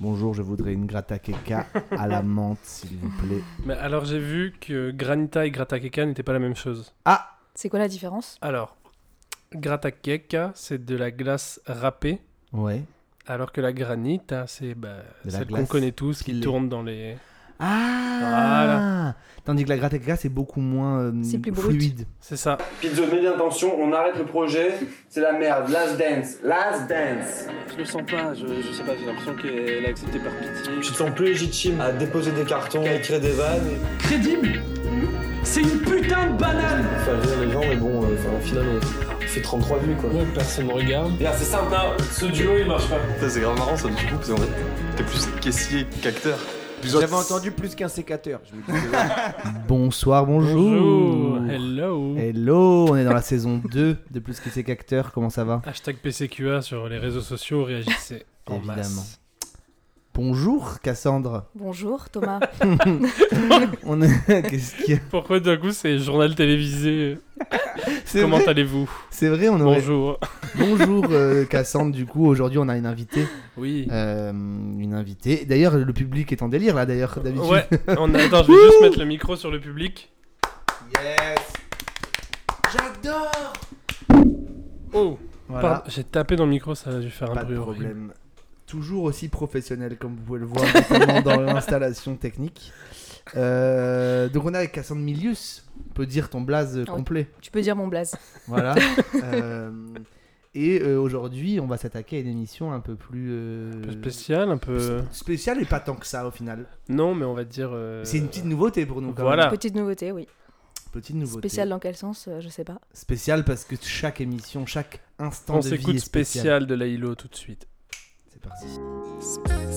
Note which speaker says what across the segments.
Speaker 1: Bonjour, je voudrais une gratta keka à la menthe, s'il vous plaît.
Speaker 2: Mais alors j'ai vu que Granita et Gratta Keka n'étaient pas la même chose.
Speaker 1: Ah
Speaker 3: C'est quoi la différence
Speaker 2: Alors, Gratta Keka, c'est de la glace râpée,
Speaker 1: Ouais.
Speaker 2: alors que la Granita, c'est bah,
Speaker 1: De la
Speaker 2: celle qu'on
Speaker 1: glace
Speaker 2: connaît tous, qui
Speaker 1: pilée.
Speaker 2: tourne dans les...
Speaker 1: Ah
Speaker 2: Voilà.
Speaker 1: Tandis que la gratta keka, c'est beaucoup moins euh,
Speaker 3: C'est plus brut.
Speaker 1: fluide.
Speaker 2: C'est ça.
Speaker 4: Pizzo, mets bien attention, on arrête le projet, c'est la merde, last dance, last dance.
Speaker 5: Je le sens pas, je, je sais pas, j'ai l'impression qu'elle a accepté par pitié.
Speaker 6: Tu te sens plus légitime à déposer des cartons, à écrire des vannes,
Speaker 7: Crédible C'est une putain de banane
Speaker 6: et faire rire les gens, mais bon, euh, enfin, au final, on fait 33 vues quoi.
Speaker 5: personne ne regarde.
Speaker 4: Regarde, c'est simple.
Speaker 5: Ce duo il marche pas.
Speaker 8: Putain, c'est grave marrant ça du coup, parce qu'en fait, t'es plus caissier qu'acteur.
Speaker 9: J'avais entendu plus qu'un sécateur. Je me disais, ouais.
Speaker 1: Bonsoir, bonjour.
Speaker 2: Hello
Speaker 1: Hello, on est dans la saison 2 de Plus que c'est qu'acteur, comment ça va
Speaker 2: Hashtag PCQA sur les réseaux sociaux, réagissez en masse.
Speaker 1: Bonjour Cassandre.
Speaker 3: Bonjour Thomas.
Speaker 1: On est... Qu'est-ce qu'il y a
Speaker 2: Pourquoi d'un coup c'est journal télévisé
Speaker 1: C'est
Speaker 2: Comment
Speaker 1: vrai,
Speaker 2: allez-vous
Speaker 1: c'est vrai, on aurait...
Speaker 2: Bonjour.
Speaker 1: Bonjour euh, Cassandre, du coup, aujourd'hui on a une invitée.
Speaker 2: Oui.
Speaker 1: Euh, une invitée. D'ailleurs, le public est en délire là, d'ailleurs, d'habitude.
Speaker 2: Ouais, on a... attends, je vais juste mettre le micro sur le public.
Speaker 9: J'adore
Speaker 2: Oh
Speaker 1: Voilà.
Speaker 2: Pardon, j'ai tapé dans le micro, ça a dû faire un
Speaker 1: Pas
Speaker 2: bruit
Speaker 1: de
Speaker 2: horrible.
Speaker 1: problème. Toujours aussi professionnel, comme vous pouvez le voir, notamment dans l'installation technique. Euh, donc on est avec Cassandre Milius. On peut dire ton blaze
Speaker 3: Ah oui.
Speaker 1: complet.
Speaker 3: tu peux dire mon blaze.
Speaker 1: Voilà. Euh, et euh, aujourd'hui, on va s'attaquer à une émission un peu plus... euh,
Speaker 2: Un peu spécial, un peu.
Speaker 1: spéciale et pas tant que ça au final.
Speaker 2: Non, mais on va dire. euh,
Speaker 1: C'est une petite nouveauté pour nous. Quand
Speaker 2: voilà. Ah.
Speaker 3: Petite nouveauté, oui.
Speaker 1: même. Petite nouveauté.
Speaker 3: Spécial dans quel sens euh, Je sais pas.
Speaker 1: Spécial parce que chaque émission, chaque instant
Speaker 2: On
Speaker 1: de vie
Speaker 2: s'écoute
Speaker 1: est spécial.
Speaker 2: spécial de Lailo tout de suite.
Speaker 1: C'est parti.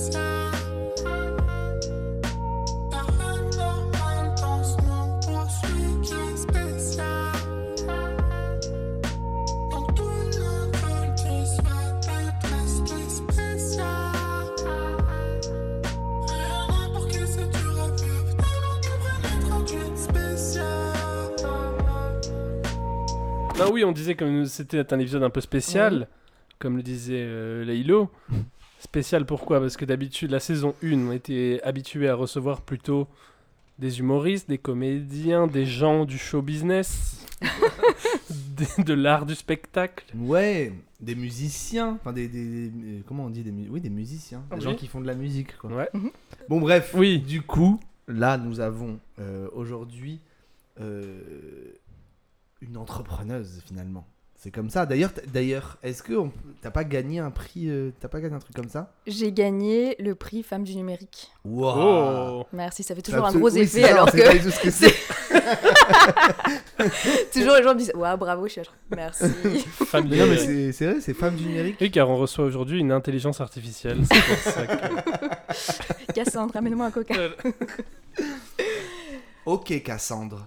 Speaker 2: Non, Bah oui, on disait que c'était un épisode un peu spécial, comme le disait euh, Lailo. spécial pourquoi Parce que d'habitude, la saison 1, on était habitué à recevoir plutôt des humoristes, des comédiens, des gens du show business, des- de l'art du spectacle.
Speaker 1: Ouais, des musiciens, enfin des, des- des- euh, comment on dit des mu- oui des musiciens, des
Speaker 2: Oui.
Speaker 1: gens qui font de la musique quoi.
Speaker 2: Ouais.
Speaker 3: Mhm.
Speaker 1: Bon bref,
Speaker 2: Oui.
Speaker 1: du coup, là nous avons euh, aujourd'hui euh, une entrepreneuse finalement. C'est comme ça. D'ailleurs, t- d'ailleurs, est-ce que on- t'as pas gagné un prix, euh, t'as pas gagné un truc comme ça
Speaker 3: J'ai gagné le prix Femme du numérique.
Speaker 2: Oh.
Speaker 1: Waouh.
Speaker 3: Merci, ça fait
Speaker 1: C'est
Speaker 3: toujours un
Speaker 1: absolu-
Speaker 3: gros
Speaker 1: oui, c'est ça,
Speaker 3: effet
Speaker 1: on
Speaker 3: alors
Speaker 1: sait pas
Speaker 3: que
Speaker 1: du tout ce que c'est.
Speaker 3: toujours les gens me disent Waouh, bravo, je suis là, genre, Merci.
Speaker 2: Oh, femme
Speaker 1: Mais non, mais c'est- c'est vrai, c'est femme du numérique.
Speaker 2: Oui, car on reçoit aujourd'hui une intelligence artificielle. C'est pour ça que-
Speaker 3: Cassandre, ramène-moi un coca.
Speaker 1: Ok Cassandre.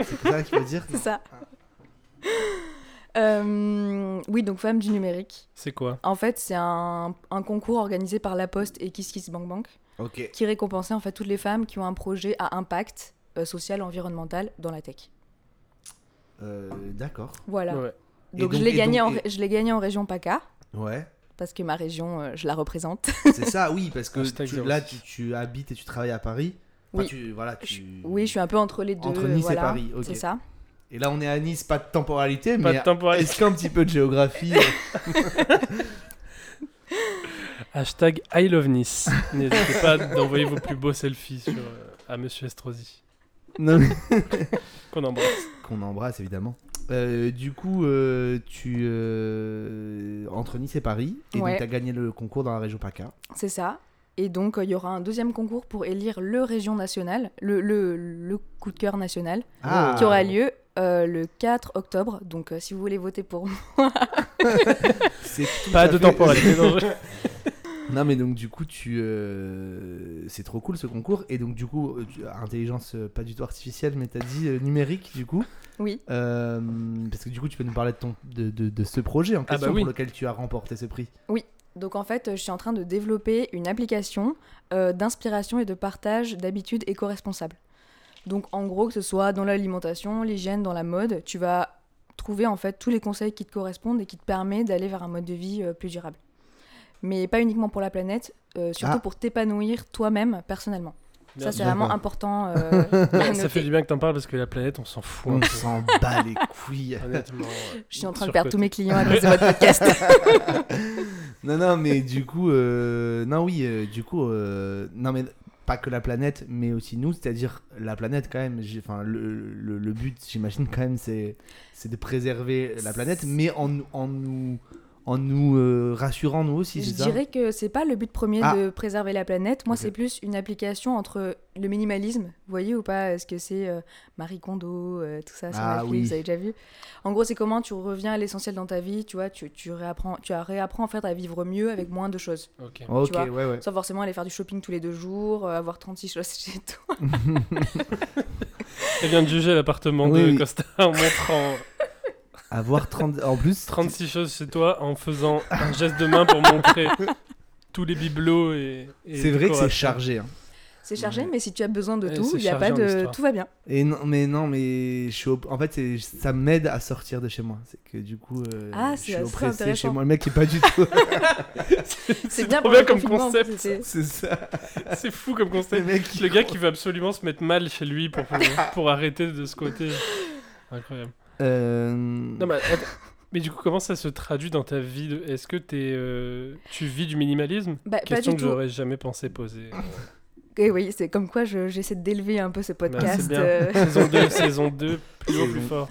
Speaker 1: c'est ça qu'il faut dire.
Speaker 3: C'est ça. Euh, oui, donc Femme du numérique.
Speaker 2: C'est quoi
Speaker 3: En fait, c'est un, un concours organisé par La Poste et Kiss Kiss Bank Bank
Speaker 1: Ok.
Speaker 3: qui récompensait en fait toutes les femmes qui ont un projet à impact euh, social, environnemental dans la tech.
Speaker 1: Euh, D'accord.
Speaker 3: Voilà.
Speaker 2: Ouais.
Speaker 1: Et
Speaker 3: Donc,
Speaker 1: donc-
Speaker 3: je l'ai
Speaker 1: et
Speaker 3: gagné,
Speaker 1: donc-
Speaker 3: en ré- je l'ai gagné en région PACA
Speaker 1: Ouais.
Speaker 3: parce que ma région, euh, je la représente.
Speaker 1: C'est ça, oui, parce que
Speaker 2: Hashtag
Speaker 1: tu-
Speaker 2: zéro
Speaker 1: là, tu,
Speaker 2: six.
Speaker 1: tu habites et tu travailles à Paris. Enfin,
Speaker 3: Oui.
Speaker 1: tu- voilà, tu-
Speaker 3: Je- oui, je suis un peu entre les deux.
Speaker 1: Entre Nice et
Speaker 3: voilà.
Speaker 1: Paris, ok.
Speaker 3: C'est ça.
Speaker 1: Et là, on est à Nice, pas de temporalité,
Speaker 2: Pas
Speaker 1: mais
Speaker 2: de temporalité.
Speaker 1: est-ce qu'un petit peu de géographie euh,
Speaker 2: Hashtag I love Nice. N'hésitez pas d'envoyer vos plus beaux selfies sur, euh, à Monsieur Estrosi,
Speaker 1: non, mais-
Speaker 2: qu'on embrasse.
Speaker 1: qu'on embrasse, évidemment. Euh, du coup, euh, tu euh, entre Nice et Paris, et
Speaker 3: Ouais.
Speaker 1: donc tu as gagné le concours dans la région PACA.
Speaker 3: C'est ça. Et donc, euh, il y aura un deuxième concours pour élire le région nationale, le, le, le coup de cœur national,
Speaker 1: Ah.
Speaker 3: qui aura lieu euh, le 4 octobre. Donc, euh, si vous voulez voter pour moi.
Speaker 1: C'est tout
Speaker 2: Pas
Speaker 1: à
Speaker 2: de
Speaker 1: fait-
Speaker 2: temporalité. non, je-
Speaker 1: Non, mais donc, du coup, tu euh, c'est trop cool ce concours. Et donc, du coup, euh, tu- intelligence euh, pas du tout artificielle, mais tu as dit euh, numérique, du coup.
Speaker 3: Oui,
Speaker 1: Euh, parce que du coup, tu peux nous parler de, ton, de, de- de ce projet en
Speaker 2: Ah bah
Speaker 1: question
Speaker 2: oui.
Speaker 1: pour lequel tu as remporté ce prix.
Speaker 3: Donc en fait, je suis en train de développer une application euh, d'inspiration et de partage d'habitudes éco-responsables. Donc en gros, que ce soit dans l'alimentation, l'hygiène, dans la mode, tu vas trouver en fait tous les conseils qui te correspondent et qui te permettent d'aller vers un mode de vie euh, plus durable. mais pas uniquement pour la planète, euh, surtout
Speaker 1: Ah.
Speaker 3: pour t'épanouir toi-même personnellement.
Speaker 2: Bien.
Speaker 3: Ça, c'est vraiment
Speaker 1: D'accord.
Speaker 3: important. euh, à
Speaker 2: Ça
Speaker 3: noter.
Speaker 2: fait du bien que t'en parles parce que la planète, on s'en fout un
Speaker 1: On
Speaker 2: peu,
Speaker 1: s'en bat les couilles.
Speaker 2: honnêtement.
Speaker 3: Je suis en train de
Speaker 2: Sur
Speaker 3: perdre
Speaker 2: quoi
Speaker 3: tous mes clients à cause de votre podcast.
Speaker 1: Non, non, mais du coup, euh, non, oui, euh, du coup, euh, non, mais pas que la planète, mais aussi nous, c'est-à-dire la planète quand même. j'ai- Enfin, le, le- le but, j'imagine quand même, c'est c'est de préserver la planète, mais en, nous- en nous en nous euh, rassurant nous aussi,
Speaker 3: Je
Speaker 1: c'est ça
Speaker 3: dirais que c'est pas le but premier
Speaker 1: Ah.
Speaker 3: de préserver la planète. Moi,
Speaker 1: Ok.
Speaker 3: c'est plus une application entre le minimalisme, vous voyez ou pas, est-ce que c'est euh, Marie Kondo, euh, tout ça sur
Speaker 1: Ah
Speaker 3: Netflix,
Speaker 1: oui.
Speaker 3: vous avez déjà vu. En gros, c'est comment tu reviens à l'essentiel dans ta vie, tu vois, tu, tu réapprends, tu as- réapprends en fait à vivre mieux avec moins de choses,
Speaker 2: Ok.
Speaker 1: Ok,
Speaker 3: tu vois.
Speaker 1: ouais, ouais.
Speaker 3: sans forcément aller faire du shopping tous les deux jours, euh, avoir 36 choses chez toi.
Speaker 2: Elle vient de juger l'appartement
Speaker 1: Oui,
Speaker 2: de
Speaker 1: oui.
Speaker 2: Costa en montrant
Speaker 1: Avoir 30. En plus,
Speaker 2: 36 choses chez toi en faisant un geste de main pour montrer tous les bibelots et. et
Speaker 1: c'est vrai que c'est
Speaker 2: décorations.
Speaker 1: chargé. hein.
Speaker 3: C'est chargé,
Speaker 2: Ouais.
Speaker 3: mais si tu as besoin de
Speaker 2: Ouais,
Speaker 3: tout,
Speaker 2: c'est
Speaker 3: il y a
Speaker 2: chargé
Speaker 3: pas
Speaker 2: en
Speaker 3: de
Speaker 2: histoire.
Speaker 3: tout va bien.
Speaker 1: Et non, mais non, mais je suis op- en fait, c'est- ça m'aide à sortir de chez moi. C'est que du coup, euh,
Speaker 3: Ah,
Speaker 1: je
Speaker 3: c'est
Speaker 1: suis
Speaker 3: assez
Speaker 1: oppressé
Speaker 3: intéressant.
Speaker 1: chez moi. Le mec est pas du tout.
Speaker 3: C'est bien
Speaker 2: trop
Speaker 3: pour
Speaker 2: bien
Speaker 3: le
Speaker 2: comme
Speaker 3: confinement,
Speaker 2: concept.
Speaker 3: c'était-
Speaker 1: c'est ça.
Speaker 2: C'est fou comme
Speaker 1: Le
Speaker 2: concept.
Speaker 1: mec qui
Speaker 2: Le gars qui veut absolument se mettre mal chez lui pour, pour, pour arrêter de se côté. Incroyable.
Speaker 1: Euh...
Speaker 2: Non, mais, attends. mais du coup, comment ça se traduit dans ta vie de- Est-ce que t'es, euh, tu vis du minimalisme
Speaker 3: Bah, pas
Speaker 2: Question
Speaker 3: du
Speaker 2: que
Speaker 3: tout.
Speaker 2: j'aurais jamais pensé poser.
Speaker 3: Et oui, c'est comme quoi je- j'essaie d'élever un peu ce podcast.
Speaker 2: bien.
Speaker 3: euh,
Speaker 2: saison 2, saison 2, plus haut, plus fort.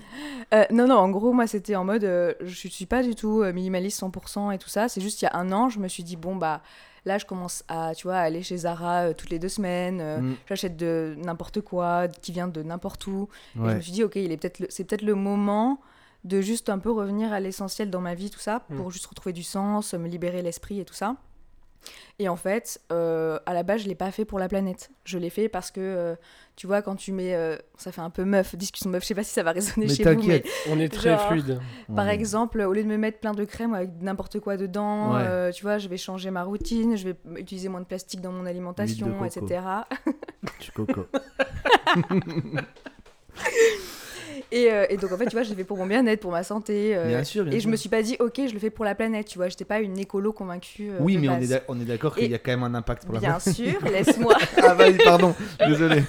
Speaker 3: Euh, non, non, en gros, moi, c'était en mode, euh, je suis pas du tout euh, minimaliste 100% et tout ça. C'est juste, il y a un an, je me suis dit, bon, bah, là, je commence à, tu vois, à aller chez Zara euh, toutes les deux semaines. euh,
Speaker 1: Mm.
Speaker 3: J'achète de n'importe quoi, qui vient de n'importe où. Et je
Speaker 1: ouais.
Speaker 3: me suis dit, ok, il est peut-être le- c'est peut-être le moment de juste un peu revenir à l'essentiel dans ma vie, tout ça,
Speaker 2: Mm.
Speaker 3: pour juste retrouver du sens, me libérer l'esprit et tout ça. Et en fait, euh, à la base, je l'ai pas fait pour la planète. Je l'ai fait parce que, euh, tu vois, quand tu mets... euh, ça fait un peu meuf, discussion meuf, je sais pas si ça va résonner
Speaker 1: Mais
Speaker 3: chez vous, mais
Speaker 1: t'inquiète.
Speaker 2: On est très
Speaker 3: Genre-
Speaker 2: fluide.
Speaker 3: par
Speaker 1: Ouais.
Speaker 3: exemple, au lieu de me mettre plein de crème avec n'importe quoi dedans,
Speaker 1: Ouais.
Speaker 3: euh, tu vois, je vais changer ma routine, je vais utiliser moins de plastique dans mon alimentation,
Speaker 1: coco.
Speaker 3: etc.
Speaker 1: Du coco.
Speaker 3: euh, Et, euh, et donc, en fait, tu vois, je l'ai fait pour mon bien-être, pour ma santé. euh,
Speaker 1: bien sûr, bien
Speaker 3: et je
Speaker 1: sûr.
Speaker 3: me suis pas dit, ok, je le fais pour la planète, tu vois, j'étais pas une écolo convaincue. euh,
Speaker 1: Oui,
Speaker 3: de
Speaker 1: mais on
Speaker 3: base.
Speaker 1: est d'ac- on est d'accord
Speaker 3: Et-
Speaker 1: qu'il y a quand même un impact pour la
Speaker 3: Bien
Speaker 1: planète.
Speaker 3: sûr, laisse-moi.
Speaker 1: Ah, vas-y, pardon. Désolé.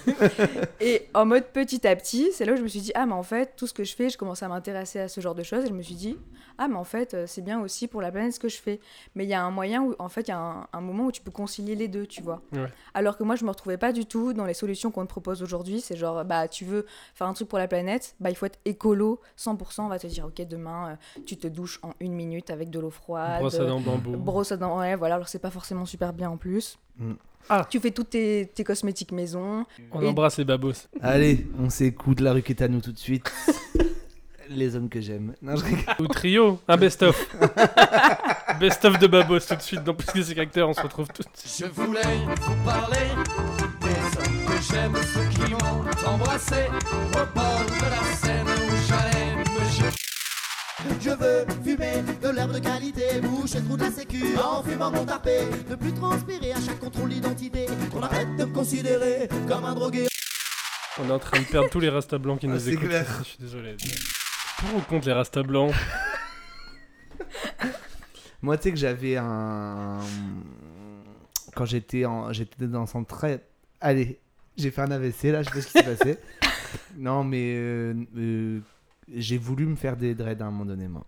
Speaker 3: Et en mode petit à petit, c'est là où je me suis dit, ah, mais en fait, tout ce que je fais, je commence à m'intéresser à ce genre de choses. Et je me suis dit, ah, mais en fait, euh, c'est bien aussi pour la planète ce que je fais. Mais il y a un moyen où, en fait, il y a un, un moment où tu peux concilier les deux, tu vois.
Speaker 2: Ouais.
Speaker 3: Alors que moi, je me retrouvais pas du tout dans les solutions qu'on te propose aujourd'hui. C'est genre, bah, tu veux faire un truc pour la planète, bah, il faut être écolo 100%. On va te dire, ok, demain, euh, tu te douches en une minute avec ah, de l'eau froide.
Speaker 2: Brosse à dents bambou.
Speaker 3: Brosse à dents, ouais, voilà, alors c'est pas forcément super bien en plus.
Speaker 1: Mm.
Speaker 2: Ah.
Speaker 3: Tu fais tous tes, tes cosmétiques maison.
Speaker 2: On
Speaker 3: Et-
Speaker 2: embrasse les babos.
Speaker 1: Allez, on s'écoute la rue à nous tout de suite. Les hommes que j'aime. Non, je rigole.
Speaker 2: Ou trio, un best-of. best-of de babos tout de suite dans Plus que c'est qu'acteur, on se retrouve tout de suite.
Speaker 7: Je voulais vous parler des hommes que j'aime, ceux qui m'ont embrassé au bord de la Seine où j'allais me jeter. Je veux fumer de l'herbe de qualité, boucher le trou de la sécu en fumant mon tarpé. Ne plus transpirer à chaque contrôle d'identité, qu'on arrête de me considérer comme un drogué.
Speaker 2: On est en train de perdre tous les Rasta blancs qui
Speaker 1: Ah,
Speaker 2: nous
Speaker 1: c'est
Speaker 2: écoutent.
Speaker 1: clair.
Speaker 2: Je suis désolé. Pour ou contre les Rasta blancs
Speaker 1: Moi, tu sais que j'avais un. Quand j'étais en... j'étais dans son trait. Allez, j'ai fait un AVC là, je sais pas ce qui s'est passé. Non, mais. euh, euh, j'ai voulu me faire des dreads à un moment donné, moi.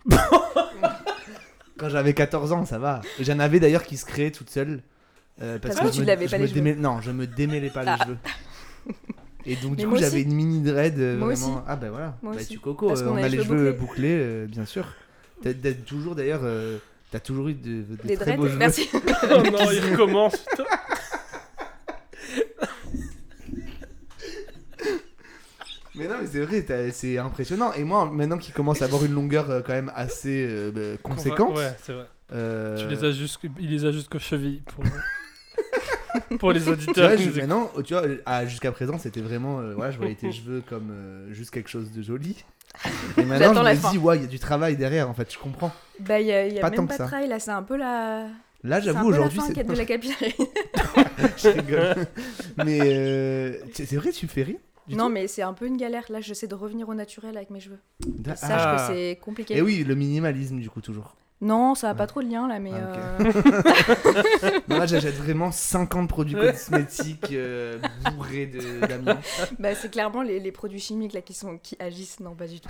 Speaker 1: Quand j'avais 14 ans, ça va. Et J'en avais d'ailleurs qui se créaient toutes seules. euh,
Speaker 3: Parce que
Speaker 1: je
Speaker 3: tu
Speaker 1: me-
Speaker 3: l'avais
Speaker 1: je
Speaker 3: pas
Speaker 1: me
Speaker 3: les cheveux. Ah.
Speaker 1: démêlais- Non, je me démêlais pas les cheveux. Et donc,
Speaker 3: Mais
Speaker 1: du coup,
Speaker 3: moi aussi.
Speaker 1: j'avais une mini dread euh,
Speaker 3: Moi
Speaker 1: vraiment.
Speaker 3: aussi.
Speaker 1: Ah, bah voilà.
Speaker 3: Moi
Speaker 1: bah,
Speaker 3: aussi.
Speaker 1: tu coco,
Speaker 3: Parce
Speaker 1: euh,
Speaker 3: qu'on
Speaker 1: on a les cheveux bouclés, euh, bien sûr. T'as t'as toujours d'ailleurs. euh, T'as toujours eu de, de
Speaker 3: Des
Speaker 1: très beaux
Speaker 3: dreads,
Speaker 1: cheveux.
Speaker 3: merci.
Speaker 2: Oh non, il recommence, putain.
Speaker 1: Mais non, mais c'est vrai, t'as- c'est impressionnant. Et moi, maintenant qu'il commence à avoir une longueur euh, quand même assez euh, bah, conséquente,
Speaker 2: Ouais, c'est vrai.
Speaker 1: euh,
Speaker 2: Tu les as jusqu'- Il les a jusqu'aux chevilles pour, pour les
Speaker 1: tu vois,
Speaker 2: auditeurs. qui
Speaker 1: je-
Speaker 2: nous écoutent.
Speaker 1: maintenant, tu vois, euh, à- jusqu'à présent, c'était vraiment, euh, voilà, je voyais tes cheveux comme euh, juste quelque chose de joli. Et maintenant, je
Speaker 3: J'attends la
Speaker 1: me
Speaker 3: fin.
Speaker 1: dis, ouais, il y a du travail derrière, en fait, je comprends.
Speaker 3: Bah, il y a, y a
Speaker 1: Pas tant
Speaker 3: même
Speaker 1: que
Speaker 3: pas
Speaker 1: ça.
Speaker 3: de travail, là, c'est un peu la.
Speaker 1: Là,
Speaker 3: c'est un
Speaker 1: Ah, j'avoue,
Speaker 3: peu la
Speaker 1: aujourd'hui,
Speaker 3: fin,
Speaker 1: c'est.
Speaker 3: quête de la capillarie.
Speaker 1: je rigole. Mais euh, tu- c'est vrai, tu fais rien du
Speaker 3: non,
Speaker 1: tout
Speaker 3: mais c'est un peu une galère. Là, j'essaie de revenir au naturel avec mes cheveux.
Speaker 1: Da-
Speaker 3: Sache
Speaker 2: Ah.
Speaker 3: que c'est compliqué.
Speaker 1: Et oui, le Eh minimalisme, du coup, toujours.
Speaker 3: Non, ça a pas trop de lien là, mais.
Speaker 1: Ah,
Speaker 3: euh,
Speaker 1: Moi, j'achète vraiment 50 produits cosmétiques euh, bourrés de- d'amiante.
Speaker 3: Bah, c'est clairement les, les produits chimiques là qui sont qui agissent, non pas du tout.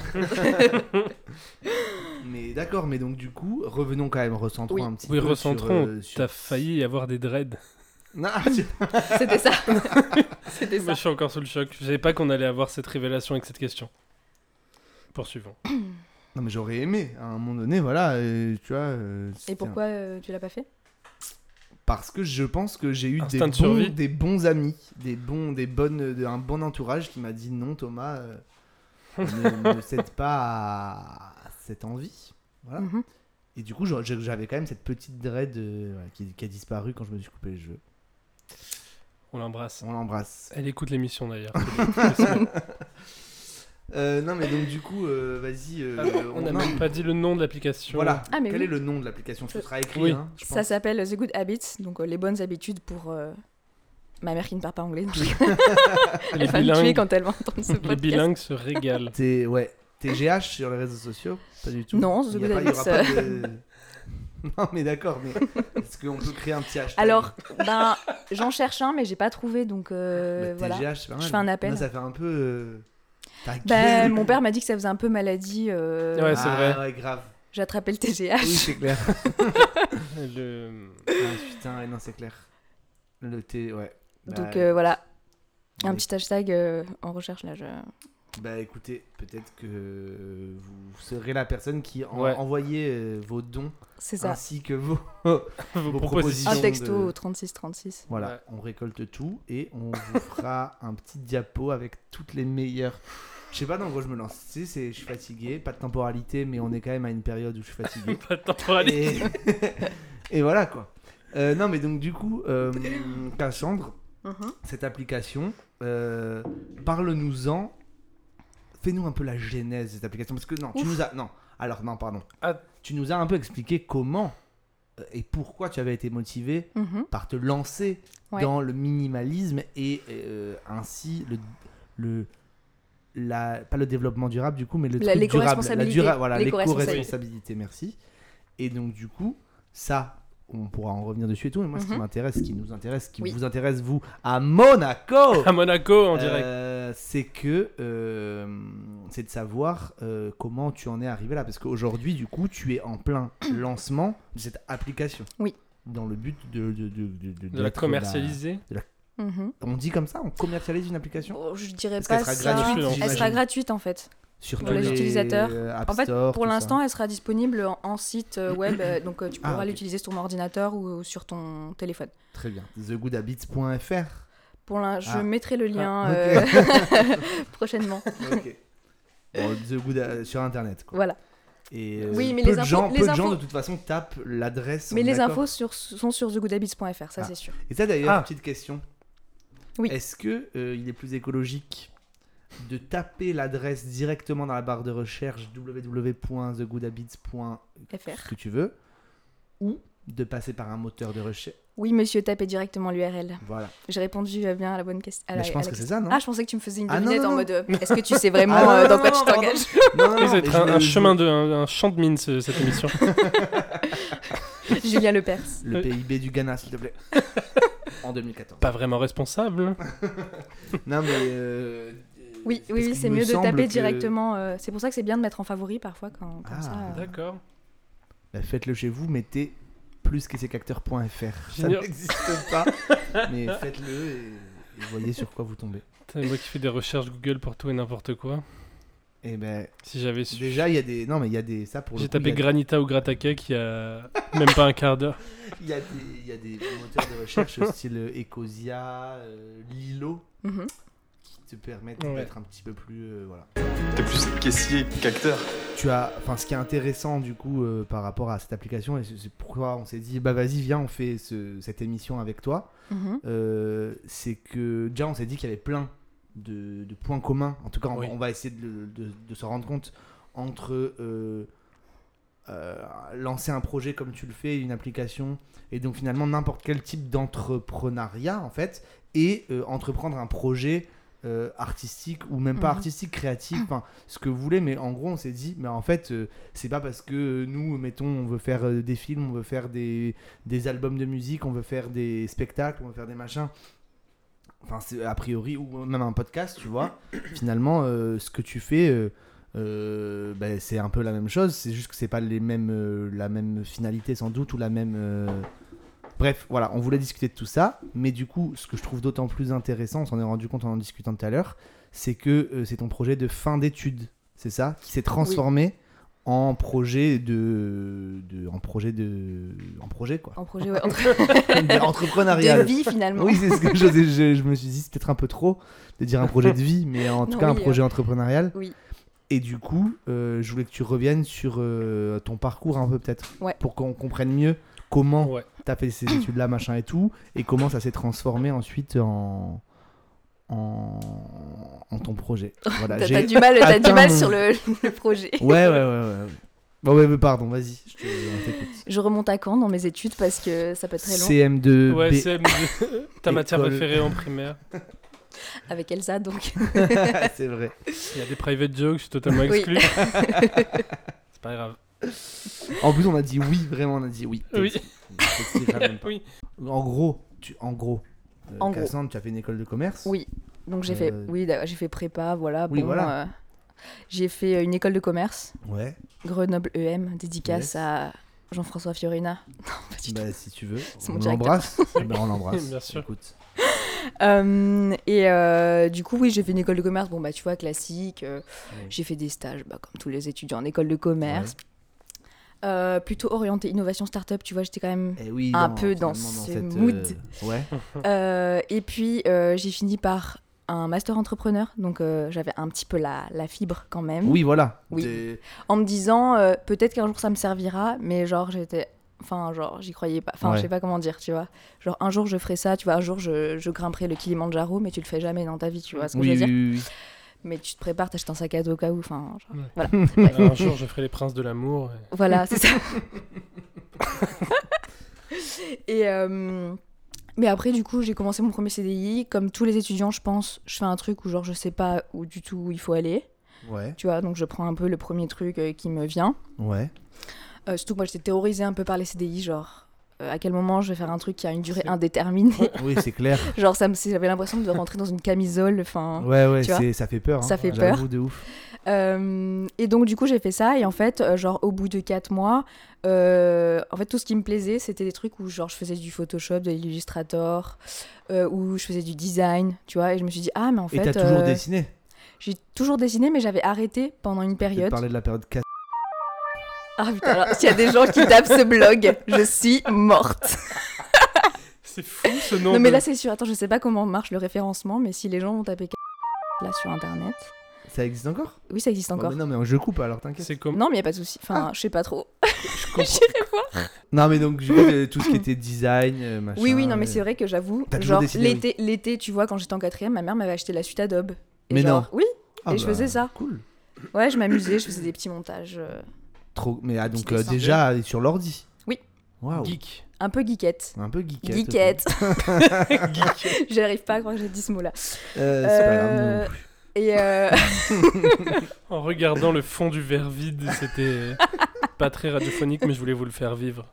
Speaker 1: Mais d'accord, mais donc du coup, revenons quand même, recentrons
Speaker 3: Oui.
Speaker 1: un petit
Speaker 2: Oui,
Speaker 1: peu.
Speaker 2: recentrons.
Speaker 1: Sur, euh, sur- Ah,
Speaker 2: T'as failli avoir des dreads.
Speaker 1: Non, tu-
Speaker 3: C'était ça. C'était
Speaker 2: Moi,
Speaker 3: ça.
Speaker 2: je suis encore sous le choc. Je savais pas qu'on allait avoir cette révélation avec cette question. Poursuivons.
Speaker 1: non, mais j'aurais aimé, à un moment donné, voilà, euh, tu vois. euh, c'était
Speaker 3: Et
Speaker 1: un-
Speaker 3: pourquoi euh, tu l'as pas fait
Speaker 1: Parce que je pense que j'ai eu des
Speaker 2: Instinct de
Speaker 1: bons,
Speaker 2: survie.
Speaker 1: des bons amis, des bons, des bonnes, de- un bon entourage qui m'a dit non, Thomas, euh, ne, ne cède pas à cette envie. Voilà.
Speaker 3: Mhm.
Speaker 1: Et du coup, j'a- j'a- j'avais quand même cette petite dread euh, voilà, qui, qui a disparu quand je me suis coupé les cheveux.
Speaker 2: On l'embrasse.
Speaker 1: On l'embrasse.
Speaker 2: Elle écoute l'émission d'ailleurs.
Speaker 1: Ah, Euh, non, mais donc du coup, euh, vas-y. euh,
Speaker 2: Ah, on n'a
Speaker 1: non,
Speaker 2: même pas dit le nom de l'application.
Speaker 1: Voilà.
Speaker 3: Ah, mais
Speaker 1: Quel
Speaker 3: oui.
Speaker 1: est le nom de l'application Ce
Speaker 3: Je-
Speaker 1: sera écrit.
Speaker 2: Oui.
Speaker 1: hein, je
Speaker 3: Ça
Speaker 1: pense.
Speaker 3: s'appelle The Good Habits, donc euh, les bonnes habitudes pour euh, ma mère qui ne parle pas anglais. donc
Speaker 2: Les
Speaker 3: Elle va me tuer
Speaker 2: bilingues,
Speaker 3: quand elle va entendre ce
Speaker 2: les
Speaker 3: podcast.
Speaker 2: bilingues se régalent.
Speaker 1: T'es- ouais. TGH sur les réseaux sociaux Pas du tout.
Speaker 3: Non,
Speaker 1: Il
Speaker 3: The
Speaker 1: y a
Speaker 3: Good
Speaker 1: pas- il y aura
Speaker 3: Habits,
Speaker 1: pas de- Non, mais d'accord, mais est-ce qu'on peut créer un petit hashtag
Speaker 3: Alors, ben, j'en cherche un, mais j'ai pas trouvé, donc euh,
Speaker 1: Bah,
Speaker 3: voilà.
Speaker 1: TGH, c'est pas mal.
Speaker 3: Je fais un appel.
Speaker 1: Là, ça fait un peu. euh, ta
Speaker 3: Ben,
Speaker 1: gueule.
Speaker 3: mon père m'a dit que ça faisait un peu maladie. euh,
Speaker 2: Ouais, c'est
Speaker 1: Ah,
Speaker 2: vrai.
Speaker 1: Ouais, grave.
Speaker 3: J'ai attrapé le TGH.
Speaker 1: Oui, c'est clair.
Speaker 2: Le-
Speaker 1: ah, putain, ouais, non, c'est clair. Le T, ouais. Bah,
Speaker 3: Donc euh, voilà, un
Speaker 1: mais-
Speaker 3: petit hashtag euh, en recherche là. Je...
Speaker 1: Bah écoutez, peut-être que vous serez la personne qui en-
Speaker 2: Ouais.
Speaker 1: envoyez euh, vos dons
Speaker 3: C'est ça.
Speaker 1: ainsi que vos.
Speaker 2: Vos
Speaker 1: Vos
Speaker 2: propositions.
Speaker 1: propositions.
Speaker 3: Un texto
Speaker 1: de-
Speaker 3: au 36 36.
Speaker 1: Voilà,
Speaker 2: Ouais.
Speaker 1: on récolte tout et on vous fera un petit diapo avec toutes les meilleures. Je sais pas dans quoi je me lance. Tu sais, c'est- je suis fatigué, pas de temporalité, mais on est quand même à une période où je suis fatigué.
Speaker 2: Pas de
Speaker 1: et...
Speaker 2: temporalité.
Speaker 1: et voilà quoi. Euh, non, mais donc du coup, euh, Cassandre,
Speaker 3: Mhm.
Speaker 1: cette application, euh, parle-nous-en. Fais-nous un peu la genèse de cette application. Parce que non, tu nous as. Non, alors non, pardon.
Speaker 2: Ah.
Speaker 1: Tu nous as un peu expliqué comment euh, et pourquoi tu avais été motivé
Speaker 3: Mhm.
Speaker 1: par te lancer
Speaker 3: Ouais.
Speaker 1: dans le minimalisme et euh, ainsi le, le la, pas le développement durable du coup mais le
Speaker 3: La-
Speaker 1: truc durable la
Speaker 3: l'éco-responsabilité.
Speaker 1: dura- voilà
Speaker 3: L'éco-responsabilité.
Speaker 1: l'éco-responsabilité merci et donc du coup ça on pourra en revenir dessus et tout mais moi ce qui
Speaker 3: Mhm.
Speaker 1: m'intéresse ce qui nous intéresse ce qui
Speaker 3: Oui.
Speaker 1: vous intéresse vous à Monaco
Speaker 2: À Monaco en direct.
Speaker 1: euh, c'est que euh, c'est de savoir euh, comment tu en es arrivé là parce qu'aujourd'hui du coup tu es en plein lancement de cette application
Speaker 3: Oui.
Speaker 1: dans le but de de, de, de- de-
Speaker 2: De la
Speaker 1: d'être
Speaker 2: commercialiser.
Speaker 3: Mhm.
Speaker 1: la- on dit comme ça on commercialise une application
Speaker 3: Bon, Oh, je dirais
Speaker 1: Parce qu'elle sera
Speaker 3: pas ça.
Speaker 1: gratuite,
Speaker 3: elle sera
Speaker 1: j'imagine.
Speaker 3: gratuite en fait.
Speaker 1: sur
Speaker 3: Pour
Speaker 1: tous
Speaker 2: les
Speaker 3: utilisateurs.
Speaker 1: euh, App
Speaker 3: En fait,
Speaker 1: Store,
Speaker 3: pour
Speaker 1: tout ça.
Speaker 3: l'instant, elle sera disponible en, en site euh, web, euh, donc euh, tu
Speaker 1: Ah,
Speaker 3: pourras
Speaker 1: ok.
Speaker 3: l'utiliser sur ton ordinateur ou, ou sur ton téléphone.
Speaker 1: très bien thegoodhabits.fr
Speaker 3: Pour l'in- je
Speaker 1: Ah.
Speaker 3: mettrai le lien
Speaker 1: ok.
Speaker 3: euh, prochainement.
Speaker 1: ok Bon, The Good euh, sur internet quoi.
Speaker 3: Voilà.
Speaker 1: et euh,
Speaker 3: Oui, mais
Speaker 1: peu
Speaker 3: les
Speaker 1: de
Speaker 3: infos-
Speaker 1: gens
Speaker 3: les
Speaker 1: peu de gens
Speaker 3: infos-
Speaker 1: de toute façon tapent l'adresse
Speaker 3: Mais
Speaker 1: on est
Speaker 3: les
Speaker 1: d'accord
Speaker 3: infos sur- sont sur thegoodhabits.fr, ça
Speaker 1: Ah.
Speaker 3: c'est sûr.
Speaker 1: Et ça d'ailleurs,
Speaker 2: Ah.
Speaker 1: petite question.
Speaker 3: Oui.
Speaker 1: Est-ce que euh, il est plus écologique de taper l'adresse directement dans la barre de recherche www.thegoodhabits.fr
Speaker 3: FR.
Speaker 1: que tu veux ou de passer par un moteur de recherche
Speaker 3: Oui, monsieur, tapez directement l'URL.
Speaker 1: Voilà.
Speaker 3: J'ai répondu euh, bien à la bonne question. à
Speaker 1: Mais
Speaker 3: la-
Speaker 1: je
Speaker 3: à
Speaker 1: pense
Speaker 3: la
Speaker 1: que c'est
Speaker 3: question.
Speaker 1: ça, non
Speaker 3: Ah, je pensais que tu me faisais une
Speaker 1: Ah, non,
Speaker 3: devinette
Speaker 1: non,
Speaker 3: en
Speaker 1: non.
Speaker 3: mode euh, est-ce que tu sais vraiment
Speaker 1: Ah, non,
Speaker 3: euh,
Speaker 1: non,
Speaker 3: dans
Speaker 1: non,
Speaker 3: quoi
Speaker 1: non,
Speaker 3: tu
Speaker 1: pardon.
Speaker 3: t'engages
Speaker 1: Non, non,
Speaker 2: Oui, ça va
Speaker 1: mais
Speaker 2: être
Speaker 1: je
Speaker 2: Ah, un,
Speaker 1: le-
Speaker 2: un
Speaker 1: je-
Speaker 2: chemin de, un, un champ de mine ce- cette émission.
Speaker 3: Julien Lepers.
Speaker 1: Le PIB du Ghana, s'il te plaît. en 2014.
Speaker 2: Pas vraiment responsable.
Speaker 1: Non, mais. euh,
Speaker 3: Oui,
Speaker 1: parce
Speaker 3: oui, oui
Speaker 1: qu'il
Speaker 3: c'est
Speaker 1: me
Speaker 3: mieux de
Speaker 1: semble
Speaker 3: taper
Speaker 1: que-
Speaker 3: directement. euh, c'est pour ça que c'est bien de mettre en favori parfois quand, comme
Speaker 1: Ah,
Speaker 3: ça. euh,
Speaker 2: D'accord.
Speaker 1: Bah, Faites-le chez vous, mettez plus qu'essayacteur.fr. Ça
Speaker 2: J'ignore.
Speaker 1: n'existe pas, mais faites-le et- et voyez sur quoi vous tombez.
Speaker 2: Putain, Moi qui fais des recherches Google pour tout et n'importe quoi.
Speaker 1: Et ben,
Speaker 2: Si j'avais su.
Speaker 1: Déjà, il y a des. Non, mais il y a des. Ça, pour le
Speaker 2: J'ai
Speaker 1: coup,
Speaker 2: tapé
Speaker 1: il y a-
Speaker 2: Granita ou Grataka qui a même pas un quart d'heure.
Speaker 1: Il y, a des- il y a des moteurs de recherche style euh, Ecosia, euh, Lilo,
Speaker 3: mhm.
Speaker 1: qui te permettent
Speaker 2: Ouais.
Speaker 1: d'être un petit peu plus. euh, voilà.
Speaker 8: T'es plus caissier qu'acteur.
Speaker 1: Tu as. Enfin, ce qui est intéressant, du coup, euh, par rapport à cette application, et c'est c'est pourquoi on s'est dit, bah vas-y, viens, on fait ce- cette émission avec toi,
Speaker 3: Mhm.
Speaker 1: euh, c'est que déjà, on s'est dit qu'il y avait plein de, de points communs. En tout cas, on,
Speaker 2: Oui.
Speaker 1: on va essayer de, le- de- de se rendre compte entre. euh, euh, lancer un projet comme tu le fais, une application, et donc finalement n'importe quel type d'entrepreneuriat en fait, et euh, entreprendre un projet euh, artistique ou même pas
Speaker 3: Mhm.
Speaker 1: artistique, créative, enfin, ce que vous voulez, mais en gros on s'est dit, mais en fait euh, c'est pas parce que nous, mettons, on veut faire euh, des films, on veut faire des, des albums de musique, on veut faire des spectacles, on veut faire des machins, enfin c'est a priori, ou même un podcast, tu vois, finalement euh, ce que tu fais... euh, euh, ben, c'est un peu la même chose, c'est juste que c'est pas les mêmes, euh, la même finalité sans doute ou la même. euh, Bref, voilà, on voulait discuter de tout ça, mais du coup, ce que je trouve d'autant plus intéressant, on s'en est rendu compte en en discutant tout à l'heure, c'est que euh, c'est ton projet de fin d'études, c'est ça, qui s'est transformé en projet de, de- en projet de, en projet quoi,
Speaker 3: En projet ouais, entre- de
Speaker 1: entrepreneurial.
Speaker 3: vie finalement.
Speaker 1: Oui, c'est ce que j'osais- je, je me suis dit, c'est peut-être un peu trop de dire un projet de vie, mais en tout
Speaker 3: Non,
Speaker 1: cas un
Speaker 3: oui, euh.
Speaker 1: projet entrepreneurial.
Speaker 3: oui.
Speaker 1: Et du coup, euh, je voulais que tu reviennes sur euh, ton parcours un peu peut-être,
Speaker 3: Ouais.
Speaker 1: pour qu'on comprenne mieux comment
Speaker 2: Ouais.
Speaker 1: t'as fait ces études-là, machin et tout, et comment ça s'est transformé ensuite en en, en ton projet. Voilà,
Speaker 3: T'as
Speaker 1: j'ai-
Speaker 3: t'as du mal, t'as du
Speaker 1: atteint
Speaker 3: mal
Speaker 1: mon-
Speaker 3: sur le, le projet.
Speaker 1: Ouais, ouais, ouais, ouais. Bon, ouais, mais pardon, vas-y, je te- on t'écoute.
Speaker 3: Je remonte à quand dans mes études parce que ça peut être très long.
Speaker 1: CM2,
Speaker 2: Ouais,
Speaker 1: B-
Speaker 2: c'est ta matière
Speaker 1: École.
Speaker 2: préférée en primaire.
Speaker 3: Avec Elsa donc.
Speaker 1: Ah, c'est vrai.
Speaker 2: Il y a des private jokes, je suis totalement
Speaker 3: Oui.
Speaker 2: exclu. c'est pas grave.
Speaker 1: En plus, on a dit oui, vraiment, on a dit oui.
Speaker 2: Oui.
Speaker 1: C'est- c'est vraiment-
Speaker 2: oui.
Speaker 1: En gros, tu, en gros, euh,
Speaker 3: En gros.
Speaker 1: Cassandre, tu as fait une école de commerce.
Speaker 3: Oui. Donc j'ai fait,
Speaker 1: Euh,
Speaker 3: oui, d'accord, j'ai fait prépa, voilà.
Speaker 1: Oui,
Speaker 3: bon,
Speaker 1: voilà.
Speaker 3: euh, j'ai fait euh, une école de commerce,
Speaker 1: Ouais.
Speaker 3: Grenoble EM, dédicace
Speaker 1: Yes.
Speaker 3: à Jean-François Fiorina. Non, pas du tout.
Speaker 1: Bah, si tu veux,
Speaker 3: C'est
Speaker 1: on
Speaker 3: mon directeur.
Speaker 1: l'embrasse. Eh ben, on l'embrasse.
Speaker 2: Bien sûr.
Speaker 1: Écoute.
Speaker 3: Euh, et euh, du coup, oui, j'ai fait une école de commerce, bon, bah, tu vois, classique. euh,
Speaker 1: Ah Oui.
Speaker 3: J'ai fait des stages, bah, comme tous les étudiants en école de commerce. Euh, plutôt orienté innovation startup, tu vois, j'étais quand même.
Speaker 1: Eh oui,
Speaker 3: Un
Speaker 1: dans-
Speaker 3: peu dans
Speaker 1: finalement,
Speaker 3: ce
Speaker 1: cette,
Speaker 3: mood.
Speaker 1: euh, Ouais.
Speaker 3: Euh, et puis, euh, j'ai fini par un master entrepreneur, donc euh, j'avais un petit peu la, la fibre quand même.
Speaker 1: Oui, voilà.
Speaker 3: Oui.
Speaker 1: Des-
Speaker 3: en me disant euh, peut-être qu'un jour ça me servira, mais genre j'étais. Enfin, genre, j'y croyais pas. Enfin,
Speaker 1: Ouais.
Speaker 3: je sais pas comment dire, tu vois. Genre, un jour je ferai ça, tu vois, un jour je, je grimperai le Kilimanjaro, mais tu le fais jamais dans ta vie, tu vois ce que
Speaker 1: Oui,
Speaker 3: je veux
Speaker 1: oui,
Speaker 3: dire.
Speaker 1: oui, oui.
Speaker 3: Mais tu te prépares, t'achètes un sac à dos au cas où, enfin, genre,
Speaker 2: Ouais.
Speaker 3: voilà.
Speaker 2: Alors, un jour, je ferai les princes de l'amour. et-
Speaker 3: Voilà, c'est ça. et euh, mais après, du coup, j'ai commencé mon premier CDI. Comme tous les étudiants, je pense, je fais un truc où genre je sais pas où du tout où il faut aller.
Speaker 1: Ouais.
Speaker 3: Tu vois, donc je prends un peu le premier truc euh, qui me vient.
Speaker 1: Ouais.
Speaker 3: Euh, surtout que moi, j'étais terrorisée un peu par les CDI, genre. euh, à quel moment je vais faire un truc qui a une durée indéterminée
Speaker 1: Oui, c'est clair.
Speaker 3: Genre, ça me- j'avais l'impression de rentrer dans une camisole. Enfin,
Speaker 1: Ouais, ouais,
Speaker 3: Tu vois
Speaker 1: c'est- ça fait peur. hein.
Speaker 3: Ça fait
Speaker 1: J'avoue, de ouf.
Speaker 3: Euh, et donc du coup j'ai fait ça et en fait euh, genre au bout de 4 mois euh, en fait tout ce qui me plaisait c'était des trucs où genre je faisais du Photoshop, de l'Illustrator, euh, où je faisais du design, tu vois et je me suis dit ah mais en
Speaker 1: Et
Speaker 3: fait
Speaker 1: t'as toujours
Speaker 3: euh,
Speaker 1: dessiné.
Speaker 3: j'ai toujours dessiné mais j'avais arrêté pendant une
Speaker 1: Tu
Speaker 3: période.
Speaker 1: parlais de la période casse.
Speaker 3: Ah putain alors, s'il y a des gens qui tapent ce blog je suis morte.
Speaker 2: C'est fou ce nom.
Speaker 3: Non, mais
Speaker 2: de-
Speaker 3: là c'est sûr attends je sais pas comment marche le référencement mais si les gens vont taper là sur internet
Speaker 1: Ça existe encore
Speaker 3: oui ça existe
Speaker 1: Oh,
Speaker 3: encore.
Speaker 1: mais Non, mais je coupe alors, t'inquiète.
Speaker 2: c'est comme.
Speaker 3: Non mais y a pas de souci enfin je sais pas trop. J'irai voir.
Speaker 1: Non, mais donc, je vois que tout ce qui était design, euh, machin.
Speaker 3: Oui, oui, non, mais
Speaker 1: ouais.
Speaker 3: c'est vrai que j'avoue,
Speaker 1: T'as toujours
Speaker 3: genre
Speaker 1: dessiné, oui.
Speaker 3: l'été, l'été, tu vois, quand j'étais en quatrième, ma mère m'avait acheté la suite Adobe. Et
Speaker 1: Mais
Speaker 3: genre,
Speaker 1: non.
Speaker 3: Oui,
Speaker 1: Ah,
Speaker 3: et je
Speaker 1: bah,
Speaker 3: faisais ça.
Speaker 1: Cool.
Speaker 3: Ouais, je m'amusais, je faisais des petits montages euh,
Speaker 1: Trop... Mais ah,
Speaker 3: Petit
Speaker 1: donc, euh,
Speaker 3: dessin.
Speaker 1: déjà, elle est sur l'ordi.
Speaker 3: Oui.
Speaker 1: Waouh.
Speaker 2: Geek.
Speaker 3: un peu geekettes.
Speaker 1: Un peu geekette.
Speaker 3: Geekette. J'arrive pas à croire que j'ai dit ce mot-là.
Speaker 1: Euh, c'est pas grave.
Speaker 3: Euh,
Speaker 1: non plus.
Speaker 3: Et euh,
Speaker 2: En regardant le fond du verre vide, c'était pas très radiophonique, mais je voulais vous le faire vivre.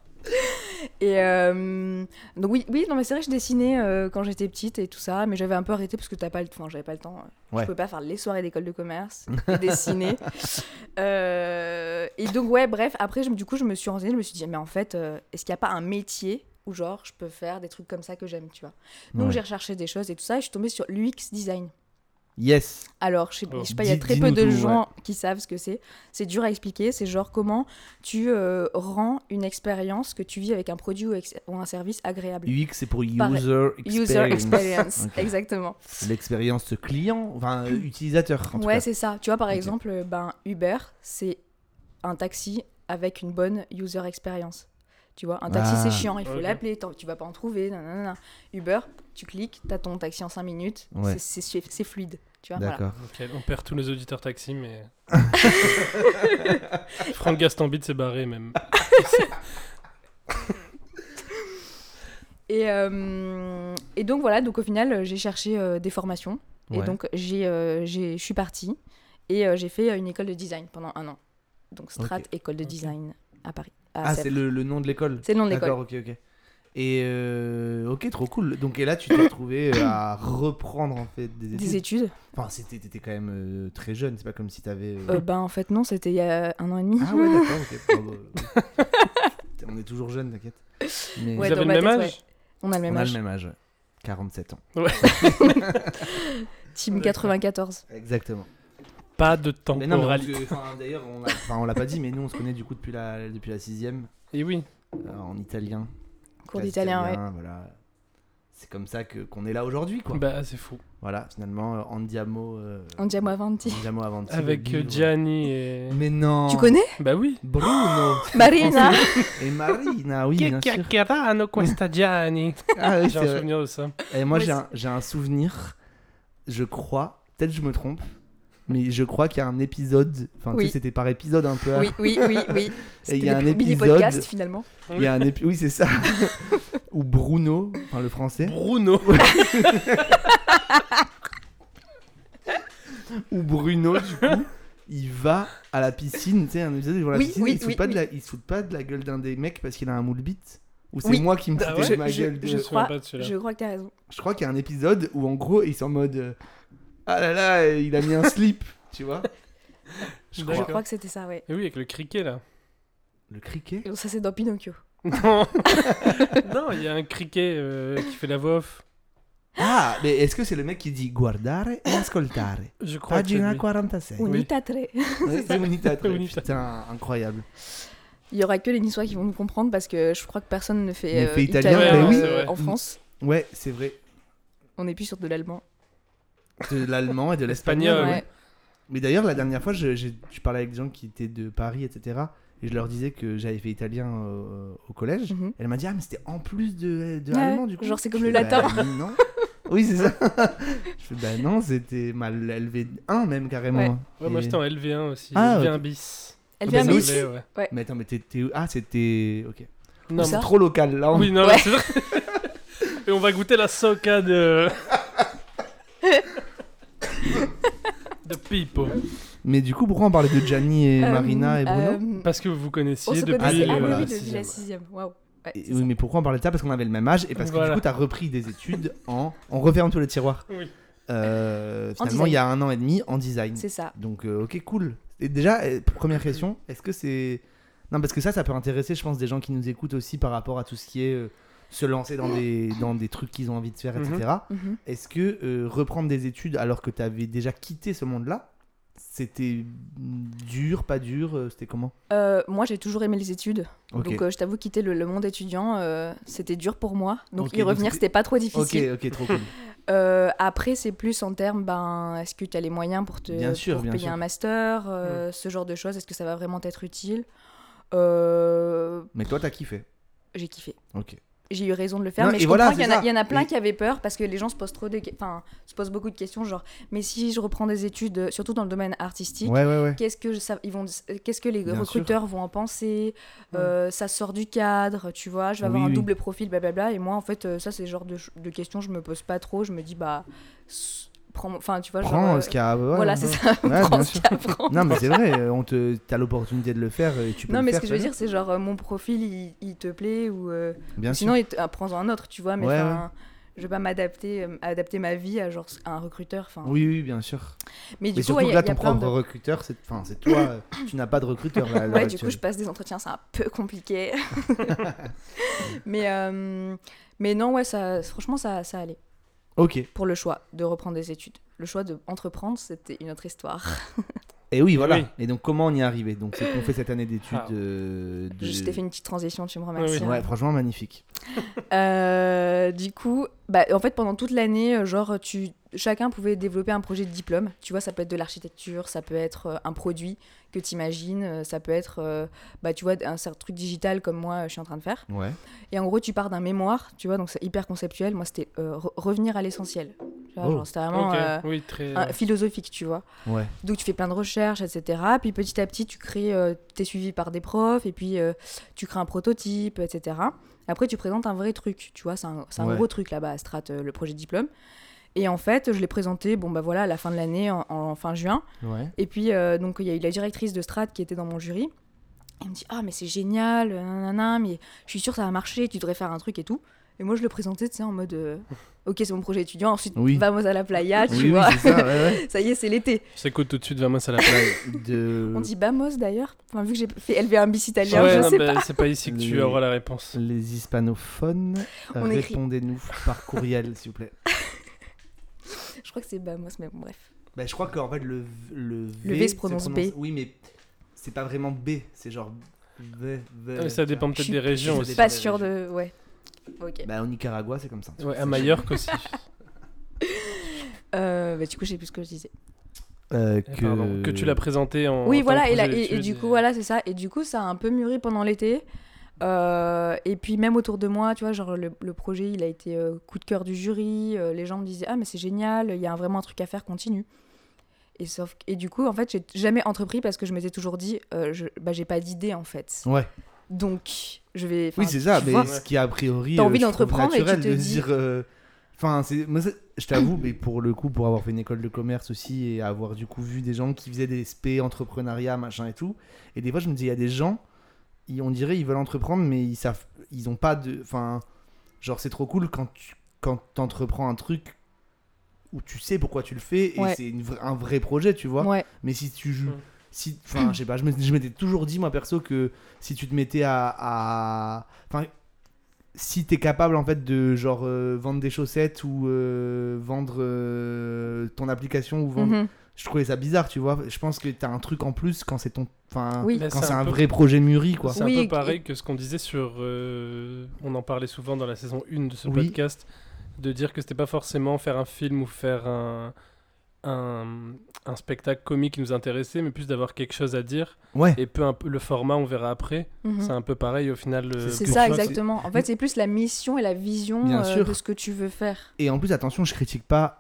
Speaker 3: et euh, donc oui, oui, non mais c'est vrai, que je dessinais euh, quand j'étais petite et tout ça, mais j'avais un peu arrêté parce que t'as pas le, enfin, j'avais pas le temps. euh,
Speaker 1: Ouais.
Speaker 3: Je pouvais pas faire les soirées d'école de commerce et dessiner. Euh, et donc ouais, bref, après je- du coup je me suis renseignée, je me suis dit mais en fait, euh, est-ce qu'il n'y a pas un métier où genre je peux faire des trucs comme ça que j'aime, tu vois Donc
Speaker 1: Ouais.
Speaker 3: j'ai recherché des choses et tout ça, et je suis tombée sur l'UX design.
Speaker 1: Yes.
Speaker 3: Alors, je sais,
Speaker 2: Alors,
Speaker 3: je sais pas, il y a
Speaker 1: dis-
Speaker 3: très
Speaker 1: dis-nous
Speaker 3: peu de
Speaker 1: tout,
Speaker 3: gens qui savent ce que c'est. C'est dur à expliquer. C'est genre comment tu euh, rends une expérience que tu vis avec un produit ou, ex- ou un service agréable.
Speaker 1: UX, c'est pour user
Speaker 3: Pareil.
Speaker 1: experience.
Speaker 3: User experience,
Speaker 1: Ok.
Speaker 3: exactement.
Speaker 1: L'expérience client, enfin, euh, utilisateur, en tout
Speaker 3: Mm. ouais,
Speaker 1: cas.
Speaker 3: c'est ça. Tu vois, par
Speaker 1: Ok.
Speaker 3: exemple, euh, ben, Uber, c'est un taxi avec une bonne user experience. Tu vois, un taxi,
Speaker 1: Ah.
Speaker 3: c'est chiant, il faut
Speaker 2: Ok.
Speaker 3: l'appeler, t'en- tu vas pas en trouver. nanana. Uber, tu cliques, t'as ton taxi en 5 minutes,
Speaker 1: Ouais.
Speaker 3: c'est- c'est c'est fluide. Tu vois, voilà.
Speaker 1: D'accord.
Speaker 2: Ok, on perd tous nos auditeurs taxi, mais. Franck Gastambide s'est barré même.
Speaker 3: Et, euh, et donc voilà, donc au final, euh, j'ai cherché euh, des formations Et
Speaker 1: Ouais.
Speaker 3: donc, j'ai, euh, j'ai- je suis partie et euh, j'ai fait euh, une école de design pendant un an. Donc, Strat
Speaker 1: Ok.
Speaker 3: École de Design à Paris.
Speaker 1: Ah,
Speaker 3: à Sèvres.
Speaker 1: c'est le, le nom de l'école.
Speaker 3: C'est le nom de l'école.
Speaker 1: D'accord, ok, ok. Et euh, ok, trop cool. Donc, et là, tu t'es retrouvé euh, à reprendre en fait des études.
Speaker 3: Des études
Speaker 1: Enfin, c'était- t'étais quand même euh, très jeune, c'est pas comme si t'avais. euh,
Speaker 3: Euh, Ben, en fait, non, c'était il y a un an et demi.
Speaker 1: Ah ouais, d'accord, ok. pardon. On est toujours jeune, t'inquiète. Mais
Speaker 2: Vous
Speaker 3: Ouais,
Speaker 2: avez
Speaker 3: dans
Speaker 2: le
Speaker 3: ma
Speaker 2: même
Speaker 3: tête,
Speaker 2: âge
Speaker 3: On a le même
Speaker 1: on a
Speaker 3: âge.
Speaker 1: le même âge, ouais. 47 ans.
Speaker 3: Team 94.
Speaker 1: Exactement.
Speaker 2: Pas de
Speaker 1: Mais non, mais on
Speaker 2: temporalité.
Speaker 1: se- enfin, D'ailleurs, on, a- enfin, on l'a pas dit, mais nous, on se connaît du coup depuis la, depuis la sixième,
Speaker 2: Et Eh oui.
Speaker 1: euh, en italien.
Speaker 3: Cours
Speaker 1: classe
Speaker 3: d'italien, ouais.
Speaker 1: Voilà. C'est comme ça que qu'on est là aujourd'hui, quoi.
Speaker 2: Bah, c'est fou.
Speaker 1: Voilà, finalement, euh, Andiamo. euh,
Speaker 3: Andiamo Avanti.
Speaker 1: Andiamo Avanti. le
Speaker 2: Avec euh,
Speaker 1: livre.
Speaker 2: Gianni et.
Speaker 1: Mais non.
Speaker 3: Tu connais
Speaker 2: Bah oui.
Speaker 1: Bruno
Speaker 3: Marina
Speaker 1: et Marina, oui, bien sûr.
Speaker 2: hanno questa Gianni
Speaker 1: Ah, oui,
Speaker 2: J'ai
Speaker 1: c'est
Speaker 2: un
Speaker 1: vrai.
Speaker 2: souvenir de ça.
Speaker 1: Et moi,
Speaker 3: Ouais,
Speaker 1: j'ai un, j'ai un souvenir, je crois, peut-être je me trompe, mais je crois qu'il y a un épisode, enfin, tu
Speaker 3: Oui.
Speaker 1: sais, c'était par épisode un peu.
Speaker 3: Oui, oui, oui, oui. C'était
Speaker 1: il y a
Speaker 3: des
Speaker 1: un épisode-
Speaker 3: mini-podcasts, finalement.
Speaker 1: Il y a un épi- oui, c'est ça. Ou Bruno, enfin, le français.
Speaker 2: Bruno.
Speaker 1: Ou Bruno, du coup, il va à la piscine, tu sais, un épisode, il va à la
Speaker 3: Oui,
Speaker 1: piscine,
Speaker 3: oui,
Speaker 1: il, se fout
Speaker 3: oui,
Speaker 1: pas de
Speaker 3: oui.
Speaker 1: la, il se fout pas de la gueule d'un des mecs parce qu'il a un moule bite. Ou c'est
Speaker 3: Oui.
Speaker 1: moi qui me
Speaker 2: Ah
Speaker 1: foutais
Speaker 2: ouais
Speaker 1: de ma
Speaker 3: Je-
Speaker 1: gueule. de-
Speaker 2: Je me
Speaker 3: crois-
Speaker 2: souviens pas de celui-là.
Speaker 3: Je crois que t'as raison.
Speaker 1: Je crois qu'il y a un épisode où en gros ils sont en mode euh, Ah là là, euh, il a mis un slip, tu vois Je
Speaker 3: Je
Speaker 1: crois.
Speaker 3: crois que c'était ça, ouais.
Speaker 2: Et Eh oui, avec le criquet là.
Speaker 1: Le criquet
Speaker 3: Donc Ça, c'est dans Pinocchio.
Speaker 2: Non, Non, il y a un criquet euh, qui fait la voix off.
Speaker 1: Ah, mais est-ce que c'est le mec qui dit guardare et ascoltare
Speaker 2: Je crois que c'est
Speaker 1: Pagina
Speaker 2: lui.
Speaker 1: 46.
Speaker 2: Oui.
Speaker 3: Unita tre.
Speaker 1: Ouais, c'est Unita Tre.
Speaker 2: Unita.
Speaker 1: Putain, incroyable.
Speaker 3: Il y aura que les Niçois qui vont nous comprendre parce que je crois que personne ne fait,
Speaker 1: Ne fait italien, Ben
Speaker 2: mais oui.
Speaker 3: euh,
Speaker 2: Ouais, ouais.
Speaker 3: en France.
Speaker 1: Ouais, c'est vrai.
Speaker 3: On n'est plus sur de l'allemand.
Speaker 1: De l'allemand et de l'espagnol.
Speaker 2: Espagnol,
Speaker 1: ouais.
Speaker 2: ouais.
Speaker 1: Mais d'ailleurs, la dernière fois, je, j'ai- je parlais avec des gens qui étaient de Paris, etc. Et je leur disais que j'avais fait italien euh, au collège.
Speaker 3: Mhm.
Speaker 1: Elle m'a dit, ah, mais c'était en plus de, de
Speaker 3: Ouais,
Speaker 1: allemand, du coup.
Speaker 3: genre, c'est comme
Speaker 1: Je
Speaker 3: le
Speaker 1: fais,
Speaker 3: latin.
Speaker 1: Bah, non. Oui, c'est ça. je fais, bah non, c'était mal élevé 1 même carrément.
Speaker 3: Ouais.
Speaker 2: Ouais, moi
Speaker 1: Et-
Speaker 2: j'étais en LV1 aussi.
Speaker 1: Ah,
Speaker 2: LV1 bis.
Speaker 3: Elle
Speaker 1: Ah,
Speaker 3: vient
Speaker 1: bah, ça,
Speaker 3: un bis.
Speaker 2: Anglais, ouais.
Speaker 1: Mais attends, mais t'étais. où Ah, c'était. Ok.
Speaker 2: Non,
Speaker 3: ça
Speaker 1: Trop local, là.
Speaker 2: mais-
Speaker 1: on-
Speaker 2: oui, non,
Speaker 3: Ouais.
Speaker 2: mais c'est vrai. Et on va goûter la soca de. de Pipo.
Speaker 1: Mais du coup, pourquoi on parlait de Gianni et
Speaker 3: Euh,
Speaker 1: Marina et Bruno
Speaker 3: euh,
Speaker 2: Parce que vous connaissiez
Speaker 3: on se
Speaker 2: depuis. euh,
Speaker 3: connaissait.
Speaker 1: le-
Speaker 3: Ah,
Speaker 1: voilà,
Speaker 3: oui, oui,
Speaker 1: la
Speaker 3: depuis
Speaker 2: sixième.
Speaker 3: la sixième. Waouh. Ouais,
Speaker 1: Et-
Speaker 3: c'est
Speaker 1: oui,
Speaker 3: ça.
Speaker 1: mais pourquoi on parlait de ça Parce qu'on avait le même âge et parce que
Speaker 2: Voilà.
Speaker 1: du coup, t'as repris des études en. On referme tous les tiroirs.
Speaker 2: Oui.
Speaker 1: Euh,
Speaker 3: En
Speaker 1: finalement, il y a un an et demi en design.
Speaker 3: C'est ça.
Speaker 1: Donc, euh, ok, cool. Et déjà, euh, première question, est-ce que c'est. Non, parce que ça, ça peut intéresser, je pense, des gens qui nous écoutent aussi par rapport à tout ce qui est euh, se lancer dans des, dans des trucs qu'ils ont envie de faire, etc.
Speaker 3: Mhm.
Speaker 1: Est-ce que euh, reprendre des études alors que t'avais déjà quitté ce monde-là, c'était dur, pas dur euh, C'était comment
Speaker 3: Euh, moi, j'ai toujours aimé les études.
Speaker 1: Ok.
Speaker 3: Donc, euh, je t'avoue, quitter le, le monde étudiant, euh, c'était dur pour moi. Donc,
Speaker 1: Ok,
Speaker 3: y
Speaker 1: donc
Speaker 3: revenir,
Speaker 1: c'était-
Speaker 3: c'était pas trop
Speaker 1: Ok,
Speaker 3: difficile.
Speaker 1: ok, trop cool.
Speaker 3: Euh, après, c'est plus en termes, ben, est-ce que tu as les moyens pour te
Speaker 1: Bien sûr,
Speaker 3: pour
Speaker 1: bien
Speaker 3: payer
Speaker 1: sûr. Mm.
Speaker 3: un master, euh, ce genre de choses Est-ce que ça va vraiment t'être utile Euh,
Speaker 1: Mais toi, t'as kiffé.
Speaker 3: J'ai kiffé.
Speaker 1: Ok.
Speaker 3: J'ai eu raison de le faire,
Speaker 1: Non,
Speaker 3: mais
Speaker 1: et
Speaker 3: je
Speaker 1: voilà,
Speaker 3: comprends qu'il y,
Speaker 1: c'est
Speaker 3: en a-
Speaker 1: ça.
Speaker 3: il y en a plein
Speaker 1: Et-
Speaker 3: qui avaient peur parce que les gens se posent trop de, que- enfin, se posent beaucoup de questions, genre, mais si je reprends des études, euh, surtout dans le domaine artistique.
Speaker 1: Ouais, ouais, ouais.
Speaker 3: Qu'est-ce que je- ça- ils vont, euh, qu'est-ce que les
Speaker 1: Bien sûr.
Speaker 3: recruteurs vont en penser Euh, Ça sort du cadre, tu vois. Je vais avoir
Speaker 1: Oui,
Speaker 3: un
Speaker 1: oui.
Speaker 3: double profil, blablabla. Et moi, en fait, euh, ça, c'est le genre de, ch- de questions que je me pose pas trop. Je me dis, bah, s- prends, enfin, tu vois, genre,
Speaker 1: Prends
Speaker 3: euh,
Speaker 1: euh, ce qu'il y a. ouais,
Speaker 3: voilà,
Speaker 1: ouais.
Speaker 3: c'est ça.
Speaker 1: Ouais,
Speaker 3: prends
Speaker 1: bien
Speaker 3: ce
Speaker 1: sûr.
Speaker 3: qu'il y a à prendre.
Speaker 1: Non, mais c'est vrai, euh, on te... t'as l'opportunité de le faire et tu peux
Speaker 3: Non,
Speaker 1: le
Speaker 3: mais ce
Speaker 1: faire,
Speaker 3: que je veux
Speaker 1: ça,
Speaker 3: dire, c'est genre euh, mon profil, il, il te plaît ou euh,
Speaker 1: Bien sûr.
Speaker 3: sinon, il te- ah, prends-en un autre, tu vois. Mais
Speaker 1: Ouais,
Speaker 3: enfin, je vais pas m'adapter, euh, adapter ma vie à genre à un recruteur. Enfin,
Speaker 1: Oui, oui, bien sûr.
Speaker 3: mais du
Speaker 1: Mais
Speaker 3: coup,
Speaker 1: surtout
Speaker 3: ouais,
Speaker 1: que
Speaker 3: il y
Speaker 1: là,
Speaker 3: a- il y
Speaker 1: ton
Speaker 3: a plein
Speaker 1: propre
Speaker 3: de-
Speaker 1: recruteur, c'est enfin, c'est toi, euh, tu n'as pas de recruteur là. à l'heure
Speaker 3: Ouais, du coup,
Speaker 1: actuelle.
Speaker 3: je passe des entretiens, c'est un peu compliqué. mais, euh, mais non, ouais, ça, franchement, ça, ça allait.
Speaker 1: Ok.
Speaker 3: Pour le choix de reprendre des études. Le choix d'entreprendre, c'était une autre histoire.
Speaker 1: Et oui, voilà.
Speaker 2: Oui.
Speaker 1: Et donc, comment on y est arrivé Donc, c'est qu'on fait cette année d'études.
Speaker 2: Ah.
Speaker 1: euh, de...
Speaker 3: Je t'ai fait une petite transition, tu me
Speaker 2: oui.
Speaker 3: remercies. hein.
Speaker 1: Ouais, franchement, magnifique.
Speaker 3: Euh, du coup, bah, en fait, pendant toute l'année, euh, genre, tu, chacun pouvait développer un projet de diplôme. Tu vois, ça peut être de l'architecture, ça peut être euh, un produit que tu imagines, ça peut être, euh, bah, tu vois, un certain truc digital comme moi, euh, je suis en train de faire.
Speaker 1: Ouais.
Speaker 3: Et en gros, tu pars d'un mémoire, tu vois, donc c'est hyper conceptuel. Moi, c'était euh, re- revenir à l'essentiel. Tu vois,
Speaker 1: Oh.
Speaker 3: genre, C'était vraiment
Speaker 2: Ok,
Speaker 3: euh,
Speaker 2: oui, très.
Speaker 3: un- philosophique, tu vois.
Speaker 1: Ouais.
Speaker 3: Donc, tu fais plein de recherches, etc. Puis petit à petit, tu crées, euh, t'es suivi par des profs, et puis euh, tu crées un prototype, etc. Après, tu présentes un vrai truc, tu vois, c'est un, c'est un
Speaker 1: Ouais.
Speaker 3: gros truc là-bas à Strat, euh, le projet de diplôme. Et en fait, je l'ai présenté, bon bah voilà, à la fin de l'année, en, en fin juin.
Speaker 1: Ouais.
Speaker 3: Et puis, euh, donc, il y a eu la directrice de Strat qui était dans mon jury. Elle me dit Ah, mais c'est génial, euh, nanana, mais je suis sûre que ça va marcher, tu devrais faire un truc et tout. Et moi, je le présentais, tu sais, en mode euh, Ok, c'est mon projet étudiant, ensuite,
Speaker 1: Oui.
Speaker 3: vamos à la playa, tu
Speaker 1: Oui, oui,
Speaker 3: vois.
Speaker 1: c'est ça, ouais,
Speaker 3: ça y est, c'est l'été.
Speaker 2: Ça coûte tout de suite, vraiment, ça la plage.
Speaker 1: ouais. De...
Speaker 3: On dit Bamos d'ailleurs. Enfin, vu que j'ai fait élever un bis italien,
Speaker 2: Mm. Ouais,
Speaker 3: je
Speaker 2: non,
Speaker 3: sais
Speaker 2: bah,
Speaker 3: pas.
Speaker 2: c'est pas ici que tu
Speaker 1: Les-
Speaker 2: auras la réponse.
Speaker 1: Les hispanophones, euh,
Speaker 3: On écrit.
Speaker 1: répondez-nous par courriel, s'il vous plaît.
Speaker 3: Je crois que c'est Bamos, mais bon, bref.
Speaker 1: Bah, je crois qu'en fait, le, le,
Speaker 3: Le V se prononce B.
Speaker 1: Oui, mais c'est pas vraiment B, c'est genre V, V.
Speaker 2: Ah, mais ça dépend
Speaker 1: tu
Speaker 2: peut-être
Speaker 3: suis
Speaker 2: des régions
Speaker 1: pas
Speaker 2: aussi.
Speaker 1: dépend
Speaker 3: Pas
Speaker 1: des
Speaker 3: sûr de. Ouais. Ok.
Speaker 1: vois. Bah, au Nicaragua, c'est comme ça.
Speaker 2: Ouais, à Majorque aussi.
Speaker 3: Euh, bah, du coup, je sais plus ce que je disais.
Speaker 1: Euh,
Speaker 2: Eh, pardon, que tu l'as présenté en. en
Speaker 3: oui,
Speaker 2: tant
Speaker 3: voilà,
Speaker 2: que
Speaker 3: et, la-
Speaker 2: projet
Speaker 3: et- et
Speaker 2: d'études
Speaker 3: du coup, voilà, c'est ça. Et du coup, ça a un peu mûri pendant l'été. Euh, et puis, même autour de moi, tu vois, genre le, le projet, il a été euh, coup de cœur du jury. euh, les gens me disaient, ah, mais c'est génial, il y a un- vraiment un truc à faire, continue. Et, sauf, que- et du coup, en fait, j'ai jamais entrepris parce que je m'étais toujours dit, euh, je, bah, j'ai pas d'idée en fait.
Speaker 1: Ouais.
Speaker 3: Donc, je vais.
Speaker 1: Oui,
Speaker 3: enfin,
Speaker 1: c'est ça,
Speaker 3: tu
Speaker 1: mais
Speaker 3: vois.
Speaker 1: ce qui a priori.
Speaker 3: T'as envie
Speaker 1: euh, je trouve
Speaker 3: d'entreprendre et tu
Speaker 1: naturel
Speaker 3: te
Speaker 1: de
Speaker 3: dis-
Speaker 1: dire. euh, Enfin, c'est. moi, c'est- Je t'avoue, mais pour le coup, pour avoir fait une école de commerce aussi et avoir du coup vu des gens qui faisaient des SP, entrepreneuriat, machin et tout. Et des fois, je me dis, il y a des gens, ils- on dirait, ils veulent entreprendre, mais ils savent. Ils ont pas de. Enfin, genre, c'est trop cool quand tu quand t'entreprends un truc où tu sais pourquoi tu le fais et
Speaker 3: Ouais.
Speaker 1: c'est une vra- un vrai projet, tu vois.
Speaker 3: Ouais.
Speaker 1: Mais si tu joues.
Speaker 2: Mm.
Speaker 1: Si, enfin, je sais pas, je m'étais je m'étais toujours dit, moi perso, que si tu te mettais à. à- Enfin, si t'es capable en fait de genre euh, vendre des chaussettes ou euh, vendre euh, ton application ou vendre.
Speaker 3: Mhm.
Speaker 1: Je trouvais ça bizarre, tu vois. Je pense que t'as un truc en plus quand c'est ton. Enfin,
Speaker 3: Oui.
Speaker 2: Là,
Speaker 1: quand
Speaker 2: c'est
Speaker 1: c'est
Speaker 2: un
Speaker 1: un,
Speaker 2: peu-
Speaker 1: vrai projet mûri, quoi.
Speaker 2: C'est
Speaker 3: Oui,
Speaker 2: un
Speaker 3: et-
Speaker 2: peu pareil que ce qu'on disait sur. euh, on en parlait souvent dans la saison 1 de ce
Speaker 1: Oui.
Speaker 2: podcast, de dire que c'était pas forcément faire un film ou faire un, un, un spectacle comique qui nous intéressait, mais plus d'avoir quelque chose à dire.
Speaker 1: Ouais.
Speaker 2: Et peu imp- le format, on verra après.
Speaker 3: Mhm.
Speaker 2: C'est un peu pareil au final. euh,
Speaker 1: C'est
Speaker 3: C'est
Speaker 1: que
Speaker 3: ça,
Speaker 1: tu vois, c'est- Mhm.
Speaker 3: exactement. En fait, c'est plus la mission et la vision
Speaker 1: Bien
Speaker 3: euh,
Speaker 1: sûr.
Speaker 3: de ce que tu veux faire.
Speaker 1: Et en plus, attention, je critique pas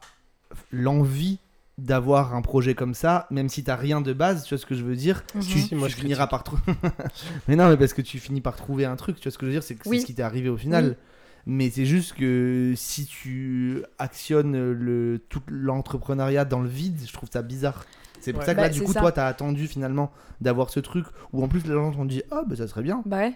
Speaker 1: l'envie d'avoir un projet comme ça, même si t'as rien de base, tu vois ce que je veux dire.
Speaker 3: Mhm.
Speaker 1: Tu,
Speaker 2: Si, moi,
Speaker 1: tu
Speaker 2: je
Speaker 1: finiras par trouver. mais non, mais parce que tu finis par trouver un truc, tu vois ce que je veux dire, c'est que
Speaker 3: Oui.
Speaker 1: c'est ce qui t'est arrivé au final.
Speaker 3: Oui.
Speaker 1: Mais c'est juste que si tu actionnes le, tout l'entrepreneuriat dans le vide, je trouve ça bizarre. C'est pour
Speaker 2: Ouais.
Speaker 1: ça que
Speaker 3: Bah,
Speaker 1: là, du
Speaker 3: c'est
Speaker 1: coup,
Speaker 3: ça.
Speaker 1: toi, t'as attendu finalement d'avoir ce truc, où en plus les gens t'ont dit, ah, bah ça serait bien.
Speaker 3: Bah ouais.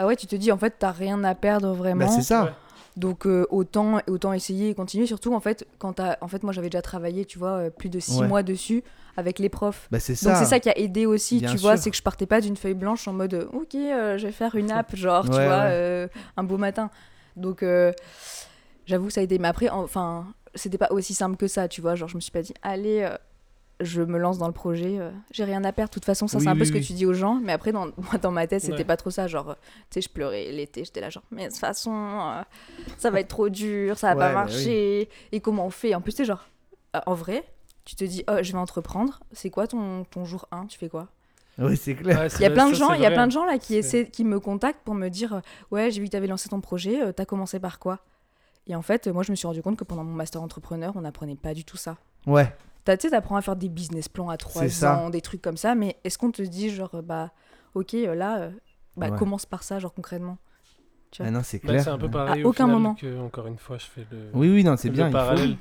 Speaker 3: Ah ouais, tu te dis en fait, t'as rien à perdre
Speaker 1: Bah
Speaker 3: vraiment.
Speaker 1: c'est ça.
Speaker 2: Ouais.
Speaker 3: Donc euh, autant, autant essayer et continuer. Surtout en fait, quand t'as. En fait, moi j'avais déjà travaillé, tu vois, euh, plus de six
Speaker 1: Ouais.
Speaker 3: mois dessus avec les profs.
Speaker 1: Bah c'est ça.
Speaker 3: Donc c'est ça qui a aidé aussi,
Speaker 1: Bien
Speaker 3: tu vois,
Speaker 1: sûr.
Speaker 3: c'est que je partais pas d'une feuille blanche en mode euh, ok, euh, je vais faire une app, genre, tu vois,
Speaker 1: Ouais, ouais.
Speaker 3: euh, un beau matin. Donc euh, j'avoue que ça a aidé. Mais après, en- enfin, c'était pas aussi simple que ça, tu vois. Genre, je me suis pas dit, allez, euh, je me lance dans le projet, euh, j'ai rien à perdre. De toute façon, ça,
Speaker 1: Oui,
Speaker 3: c'est un peu
Speaker 1: oui,
Speaker 3: ce que
Speaker 1: oui.
Speaker 3: tu dis aux gens. Mais après, dans, moi, dans ma tête, c'était
Speaker 2: Ouais.
Speaker 3: pas trop ça. Genre, euh, tu sais, je pleurais l'été, j'étais là, genre, mais de toute façon, euh, ça va être trop dur, ça va
Speaker 1: Ouais,
Speaker 3: pas
Speaker 1: bah
Speaker 3: marcher. Et comment on fait En plus, tu sais, genre, euh, en vrai, tu te dis, oh, je vais entreprendre. C'est quoi ton, ton jour 1 Tu fais quoi
Speaker 1: Ouais, c'est clair.
Speaker 2: ouais,
Speaker 3: Il y a
Speaker 2: c'est-
Speaker 3: plein de
Speaker 2: ça,
Speaker 3: gens,
Speaker 2: c'est
Speaker 3: il y
Speaker 2: vrai.
Speaker 3: a
Speaker 2: hein.
Speaker 3: plein de gens là qui
Speaker 2: C'est-
Speaker 3: essaient, qui me contactent pour me dire, euh, ouais, j'ai vu que t'avais lancé ton projet, euh, t'as commencé par quoi Et en fait, euh, moi, je me suis rendu compte que pendant mon master entrepreneur, on n'apprenait pas du tout ça.
Speaker 1: Ouais.
Speaker 3: T'as- Tu sais, t'apprends à faire des business plans à 3 ans,
Speaker 1: C'est ça.
Speaker 3: des trucs comme ça, mais est-ce qu'on te dit, genre, euh, bah, ok, euh, là, euh, bah,
Speaker 1: Ouais.
Speaker 3: commence par ça, genre, concrètement Tu
Speaker 1: Ah
Speaker 3: vois.
Speaker 1: non, c'est
Speaker 2: Bah,
Speaker 1: clair.
Speaker 2: c'est un peu pareil
Speaker 3: À
Speaker 2: au
Speaker 3: aucun
Speaker 2: final
Speaker 3: moment.
Speaker 2: que, encore une fois, je fais le.
Speaker 1: Oui, oui, non, c'est
Speaker 2: Euh, le
Speaker 1: bien. il faut-
Speaker 2: parallèle.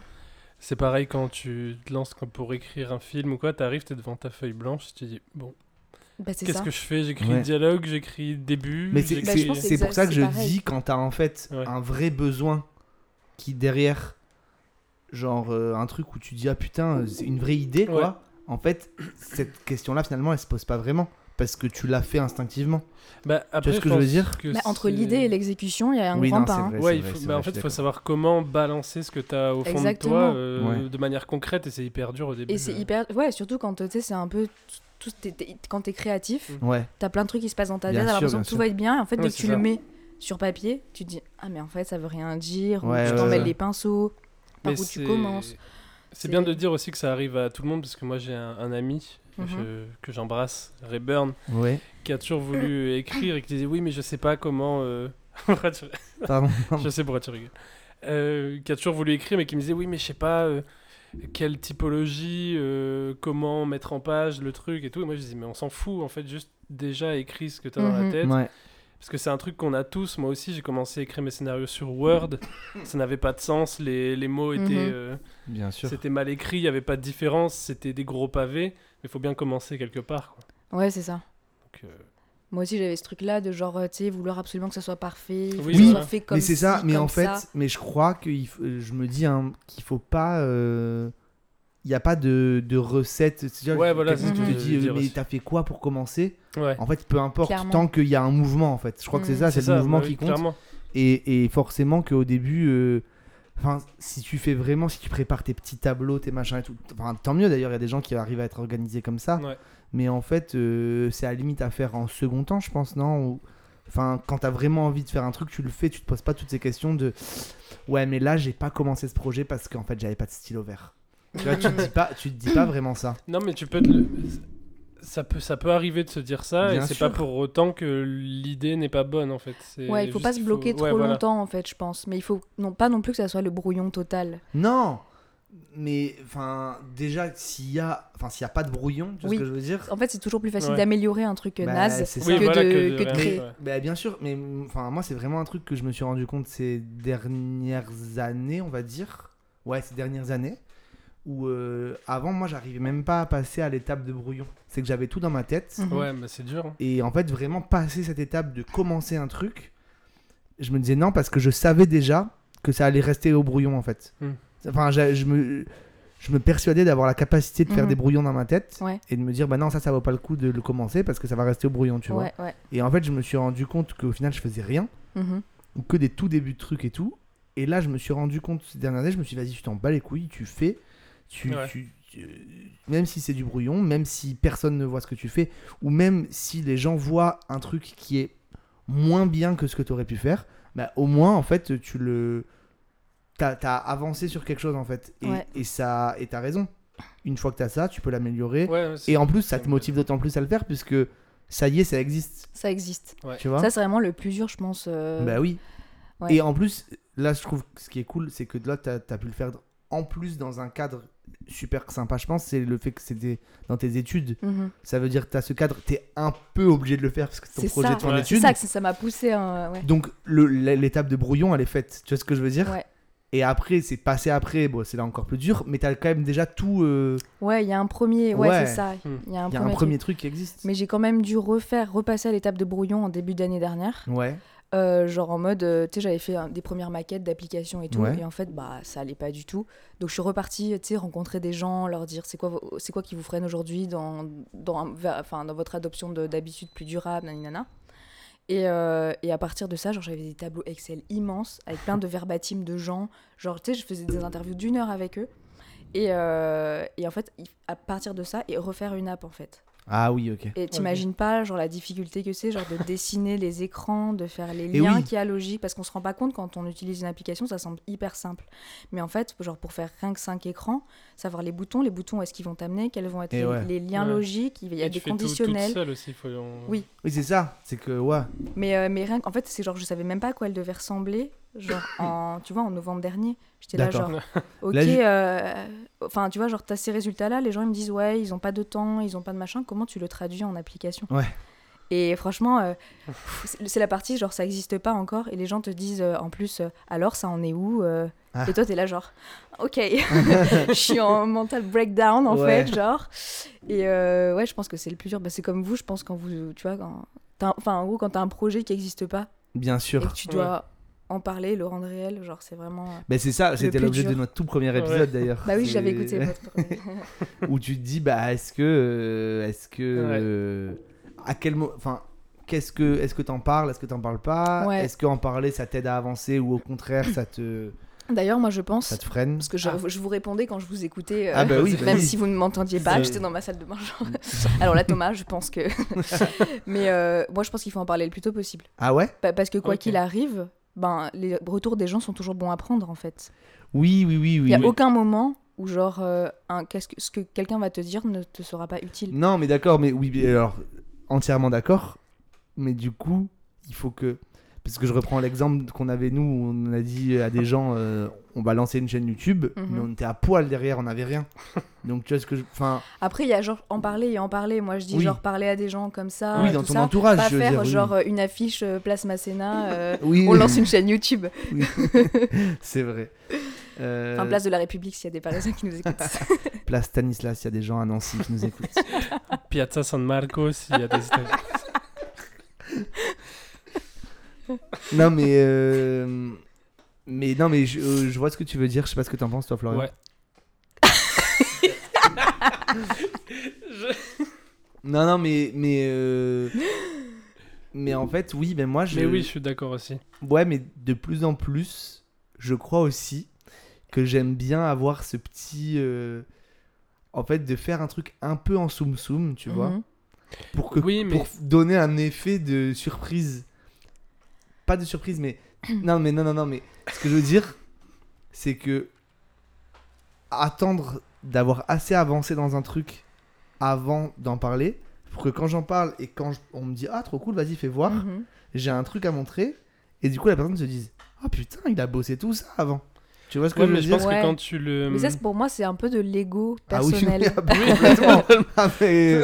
Speaker 2: C'est pareil quand tu te lances comme pour écrire un film ou quoi, t'arrives, t'es devant ta feuille blanche, tu te dis, bon,
Speaker 3: Bah, c'est
Speaker 2: qu'est-ce
Speaker 3: ça.
Speaker 2: que je fais J'écris
Speaker 1: Ouais.
Speaker 2: le dialogue, j'écris le début.
Speaker 1: Mais c'est
Speaker 3: Bah,
Speaker 1: c'est-
Speaker 3: je pense que
Speaker 2: j'écris-
Speaker 1: c'est
Speaker 3: c'est
Speaker 1: pour ça que
Speaker 3: c'est
Speaker 1: je
Speaker 3: pareil.
Speaker 1: dis quand t'as en fait
Speaker 2: Ouais.
Speaker 1: un vrai besoin qui derrière, genre euh, un truc où tu dis ah putain, euh, c'est une vraie idée quoi.
Speaker 2: Ouais.
Speaker 1: En fait, cette question-là finalement elle se pose pas vraiment parce que tu l'as fait instinctivement.
Speaker 2: Bah, après,
Speaker 1: ce que je veux
Speaker 2: pense
Speaker 1: dire
Speaker 2: que
Speaker 3: Bah, entre
Speaker 2: c'est-
Speaker 3: l'idée et l'exécution, il y a un
Speaker 1: oui,
Speaker 3: grand
Speaker 1: non,
Speaker 3: pas.
Speaker 1: c'est
Speaker 3: hein.
Speaker 1: vrai.
Speaker 2: Ouais,
Speaker 1: c'est
Speaker 2: il
Speaker 1: vrai,
Speaker 2: faut-
Speaker 1: c'est
Speaker 2: bah, en
Speaker 1: vrai,
Speaker 2: fait,
Speaker 1: je
Speaker 2: il
Speaker 1: suis
Speaker 2: faut
Speaker 1: d'accord.
Speaker 2: savoir comment balancer ce que t'as au fond de
Speaker 3: Exactement.
Speaker 2: toi euh,
Speaker 1: Ouais.
Speaker 2: de manière concrète et c'est hyper dur au début.
Speaker 3: Et c'est hyper. Ouais, surtout quand, euh, tu sais, c'est un peu. Tout, t'es- t'es- quand t'es créatif,
Speaker 1: Ouais,
Speaker 3: t'as plein de trucs qui se passent dans ta
Speaker 1: Bien
Speaker 3: tête, t'as
Speaker 1: sûr,
Speaker 3: l'impression
Speaker 1: bien
Speaker 3: que tout
Speaker 1: sûr.
Speaker 3: va être bien. Et en fait,
Speaker 2: Ah Ouais,
Speaker 3: dès que
Speaker 2: c'est
Speaker 3: tu
Speaker 2: ça.
Speaker 3: le mets sur papier, tu te dis Ah, mais en fait, ça veut rien dire, ou
Speaker 1: Ouais,
Speaker 3: tu
Speaker 1: ouais,
Speaker 3: t'emmêles
Speaker 1: ouais.
Speaker 3: les pinceaux, par
Speaker 2: Mais
Speaker 3: où
Speaker 2: c'est-
Speaker 3: tu commences.
Speaker 2: C'est bien
Speaker 3: C'est-
Speaker 2: de dire aussi que ça arrive à tout le monde parce que moi j'ai un, un ami
Speaker 3: Mhm.
Speaker 2: je- que j'embrasse, Rayburn,
Speaker 1: ouais.
Speaker 2: qui a toujours voulu écrire et qui disait oui mais je sais pas comment. euh, pourquoi tu-
Speaker 1: Pardon.
Speaker 2: je sais pourquoi tu rigoles. Euh, qui a toujours voulu écrire, mais qui me disait oui, mais je sais pas euh, quelle typologie, euh, comment mettre en page le truc et tout. Et moi, je dis mais on s'en fout, en fait, juste déjà écris ce que t'as dans la
Speaker 3: Mhm.
Speaker 2: tête.
Speaker 1: ouais.
Speaker 2: Parce que c'est un truc qu'on a tous. Moi aussi, j'ai commencé à écrire mes scénarios sur Word. ça n'avait pas de sens. Les, les mots étaient,
Speaker 3: Mhm.
Speaker 2: euh,
Speaker 1: Bien sûr.
Speaker 2: c'était mal écrit. Il n'y avait pas de différence. C'était des gros pavés. Mais il faut bien commencer quelque part. quoi.
Speaker 3: Ouais, c'est ça.
Speaker 2: Donc, euh,
Speaker 3: Moi aussi, j'avais ce truc-là de genre, euh, tu sais, vouloir absolument que ça soit parfait, il faut
Speaker 2: Oui,
Speaker 3: que ça
Speaker 2: voilà.
Speaker 3: soit fait comme
Speaker 1: Mais c'est ça,
Speaker 3: ci,
Speaker 1: mais en
Speaker 3: comme
Speaker 1: fait,
Speaker 3: ça.
Speaker 1: mais je crois que il faut- je me dis hein, qu'il faut pas. euh, Il n'y a pas de, de recette. C'est-à-dire
Speaker 2: Ouais,
Speaker 1: que
Speaker 2: voilà,
Speaker 1: quelqu'un
Speaker 3: c'est ce
Speaker 1: qui
Speaker 3: que
Speaker 1: te
Speaker 2: je
Speaker 1: dit,
Speaker 2: veux dire
Speaker 1: euh, mais
Speaker 2: aussi.
Speaker 1: t'as fait quoi pour commencer
Speaker 2: ouais.
Speaker 1: En fait, peu importe,
Speaker 3: Clairement.
Speaker 1: tant qu'il y a un mouvement, en fait. Je crois que c'est
Speaker 3: Mhm.
Speaker 1: ça, c'est le
Speaker 2: ça,
Speaker 1: mouvement
Speaker 2: bah oui,
Speaker 1: qui compte.
Speaker 2: clairement.
Speaker 1: Et, et forcément qu'au début, euh, enfin, si tu fais vraiment, si tu prépares tes petits tableaux, tes machins et tout, enfin, tant mieux d'ailleurs, il y a des gens qui arrivent à être organisés comme ça.
Speaker 2: Ouais.
Speaker 1: Mais en fait, euh, c'est à la limite à faire en second temps, je pense, non Ou- Enfin, quand t'as vraiment envie de faire un truc, tu le fais, tu te poses pas toutes ces questions de ouais, mais là j'ai pas commencé ce projet parce qu'en fait j'avais pas de stylo vert. Tu vois, tu te dis pas, tu te dis pas vraiment ça.
Speaker 2: Non, mais tu peux. te le- Ça peut, ça peut arriver de se dire ça,
Speaker 1: Bien
Speaker 2: et c'est pas
Speaker 1: sûr.
Speaker 2: pour autant que l'idée n'est pas bonne en fait. C'est
Speaker 3: Ouais, il faut
Speaker 2: juste
Speaker 3: pas se
Speaker 2: qu'il
Speaker 3: bloquer
Speaker 2: faut-
Speaker 3: trop
Speaker 2: ouais, voilà.
Speaker 3: longtemps, en fait, je pense. Mais il faut non, pas non plus que ça soit le brouillon total.
Speaker 1: Non, mais enfin déjà s'il y a, enfin s'il y a pas de brouillon, tu vois
Speaker 3: Oui.
Speaker 1: ce que je veux dire
Speaker 3: En fait, c'est toujours plus facile
Speaker 2: Ouais.
Speaker 3: d'améliorer un truc euh,
Speaker 1: Bah,
Speaker 3: naze
Speaker 1: c'est
Speaker 3: que,
Speaker 1: ça. Oui,
Speaker 3: de,
Speaker 2: voilà, que de
Speaker 3: que de
Speaker 2: rien,
Speaker 3: créer.
Speaker 2: ouais.
Speaker 1: Bah, bien sûr, mais mm, enfin moi c'est vraiment un truc que je me suis rendu compte ces dernières années, on va dire. Ouais, ces dernières années où euh, avant moi j'arrivais même pas à passer à l'étape de brouillon. C'est que j'avais tout dans ma tête
Speaker 3: Mhm.
Speaker 2: Ouais, bah c'est dur. hein.
Speaker 1: et en fait vraiment passer cette étape de commencer un truc, je me disais non parce que je savais déjà que ça allait rester au brouillon en fait.
Speaker 3: Hmm.
Speaker 2: Mm.
Speaker 1: Enfin j'a- je me je me persuadais d'avoir la capacité de faire
Speaker 3: Mhm.
Speaker 1: des brouillons dans ma tête
Speaker 3: Ouais.
Speaker 1: et de me dire bah non ça ça vaut pas le coup de le commencer parce que ça va rester au brouillon tu vois.
Speaker 3: ouais, ouais.
Speaker 1: Et en fait, je me suis rendu compte qu'au final, je faisais rien,
Speaker 3: Mhm.
Speaker 1: ou que des tout débuts de trucs et tout. Et là, je me suis rendu compte ces dernières années, je me suis dit, vas-y, tu t'en bats les couilles, tu fais. Tu,
Speaker 2: Ouais.
Speaker 1: tu- tu- même si c'est du brouillon, même si personne ne voit ce que tu fais, ou même si les gens voient un truc qui est moins bien que ce que tu aurais pu faire, bah, au moins, en fait, tu le. T'as as avancé sur quelque chose, en fait. Et,
Speaker 3: Ouais.
Speaker 1: et ça. Et t'as raison. Une fois que t'as ça, tu peux l'améliorer.
Speaker 2: Ouais, ouais, c'est-
Speaker 1: et en plus, ça te motive d'autant plus à le faire, puisque ça y est, ça existe.
Speaker 3: Ça existe.
Speaker 2: Ouais.
Speaker 1: Tu vois
Speaker 3: Ça, c'est vraiment le plus dur, je pense. euh,
Speaker 1: Hein bah oui.
Speaker 3: ouais.
Speaker 1: Et en plus, là, je trouve que ce qui est cool, c'est que là, t'as as pu le faire en plus dans un cadre super sympa, je pense. C'est le fait que c'était dans tes études.
Speaker 3: mhm.
Speaker 1: Ça veut dire que t'as ce cadre, t'es un peu obligé de le faire parce que c'est ton
Speaker 3: C'est
Speaker 1: projet
Speaker 3: ça.
Speaker 1: de fin
Speaker 2: Ouais.
Speaker 3: C'est
Speaker 1: d'études.
Speaker 3: ça que ça ça m'a poussé. hein, ouais.
Speaker 1: Donc, le- l'étape de brouillon, elle est faite. Tu vois ce que je veux dire
Speaker 3: Ouais.
Speaker 1: Et après, c'est passé après, bon, c'est là encore plus dur, mais t'as quand même déjà tout. euh,
Speaker 3: Ouais, il y a un premier. Ouais,
Speaker 1: Ouais.
Speaker 3: c'est ça.
Speaker 2: Hmm.
Speaker 3: Il y a un
Speaker 1: Il y a un
Speaker 3: premier. truc.
Speaker 1: premier truc qui existe.
Speaker 3: Mais j'ai quand même dû refaire, repasser à l'étape de brouillon en début d'année dernière.
Speaker 1: Ouais.
Speaker 3: Euh, genre en mode, euh, tu sais, j'avais fait un- des premières maquettes d'applications et tout,
Speaker 1: Ouais.
Speaker 3: et en fait, bah, ça allait pas du tout. Donc je suis repartie, tu sais, rencontrer des gens, leur dire c'est quoi, vo- c'est quoi qui vous freine aujourd'hui dans, dans, vers- enfin, dans votre adoption de- d'habitudes plus durables, naninana. Et, euh, et à partir de ça, genre j'avais des tableaux Excel immenses avec plein de verbatims de gens. Genre, tu sais, je faisais des interviews d'une heure avec eux. Et, euh, et en fait, il- à partir de ça, et refaire une app en fait.
Speaker 1: Ah oui, ok.
Speaker 3: Et t'imagines pas genre la difficulté que c'est genre de dessiner les écrans, de faire les
Speaker 1: Et
Speaker 3: liens
Speaker 1: oui.
Speaker 3: qui a logique parce qu'on se rend pas compte quand on utilise une application, ça semble hyper simple. Mais en fait, genre pour faire rien que 5 écrans, savoir les boutons, les boutons où est-ce qu'ils vont t'amener, quels vont être
Speaker 1: Et
Speaker 3: les,
Speaker 1: ouais.
Speaker 3: les liens
Speaker 2: Ouais.
Speaker 3: logiques, il y a
Speaker 2: Et tu
Speaker 3: des
Speaker 2: fais tout- toute
Speaker 3: conditionnels.
Speaker 2: seule aussi, faut- on-
Speaker 3: Oui.
Speaker 1: Oui, c'est ça. C'est que, ouais.
Speaker 3: mais euh, mais rien qu'en fait, c'est genre je savais même pas à quoi elle devait ressembler genre en tu vois en novembre dernier, j'étais là
Speaker 1: D'accord.
Speaker 3: genre OK
Speaker 1: Là, j'ai-
Speaker 3: euh, enfin tu vois genre t'as ces résultats là, les gens ils me disent ouais, ils ont pas de temps, ils ont pas de machin, comment tu le traduis en application
Speaker 1: Ouais.
Speaker 3: Et franchement, euh, pff, c'est c'est la partie, genre, ça n'existe pas encore. Et les gens te disent, euh, en plus, euh, alors, ça en est où euh
Speaker 1: Ah.
Speaker 3: Et toi, t'es là, genre, ok, je suis en mental breakdown, en
Speaker 1: Ouais.
Speaker 3: fait, genre. Et euh, ouais, je pense que c'est le plus dur. Bah, c'est comme vous, je pense, quand vous, tu vois, quand... t'as- Enfin, en gros, quand t'as un projet qui n'existe pas
Speaker 1: Bien
Speaker 3: et
Speaker 1: sûr.
Speaker 3: que tu dois en parler, le rendre réel, genre, c'est vraiment... euh,
Speaker 1: Mais Ben, c'est ça, c'était
Speaker 3: plus
Speaker 1: l'objet de
Speaker 3: dur.
Speaker 1: notre tout premier épisode
Speaker 2: Ouais.
Speaker 1: d'ailleurs.
Speaker 3: Bah oui,
Speaker 1: C'est-
Speaker 3: j'avais écouté votre...
Speaker 1: où tu te dis bah est-ce que euh, est-ce que
Speaker 2: Ouais.
Speaker 1: euh, à quel moment enfin qu'est-ce que est-ce que t'en parles est-ce que t'en parles pas
Speaker 3: Ouais.
Speaker 1: est-ce qu'en parler ça t'aide à avancer ou au contraire ça te
Speaker 3: D'ailleurs, moi, je pense...
Speaker 1: ça te freine
Speaker 3: Parce que je, je vous répondais quand je vous écoutais, euh,
Speaker 1: Ah bah oui, bah
Speaker 3: même
Speaker 1: oui.
Speaker 3: si vous ne m'entendiez pas,
Speaker 1: C'est-
Speaker 3: j'étais dans ma salle de bain. genre. Alors là, Thomas, je pense que. Mais euh, moi, je pense qu'il faut en parler le plus tôt possible.
Speaker 1: ah ouais
Speaker 3: Pa- Bah, Parce que quoi
Speaker 2: Ok.
Speaker 3: qu'il arrive, ben, les retours des gens sont toujours bons à prendre, en fait.
Speaker 1: oui oui oui
Speaker 3: Il
Speaker 1: oui
Speaker 3: n'y a
Speaker 1: oui.
Speaker 3: aucun moment où, genre, euh, un, qu'est-ce que, ce que quelqu'un va te dire ne te sera pas utile.
Speaker 1: non mais d'accord mais oui mais alors entièrement d'accord mais du coup il faut que Parce que je reprends l'exemple qu'on avait nous, où on a dit à des gens, euh, on va lancer une chaîne YouTube,
Speaker 3: Mhm.
Speaker 1: mais on était à poil derrière, on n'avait rien. Donc tu vois ce que je... Enfin,
Speaker 3: Après, il y a genre en parler et en parler. Moi, je dis
Speaker 1: Oui.
Speaker 3: genre parler à des gens comme ça.
Speaker 1: oui,
Speaker 3: euh,
Speaker 1: dans
Speaker 3: tout
Speaker 1: ton
Speaker 3: ça.
Speaker 1: entourage,
Speaker 3: Pas
Speaker 1: je veux
Speaker 3: faire
Speaker 1: dire, oui.
Speaker 3: genre euh, une affiche euh, Place Masséna, euh,
Speaker 1: Oui,
Speaker 3: on lance une chaîne YouTube.
Speaker 1: oui. c'est vrai. Euh,
Speaker 3: Enfin, Place de la République, s'il y a des Parisiens qui nous écoutent.
Speaker 1: place Stanislas, il y a des gens à Nancy qui nous écoutent.
Speaker 2: Piazza San Marco, s'il y a des.
Speaker 1: non mais euh, mais non mais je, euh, je vois ce que tu veux dire. Je sais pas ce que t'en penses toi, Florian.
Speaker 2: Ouais.
Speaker 1: Non non mais mais euh, mais en fait oui mais moi je
Speaker 2: Mais oui, je suis d'accord aussi.
Speaker 1: ouais mais de plus en plus je crois aussi que j'aime bien avoir ce petit euh, en fait de faire un truc un peu en soum soum tu vois
Speaker 3: Mhm.
Speaker 1: pour que
Speaker 2: Oui, mais-
Speaker 1: pour donner un effet de surprise. Pas de surprise, mais non, mais non, non, non, mais ce que je veux dire, c'est que attendre d'avoir assez avancé dans un truc avant d'en parler, pour que quand j'en parle et quand je- on me dit ah trop cool, vas-y fais
Speaker 2: Mm.
Speaker 1: voir,
Speaker 3: Mhm.
Speaker 1: j'ai un truc à montrer, et du coup la personne se dise ah putain il a bossé tout ça avant. Tu vois ce que
Speaker 2: Ouais,
Speaker 1: je veux
Speaker 2: mais je
Speaker 1: dire
Speaker 2: pense
Speaker 3: Ouais.
Speaker 2: que quand tu le.
Speaker 3: Mais ça, c'est- pour moi, c'est un peu de l'ego
Speaker 1: Ah oui, oui,
Speaker 3: personnel.
Speaker 1: ah bah oui, complètement. Ah, mais,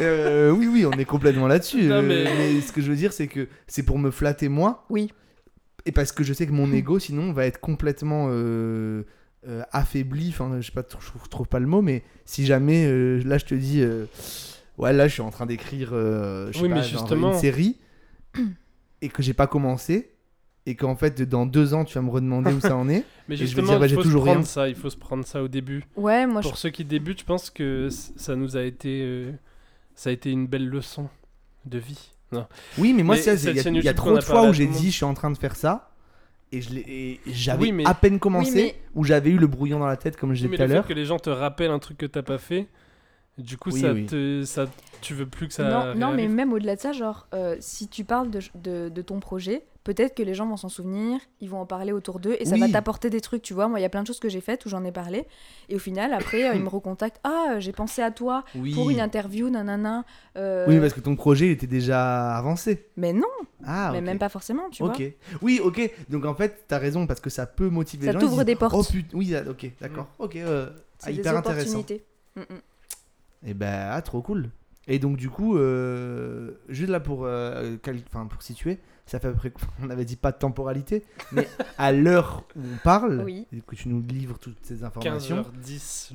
Speaker 1: euh, oui, oui, on est complètement là-dessus.
Speaker 2: Non,
Speaker 1: Euh, mais...
Speaker 2: mais-
Speaker 1: ce que je veux dire, c'est que c'est pour me flatter moi.
Speaker 3: Oui.
Speaker 1: Et parce que je sais que mon
Speaker 2: Hmm.
Speaker 1: ego, sinon, va être complètement euh, euh, affaibli. Enfin, je sais pas, tr- je trouve pas le mot, mais si jamais, euh, là, je te dis, euh, ouais, là, je suis en train d'écrire, euh, je sais
Speaker 2: Oui,
Speaker 1: pas,
Speaker 2: mais
Speaker 1: genre,
Speaker 2: justement.
Speaker 1: une série et que j'ai pas commencé. Et qu'en fait, dans deux ans, tu vas me redemander où ça en est.
Speaker 2: Mais
Speaker 1: je vais
Speaker 2: justement,
Speaker 1: dire, bah,
Speaker 2: il
Speaker 1: j'ai
Speaker 2: faut se
Speaker 1: toujours
Speaker 2: prendre
Speaker 1: rien.
Speaker 2: ça. Il faut se prendre ça au début.
Speaker 3: Ouais, moi, je...
Speaker 2: Pour ceux qui débutent, je pense que c- ça nous a été, euh, ça a été une belle leçon de vie. Non.
Speaker 1: Oui, mais moi,
Speaker 2: Mais
Speaker 1: ça,
Speaker 2: cette
Speaker 1: c'est- il y a-
Speaker 2: chaîne
Speaker 1: il y, a
Speaker 2: YouTube
Speaker 1: trop
Speaker 2: qu'on
Speaker 1: de
Speaker 2: a
Speaker 1: fois
Speaker 2: parlé à
Speaker 1: où
Speaker 2: tout
Speaker 1: j'ai
Speaker 2: le monde.
Speaker 1: dit je suis en train de faire ça et je l'ai- et j'avais
Speaker 2: Oui, mais-
Speaker 1: à peine commencé,
Speaker 3: Oui, mais-
Speaker 1: où j'avais eu le brouillon dans la tête, comme je disais
Speaker 2: Mais
Speaker 1: tout à
Speaker 2: le fait
Speaker 1: l'heure.
Speaker 2: que les gens te rappellent un truc que t'as pas fait, du coup,
Speaker 1: Oui,
Speaker 2: ça
Speaker 1: oui.
Speaker 2: te, ça, tu veux plus que ça.
Speaker 3: non, non, mais
Speaker 2: réarrive.
Speaker 3: même au-delà de ça, genre, euh, si tu parles de, de- de ton projet, peut-être que les gens vont s'en souvenir, ils vont en parler autour d'eux et ça
Speaker 1: Oui.
Speaker 3: va t'apporter des trucs, tu vois. Moi, il y a plein de choses que j'ai faites où j'en ai parlé et au final, après, euh, ils me recontactent. Ah, euh, j'ai pensé à toi
Speaker 1: Oui.
Speaker 3: pour une interview, nanana. euh,
Speaker 1: Oui, parce que ton projet il était déjà avancé.
Speaker 3: Mais non,
Speaker 1: Ah,
Speaker 3: mais
Speaker 1: ok.
Speaker 3: même pas forcément, tu
Speaker 1: Ok. Oui, ok. Donc en fait, t'as raison parce que ça peut motiver
Speaker 3: vois. Ça
Speaker 1: les gens. ils
Speaker 3: t'ouvre
Speaker 1: disent,
Speaker 3: des portes. Mm.
Speaker 1: Oh putain, oui, ah, ok, d'accord. Ok, euh, ah,
Speaker 3: c'est des
Speaker 1: hyper intéressant.
Speaker 3: opportunités. Mm, mm.
Speaker 1: Et bah, ah, trop cool. Et donc du coup, euh, juste là pour, euh, quel- enfin, pour situer, ça fait à peu près, on avait dit pas de temporalité, mais à l'heure où on parle,
Speaker 3: Oui.
Speaker 1: et que tu nous livres toutes ces informations.
Speaker 2: 15h10.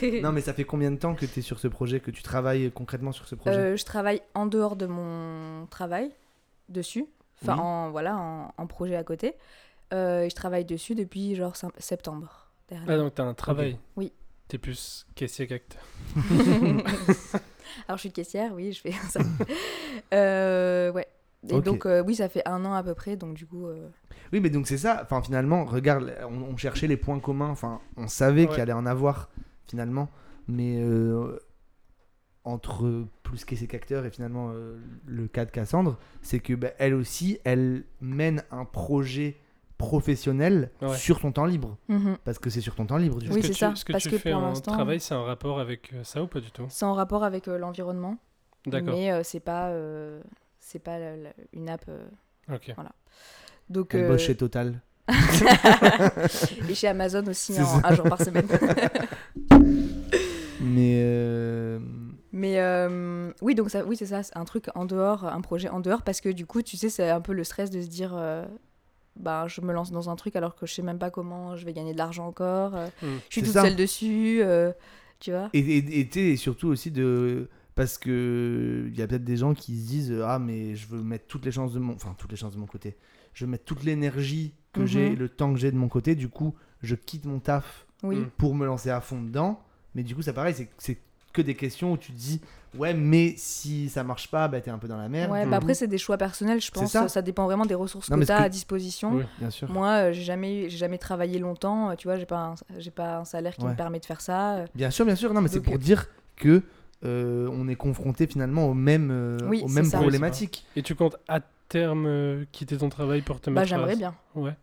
Speaker 2: Le...
Speaker 3: mm.
Speaker 1: Non mais ça fait combien de temps que tu es sur ce projet, que tu travailles concrètement sur ce projet
Speaker 3: Euh, je travaille en dehors de mon travail dessus, enfin
Speaker 1: Oui.
Speaker 3: en, voilà, en, en projet à côté. Euh, et je travaille dessus depuis genre sem- septembre dernier.
Speaker 2: Ah donc t'as un travail.
Speaker 3: Oui.
Speaker 2: T'es plus caissier qu'acteur.
Speaker 3: Alors je suis caissière, oui, je fais ça. Euh, ouais. Et
Speaker 1: Ok.
Speaker 3: donc euh, oui, ça fait un an à peu près, donc du coup. euh,
Speaker 1: Oui mais donc c'est ça, enfin finalement, regarde, on, on cherchait les points communs, enfin on savait qu'il
Speaker 2: Ouais.
Speaker 1: allait en avoir finalement, mais euh, entre plus qu'essai qu'acteur et finalement euh, le cas de Cassandre, c'est que bah, elle aussi, elle mène un projet professionnel
Speaker 2: Ouais.
Speaker 1: sur ton temps libre,
Speaker 3: mhm.
Speaker 1: parce que c'est sur ton temps libre du coup.
Speaker 3: Oui, c'est
Speaker 2: que tu-
Speaker 3: ça,
Speaker 2: Ce que
Speaker 3: parce
Speaker 2: tu
Speaker 3: que
Speaker 2: fais
Speaker 3: pour
Speaker 2: en
Speaker 3: l'instant-
Speaker 2: travail, c'est un rapport avec euh, ça ou pas du tout
Speaker 3: C'est en rapport avec euh, l'environnement,
Speaker 2: D'accord.
Speaker 3: mais euh, c'est pas, euh, c'est pas la- la- une app. euh,
Speaker 2: Ok.
Speaker 3: donc
Speaker 1: Elle
Speaker 3: euh,
Speaker 1: bosse chez Total.
Speaker 3: et chez Amazon aussi
Speaker 1: C'est
Speaker 3: en- un jour par semaine.
Speaker 1: Mais euh,
Speaker 3: Mais euh, oui, donc ça, oui, c'est ça, c'est un truc en dehors, un projet en dehors, parce que du coup, tu sais, c'est un peu le stress de se dire, euh, bah, je me lance dans un truc alors que je sais même pas comment je vais gagner de l'argent encore. euh,
Speaker 2: Mm.
Speaker 3: je suis
Speaker 1: Hmm. C'est
Speaker 3: toute
Speaker 1: ça.
Speaker 3: seule dessus, euh, tu vois.
Speaker 1: Et, et, et t'es- et surtout aussi de. Parce que il y a peut-être des gens qui se disent Ah, mais je veux mettre toutes les chances de mon. Enfin, toutes les chances de mon côté. Je veux mettre toute l'énergie que
Speaker 3: Mhm.
Speaker 1: j'ai, le temps que j'ai de mon côté. Du coup, je quitte mon taf
Speaker 3: Oui.
Speaker 2: Mm.
Speaker 1: pour me lancer à fond dedans. Mais du coup, c'est pareil, c'est- c'est que des questions où tu te dis Ouais, mais si ça marche pas, bah t'es un peu dans la merde.
Speaker 3: Ouais, bah après, c'est des choix personnels, je
Speaker 1: C'est
Speaker 3: pense.
Speaker 1: ça.
Speaker 3: Ça. dépend vraiment des ressources
Speaker 1: Non,
Speaker 3: que
Speaker 1: mais
Speaker 3: tu as
Speaker 1: ce que-
Speaker 3: à disposition.
Speaker 2: Oui.
Speaker 1: Bien sûr.
Speaker 3: Moi, euh, j'ai jamais, eu- j'ai jamais travaillé longtemps, euh, tu vois, j'ai pas, un- j'ai pas un salaire qui
Speaker 1: Ouais.
Speaker 3: me permet de faire ça. euh.
Speaker 1: Bien sûr, bien sûr. Non, mais c'est
Speaker 3: Donc,
Speaker 1: pour
Speaker 3: euh,
Speaker 1: dire que euh, on est confronté finalement aux mêmes, euh,
Speaker 3: Oui,
Speaker 1: aux
Speaker 3: c'est
Speaker 1: mêmes
Speaker 3: ça.
Speaker 1: problématiques.
Speaker 2: Et tu comptes à terme euh, quitter ton travail pour te mettre
Speaker 3: Bah,
Speaker 2: à-
Speaker 3: j'aimerais bien,
Speaker 2: Ouais.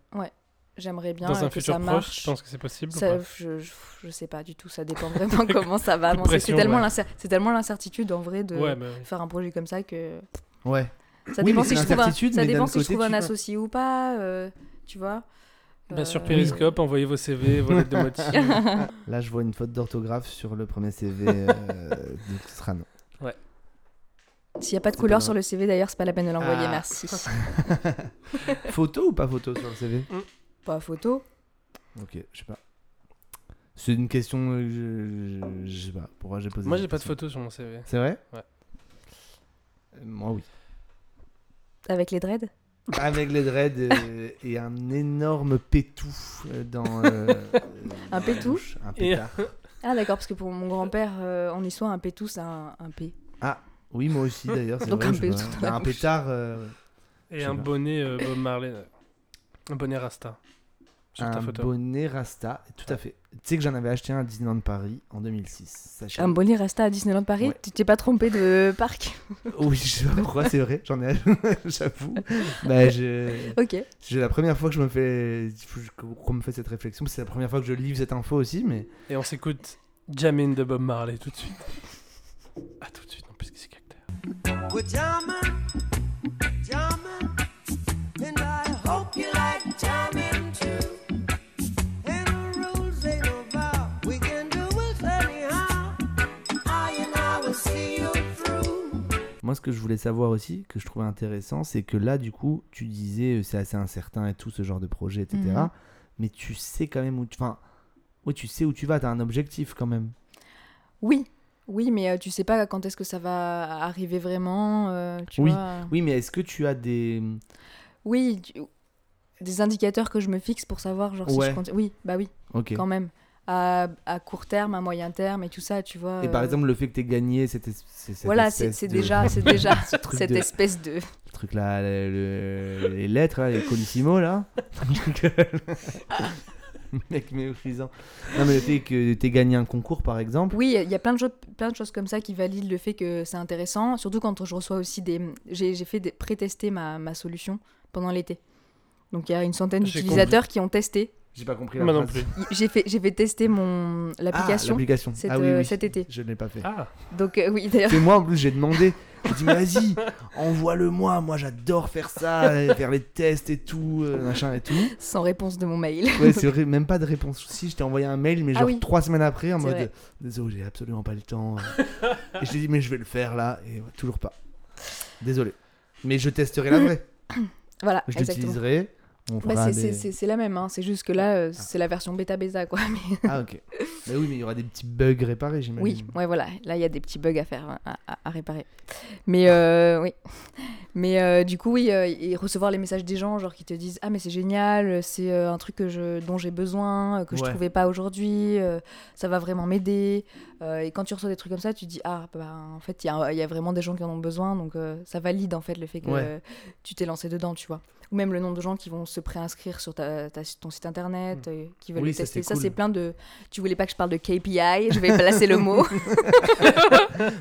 Speaker 3: j'aimerais bien
Speaker 2: Dans
Speaker 3: euh,
Speaker 2: un
Speaker 3: que
Speaker 2: futur
Speaker 3: ça
Speaker 2: proche, je
Speaker 3: marche.
Speaker 2: pense que c'est possible. ou
Speaker 3: Ça,
Speaker 2: pas
Speaker 3: je, je, je sais pas du tout, ça dépend vraiment comment ça va
Speaker 2: Coup de
Speaker 3: avancer. C'est
Speaker 2: pression,
Speaker 3: tellement
Speaker 2: ouais.
Speaker 3: l'incer- c'est tellement l'incertitude en vrai de
Speaker 2: Ouais, bah,
Speaker 3: faire un projet comme ça que.
Speaker 1: Ouais.
Speaker 3: Ça
Speaker 1: Oui,
Speaker 3: dépend
Speaker 1: mais
Speaker 3: si
Speaker 1: c'est
Speaker 3: je trouve un,
Speaker 1: l'incertitude,
Speaker 3: ça
Speaker 1: mais
Speaker 3: dépend
Speaker 1: d'un
Speaker 3: si je
Speaker 1: côté,
Speaker 3: trouve un
Speaker 1: tu vois.
Speaker 3: associé ou pas, euh, tu vois.
Speaker 2: Bah, sur
Speaker 3: Euh,
Speaker 2: Periscope, envoyez vos CV, vos lettres de motivation.
Speaker 1: Là, je vois une faute d'orthographe sur le premier CV euh, donc ce sera non.
Speaker 3: S'il n'y a pas de
Speaker 1: C'est
Speaker 3: couleur
Speaker 1: pas
Speaker 3: sur le CV, d'ailleurs, c'est pas la peine de l'envoyer,
Speaker 1: Ah.
Speaker 3: merci.
Speaker 1: Photo ou pas photo sur le CV
Speaker 3: pas photo.
Speaker 1: Mm. Ok, je sais pas. C'est une question. euh, Je, je- je sais pas. Pourquoi j'ai posé
Speaker 2: Moi,
Speaker 1: cette
Speaker 2: j'ai pas de
Speaker 1: question.
Speaker 2: photos sur mon CV.
Speaker 1: C'est vrai
Speaker 2: Ouais.
Speaker 1: Euh, Moi, oui.
Speaker 3: Avec les dreads
Speaker 1: Avec les dreads euh, et un énorme pétou euh, dans. euh, dans la
Speaker 3: pétou
Speaker 1: bouche. Un
Speaker 2: Et-
Speaker 1: pétard.
Speaker 3: Ah, d'accord, parce que pour mon grand-père, euh, en histoire, un P tous, un, un P.
Speaker 1: Oui, moi aussi d'ailleurs. c'est
Speaker 3: Donc
Speaker 1: vrai,
Speaker 3: un
Speaker 1: je sais
Speaker 3: pétou
Speaker 1: pas.
Speaker 3: dans la
Speaker 1: Un
Speaker 3: bouche.
Speaker 1: pétard. euh, Je
Speaker 2: Et
Speaker 1: sais
Speaker 2: un
Speaker 1: pas.
Speaker 2: bonnet euh, Bob Marley. ouais. Un bonnet Rasta. Sur ta
Speaker 1: un
Speaker 2: photo.
Speaker 1: bonnet Rasta, tout à fait. Tu sais que j'en avais acheté un à Disneyland Paris en 2006. sachez-le.
Speaker 3: Un bonnet resta à Disneyland Paris
Speaker 1: Ouais.
Speaker 3: Tu t'es pas trompé de parc
Speaker 1: Oui, je sais pas pourquoi, c'est vrai, j'en ai, j'avoue. Bah, je-
Speaker 3: Ok.
Speaker 1: c'est la première fois que je me fais, qu'on me fait cette réflexion, c'est la première fois que je livre cette info aussi, mais
Speaker 2: Et on s'écoute Jamin de Bob Marley tout de suite. Ah, tout de suite, non, puisque c'est cacteur.
Speaker 7: We're jamming, jamming, and I hope you like jamming too. And the rules ain't no vow, we can do it anyhow. I and I will see you through.
Speaker 1: moi ce que je voulais savoir aussi, que je trouvais intéressant, c'est que là du coup, tu disais euh, c'est assez incertain et tout ce genre de projet, etc.
Speaker 3: Mhm.
Speaker 1: Mais tu sais quand même où, tu- enfin, oui, tu sais où tu vas, t'as un objectif quand même.
Speaker 3: Oui, oui, mais euh, tu sais pas quand est-ce que ça va arriver vraiment. euh, tu
Speaker 1: Oui.
Speaker 3: vois.
Speaker 1: Oui, mais est-ce que tu as des,
Speaker 3: Oui, tu- des indicateurs que je me fixe pour savoir, genre, si
Speaker 1: Ouais.
Speaker 3: je continue. Oui, bah oui,
Speaker 1: ok.
Speaker 3: quand même. À, à court terme, à moyen terme et tout ça, tu vois.
Speaker 1: Et par
Speaker 3: euh,
Speaker 1: exemple le fait que t'aies gagné, cette es- c'est- cette
Speaker 3: Voilà, c'est
Speaker 1: espèce
Speaker 3: c'est
Speaker 1: de-
Speaker 3: déjà, c'est déjà
Speaker 1: truc
Speaker 3: cette
Speaker 1: de-
Speaker 3: espèce de.
Speaker 1: Le truc là, le- le- les lettres, là, les colissimo là. Mec méprisant. Non mais le fait que t'aies gagné un concours par exemple.
Speaker 3: Oui, il y a plein de, choses, plein de choses comme ça qui valident le fait que c'est intéressant, surtout quand je reçois aussi des... J'ai j'ai fait des... pré-tester ma, ma solution pendant l'été. Donc il y a une centaine
Speaker 2: J'ai
Speaker 3: d'utilisateurs qui ont testé.
Speaker 1: J'ai pas compris la
Speaker 2: Moi non
Speaker 1: phrase.
Speaker 2: plus.
Speaker 3: Y- J'ai fait, j'ai fait tester mon
Speaker 1: Ah,
Speaker 3: l'application.
Speaker 1: l'application.
Speaker 3: cet,
Speaker 1: Ah oui,
Speaker 3: euh,
Speaker 1: oui.
Speaker 3: cet été.
Speaker 1: Je ne l'ai pas fait.
Speaker 2: Ah,
Speaker 3: Donc euh, oui, d'ailleurs,
Speaker 1: C'est moi en plus j'ai demandé. J'ai dit vas-y, envoie-le moi, moi j'adore faire ça, euh, faire les tests et tout, euh, machin et tout.
Speaker 3: sans réponse de mon mail.
Speaker 1: Ouais, c'est vrai, même pas de réponse. Si je t'ai envoyé un mail, mais
Speaker 3: Ah
Speaker 1: genre
Speaker 3: oui.
Speaker 1: trois semaines après en
Speaker 3: C'est
Speaker 1: mode
Speaker 3: vrai.
Speaker 1: désolé, j'ai absolument pas le temps. et je t'ai dit mais je vais le faire là et ouais, toujours pas. Désolé. Mais je testerai la vraie.
Speaker 3: Voilà,
Speaker 1: Je
Speaker 3: exactement.
Speaker 1: l'utiliserai. On
Speaker 3: Bah,
Speaker 1: fera
Speaker 3: c'est-
Speaker 1: des...
Speaker 3: c'est c'est- c'est la même, hein. c'est juste que là, euh, c'est la version bêta-bêta, quoi. Mais-
Speaker 1: Ah ok. Bah oui, mais il y aura des petits bugs réparés, j'imagine.
Speaker 3: Oui, ouais, voilà. Là, il y a des petits bugs à faire, hein, à, à- à réparer. Mais euh, oui. Mais euh, du coup, oui, euh, et recevoir les messages des gens, genre qui te disent ah mais c'est génial, c'est euh, un truc que je, dont j'ai besoin, euh, que je
Speaker 1: Ouais.
Speaker 3: trouvais pas aujourd'hui, euh, ça va vraiment m'aider. Euh, et quand tu reçois des trucs comme ça, tu te dis ah bah, en fait il y a, il y a vraiment des gens qui en ont besoin, donc euh, ça valide en fait le fait que
Speaker 1: Ouais.
Speaker 3: euh, tu t'es lancé dedans, tu vois. Ou même le nombre de gens qui vont se préinscrire sur ta, ta- ton site internet, euh, qui veulent
Speaker 1: Mm. Oui,
Speaker 3: le
Speaker 1: ça,
Speaker 3: tester.
Speaker 1: c'est
Speaker 3: Ça
Speaker 1: cool.
Speaker 3: c'est plein de. Tu voulais pas que je parle de KPI, je vais placer le mot.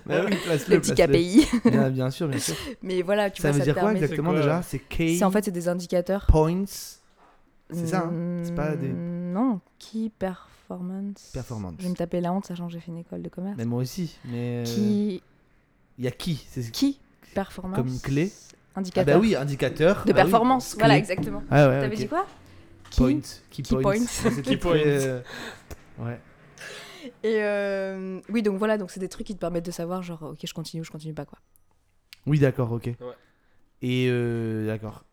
Speaker 1: Bah oui, place-le,
Speaker 3: le petit
Speaker 1: place-le.
Speaker 3: KPI.
Speaker 1: Bien, bien sûr, bien sûr.
Speaker 3: Mais voilà, tu
Speaker 1: ça
Speaker 3: vois,
Speaker 1: veut
Speaker 3: ça
Speaker 1: dire
Speaker 3: te
Speaker 1: quoi
Speaker 3: permet.
Speaker 1: exactement
Speaker 2: C'est quoi,
Speaker 1: déjà C'est key
Speaker 3: C'est en fait c'est des indicateurs.
Speaker 1: points c'est ça, hein C'est pas des-
Speaker 3: Mm, Non, qui performance.
Speaker 1: Performance.
Speaker 3: Je vais me taper la honte, sachant que j'ai fait une école de commerce.
Speaker 1: Mais moi aussi. Mais euh, il
Speaker 3: Qui
Speaker 1: y a qui C'est ce
Speaker 3: qui performance.
Speaker 1: Comme une clé Ah
Speaker 3: Indicateur.
Speaker 1: bah oui, indicateur.
Speaker 3: De
Speaker 1: Bah oui,
Speaker 3: performance,
Speaker 1: clé.
Speaker 3: voilà exactement.
Speaker 1: Ah ouais.
Speaker 3: T'avais
Speaker 1: ok.
Speaker 3: dit quoi
Speaker 1: Point.
Speaker 3: Qui
Speaker 1: Key points.
Speaker 3: Key points.
Speaker 1: C'était très,
Speaker 2: Key points.
Speaker 1: euh, Ouais.
Speaker 3: Et euh, oui, donc voilà, donc c'est des trucs qui te permettent de savoir genre ok je continue ou je continue pas quoi.
Speaker 1: Oui, d'accord, ok. Et euh, d'accord.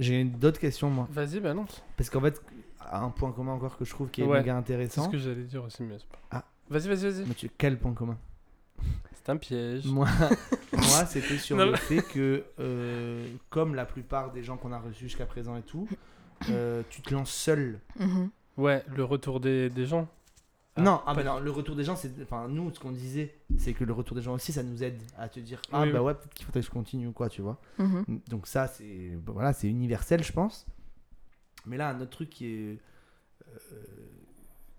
Speaker 1: J'ai une- d'autres questions moi.
Speaker 2: vas-y, bah balance.
Speaker 1: Parce qu'en fait, un point commun encore que je trouve qui est
Speaker 2: Ouais.
Speaker 1: méga
Speaker 2: C'est
Speaker 1: intéressant.
Speaker 2: ce que j'allais dire aussi, mais c'est pas.
Speaker 1: Ah.
Speaker 2: Vas-y, vas-y, vas-y.
Speaker 1: Mais tu- quel point commun
Speaker 2: C'est un piège.
Speaker 1: Moi, moi c'était sur
Speaker 2: Non,
Speaker 1: le
Speaker 2: mais-
Speaker 1: fait que, euh, comme la plupart des gens qu'on a reçus jusqu'à présent et tout, euh, tu te lances seul.
Speaker 3: Mhm.
Speaker 2: Ouais, le retour des, des gens. Ah,
Speaker 1: non, ah bah
Speaker 2: pas du-
Speaker 1: non, le retour des gens, c'est. Enfin, nous, ce qu'on disait, c'est que le retour des gens aussi, ça nous aide à te dire Ah
Speaker 2: Oui,
Speaker 1: bah
Speaker 2: oui.
Speaker 1: ouais, peut-être qu'il faudrait que je continue ou quoi, tu vois.
Speaker 3: Mhm.
Speaker 1: Donc, ça, c'est bah voilà, c'est universel, je pense. Mais là, un autre truc qui est. euh,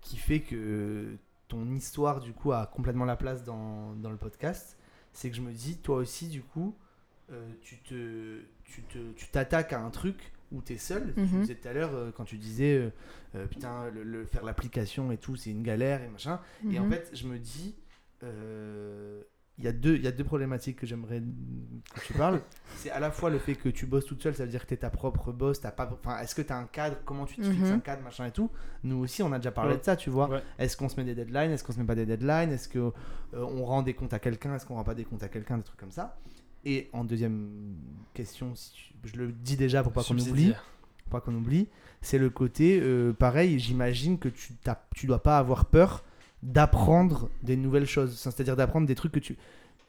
Speaker 1: qui fait que ton histoire, du coup, a complètement la place dans, dans le podcast, c'est que je me dis, toi aussi, du coup, euh, tu te tu te- tu t'attaques à un truc où tu es seul. Tu
Speaker 3: Mhm.
Speaker 1: disais tout à l'heure, euh, quand tu disais, euh, euh, putain, le, le-
Speaker 2: Mhm.
Speaker 1: faire l'application et tout, c'est une galère et machin. Et en
Speaker 3: Mhm.
Speaker 1: fait, je me dis, euh, il y, a deux- il y a deux problématiques que j'aimerais que tu parles. C'est à la fois le fait que tu bosses toute seule, ça veut dire que tu es ta propre boss. t'as pas, enfin, est-ce que tu as un cadre Comment tu te fixes
Speaker 3: Mhm.
Speaker 1: un cadre machin et tout Nous aussi, on a déjà parlé
Speaker 2: Ouais.
Speaker 1: de ça, tu vois.
Speaker 2: Ouais.
Speaker 1: Est-ce qu'on se met des deadlines Est-ce qu'on se met pas des deadlines Est-ce que euh, on rend des comptes à quelqu'un Est-ce qu'on rend pas des comptes à quelqu'un Des trucs comme ça. Et en deuxième question, si tu- je le dis déjà pour pas qu'on oublie,
Speaker 2: Subsidiaire.
Speaker 1: pour pas qu'on oublie, c'est le côté euh, pareil. J'imagine que tu t'as- tu dois pas avoir peur d'apprendre des nouvelles choses, Enfin, c'est-à-dire d'apprendre des trucs que tu